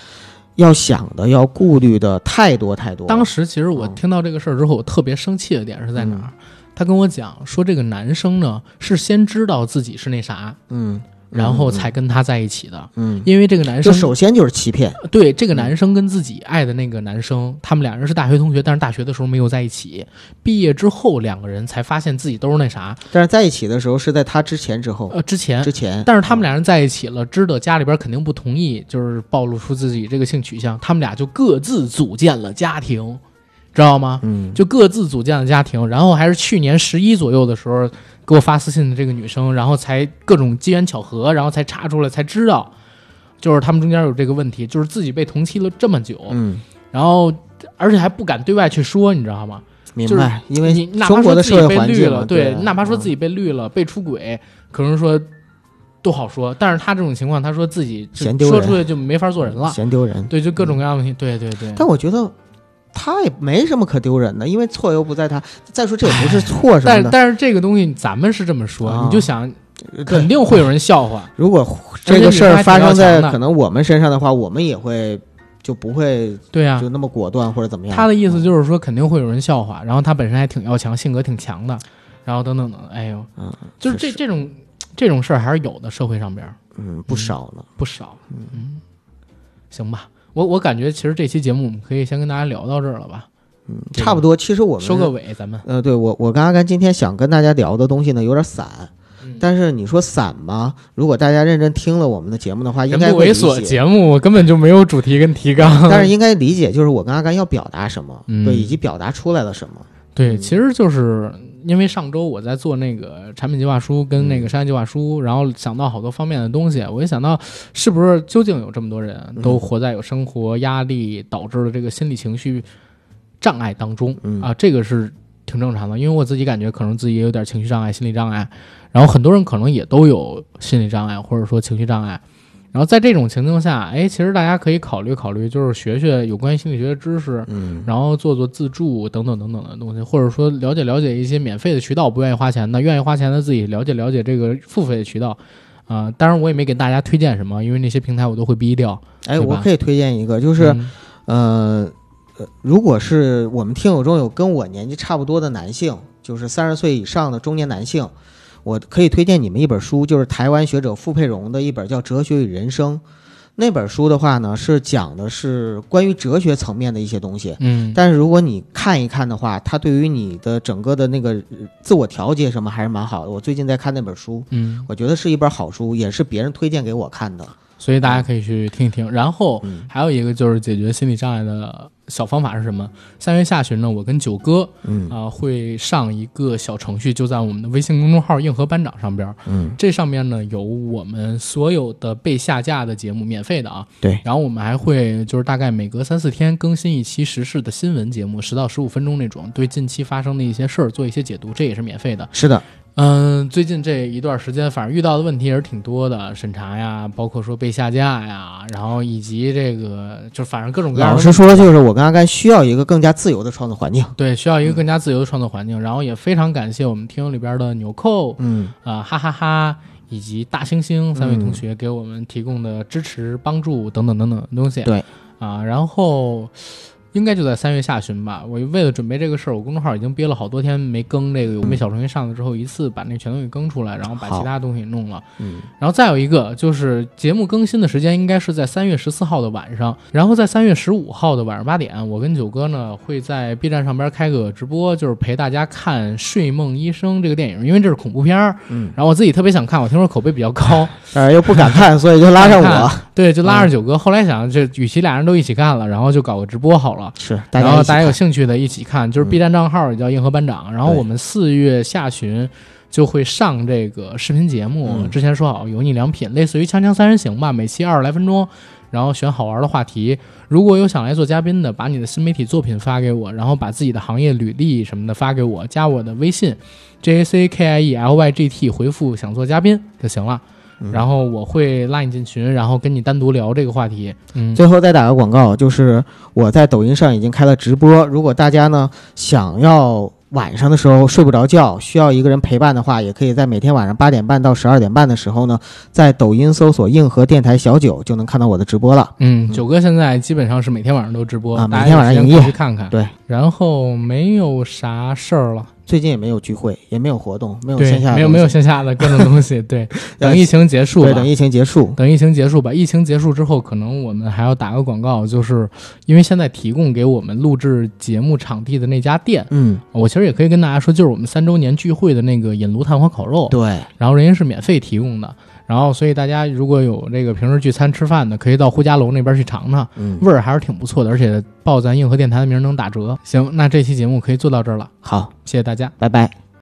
Speaker 4: 要想的、要顾虑的太多太多了。
Speaker 1: 当时其实我
Speaker 4: 嗯
Speaker 1: 听到这个事儿之后，我特别生气的点是在哪儿？
Speaker 4: 嗯
Speaker 1: 他跟我讲说，这个男生呢是先知道自己是那啥，
Speaker 4: 嗯，
Speaker 1: 然后才跟她在一起的，
Speaker 4: 嗯，
Speaker 1: 因为这个男
Speaker 4: 就
Speaker 1: 生
Speaker 4: 首先就是欺骗，
Speaker 1: 对这个男生跟自己爱的那个男生，他们俩人是大学同学，但是大学的时候没有在一起。毕业之后，两个人才发现自己都是那啥，
Speaker 4: 但是在一起的时候是在他之前之后
Speaker 1: 呃，之前
Speaker 4: 之。前，
Speaker 1: 但是他们俩人在一起了，知道家里边肯定不同意，就是暴露出自己这个性取向，他们俩就各自组建了家庭，知道吗？
Speaker 4: 嗯，
Speaker 1: 就各自组建了家庭，然后还是去年十一左右的时候给我发私信的这个女生，然后才各种机缘巧合，然后才查出来才知道，就是他们中间有这个问题，就是自己被同期了这么久，
Speaker 4: 嗯，
Speaker 1: 然后而且还不敢对外去说，你知道吗？
Speaker 4: 明
Speaker 1: 就是
Speaker 4: 白，因为
Speaker 1: 你哪怕
Speaker 4: 嗯中国
Speaker 1: 说
Speaker 4: 的
Speaker 1: 自己
Speaker 4: 社会
Speaker 1: 被
Speaker 4: 环
Speaker 1: 绿
Speaker 4: 境
Speaker 1: 了，
Speaker 4: 嘛，
Speaker 1: 对，哪怕说
Speaker 4: 嗯
Speaker 1: 自己被绿了、被出轨，可能说都好说，但是他这种情况，他说自己就
Speaker 4: 嫌丢
Speaker 1: 说
Speaker 4: 人
Speaker 1: 出去就没法做人了，
Speaker 4: 嫌丢人，
Speaker 1: 对，就各种各样的问题，对对对。
Speaker 4: 但我觉得他也没什么可丢人的，因为错又不在他。再说这也不是错什么
Speaker 1: 但
Speaker 4: 的，
Speaker 1: 但是这个东西咱们是这么说，
Speaker 4: 啊
Speaker 1: 你就想
Speaker 4: 对
Speaker 1: 肯定会有人笑 话，
Speaker 4: 如果这个事
Speaker 1: 而且
Speaker 4: 儿
Speaker 1: 你
Speaker 4: 发
Speaker 1: 还挺要
Speaker 4: 生在
Speaker 1: 强的
Speaker 4: 可能我们身上的话，我们也会就不会
Speaker 1: 对呀、
Speaker 4: 就那么果断或者怎么样。嗯
Speaker 1: 他的意思就是说肯定会有人笑话，然后他本身还挺要强，性格挺强的，然后等等等等，哎呦，
Speaker 4: 嗯
Speaker 1: 就是
Speaker 4: 确
Speaker 1: 这这种这种事儿还是有的，社会上边儿
Speaker 4: 嗯不少呢，
Speaker 1: 不少，嗯，行吧，我我感觉其实这期节目我们可以先跟大家聊到这儿了吧，嗯
Speaker 4: 差不多。其实我们
Speaker 1: 收个尾，咱们
Speaker 4: 呃，对我我刚刚今天想跟大家聊的东西呢有点散
Speaker 1: 嗯。
Speaker 4: 但是你说散吗？如果大家认真听了我们的节目的话，应
Speaker 1: 人
Speaker 4: 该
Speaker 1: 不
Speaker 4: 会理
Speaker 1: 猥琐
Speaker 4: 解。
Speaker 1: 节目我根本就没有主题跟提纲，
Speaker 4: 但是应该理解，就是我跟阿甘要表达什么，
Speaker 1: 嗯
Speaker 4: 对，以及表达出来了什么。
Speaker 1: 对，其实就是因为上周我在做那个产品计划书跟那个商业计划书，然后想到好多方面的东西，我就想到是不是究竟有这么多人都活在有生活压力导致的这个心理情绪障碍当中
Speaker 4: 嗯
Speaker 1: 啊，这个是挺正常的，因为我自己感觉可能自己也有点情绪障碍、心理障碍，然后很多人可能也都有心理障碍或者说情绪障碍。然后在这种情境下，哎，其实大家可以考虑考虑，就是学学有关于心理学的知识，
Speaker 4: 嗯
Speaker 1: 然后做做自助等等等等的东西，或者说了解了解一些免费的渠道，不愿意花钱的，愿意花钱的自己了解了解这个付费的渠道。啊、当然我也没给大家推荐什么，因为那些平台我都会逼掉。
Speaker 4: 哎，
Speaker 1: 对吧嗯
Speaker 4: 我可以推荐一个，就、
Speaker 1: 就是
Speaker 4: 呃，呃，如果是我们听友中有跟我年纪差不多的男性，就是三十岁以上的中年男性，我可以推荐你们一本书，就是台湾学者傅佩荣的一本叫《哲学与人生》。那本书的话呢，是讲的是关于哲学层面的一些东西。
Speaker 1: 嗯，
Speaker 4: 但是如果你看一看的话，它对于你的整个的那个呃自我调节什么还是蛮好的。我最近在看那本书，
Speaker 1: 嗯，
Speaker 4: 我觉得是一本好书，也是别人推荐给我看的。
Speaker 1: 所以大家可以去听一听。然后
Speaker 4: 嗯
Speaker 1: 还有一个就是解决心理障碍的小方法是什么？三月下旬呢，我跟九哥
Speaker 4: 嗯
Speaker 1: 啊、会上一个小程序，就在我们的微信公众号“硬核班长”上边。
Speaker 4: 嗯，
Speaker 1: 这上面呢有我们所有的被下架的节目，免费的啊。
Speaker 4: 对
Speaker 1: 然后我们还会就是大概每隔三四天更新一期时事的新闻节目，十到十五分钟那种，对近期发生的一些事儿做一些解读，这也是免费的。
Speaker 4: 是的，
Speaker 1: 嗯，最近这一段时间，反正遇到的问题也是挺多的，审查呀，包括说被下架呀，然后以及这个就反正各种各样
Speaker 4: 老
Speaker 1: 的
Speaker 4: 实说，就是我跟阿甘需要一个更加自由的创作环境。
Speaker 1: 对，需要一个更加自由的创作环境。然后也非常感谢我们听友里边的纽扣，
Speaker 4: 嗯，
Speaker 1: 啊、哈哈哈以及大猩猩三位同学给我们提供的支持、帮助等等等等的东西。
Speaker 4: 对，
Speaker 1: 啊、然后应该就在三月下旬吧。我为了准备这个事儿，我公众号已经憋了好多天没更这个有没小程序上了之后，一次把那全东西更出来，然后把
Speaker 4: 好
Speaker 1: 其他东西弄了。
Speaker 4: 嗯，
Speaker 1: 然后再有一个就是节目更新的时间应该是在三月十四号的晚上，然后在三月十五号的晚上八点，我跟九哥呢会在 B 站上边开个直播，就是陪大家看《睡梦医生》这个电影，因为这是恐怖片儿。
Speaker 4: 嗯，
Speaker 1: 然后我自己特别想看，我听说口碑比较高，
Speaker 4: 但是又不敢看，所以就拉上
Speaker 1: 看
Speaker 4: 我。
Speaker 1: 对，就拉着九哥。后来想，这与其俩人都一起看了，然后就搞个直播好了。
Speaker 4: 是，大
Speaker 1: 然
Speaker 4: 家
Speaker 1: 后
Speaker 4: 一起
Speaker 1: 大家有
Speaker 4: 看嗯
Speaker 1: 兴趣的一起看，就是 B 站账号也叫硬核班长。然后
Speaker 4: 对
Speaker 1: 我们四月下旬就会上这个视频节目，
Speaker 4: 嗯
Speaker 1: 之前说好油腻良品，类似于《锵锵三人行》吧，每期二十来分钟，然后选好玩的话题。如果有想来做嘉宾的，把你的新媒体作品发给我，然后把自己的行业履历什么的发给我，加我的微信 J A C K I E L Y G T，回复想做嘉宾就行了。
Speaker 4: 嗯
Speaker 1: 然后我会拉你进群，然后跟你单独聊这个话题。嗯，
Speaker 4: 最后再打个广告，就是我在抖音上已经开了直播，如果大家呢想要晚上的时候睡不着觉，需要一个人陪伴的话，也可以在每天晚上八点半到十二点半的时候呢，在抖音搜索“硬核电台小九”就能看到我的直播了。
Speaker 1: 嗯，九哥现在基本上是每天晚上都直播，
Speaker 4: 啊
Speaker 1: 大家
Speaker 4: 每天晚上
Speaker 1: 有时
Speaker 4: 营
Speaker 1: 间
Speaker 4: 业
Speaker 1: 可以去看看。
Speaker 4: 对，
Speaker 1: 然后没有啥事儿了，
Speaker 4: 最近也没有聚会，也没有活动，没有
Speaker 1: 对
Speaker 4: 线，下的东西，
Speaker 1: 没有没有线下的各种东西， 对，等疫情结束
Speaker 4: 对，
Speaker 1: 吧
Speaker 4: 等。疫情结束，
Speaker 1: 等疫情结束吧，疫情结束之后，可能我们还要打个广告，就是因为现在提供给我们录制节目场地的那家店，
Speaker 4: 嗯，
Speaker 1: 我其实也可以跟大家说，就是我们三周年聚会的那个引炉炭火烤肉，
Speaker 4: 对，
Speaker 1: 然后人家是免费提供的，然后所以大家如果有这个平时聚餐吃饭的，可以到呼家楼那边去尝尝，
Speaker 4: 嗯，
Speaker 1: 味儿还是挺不错的，而且报咱硬核电台的名儿能打折。行，那这期节目可以做到这儿了，
Speaker 4: 好，
Speaker 1: 谢谢大家。
Speaker 4: 拜拜。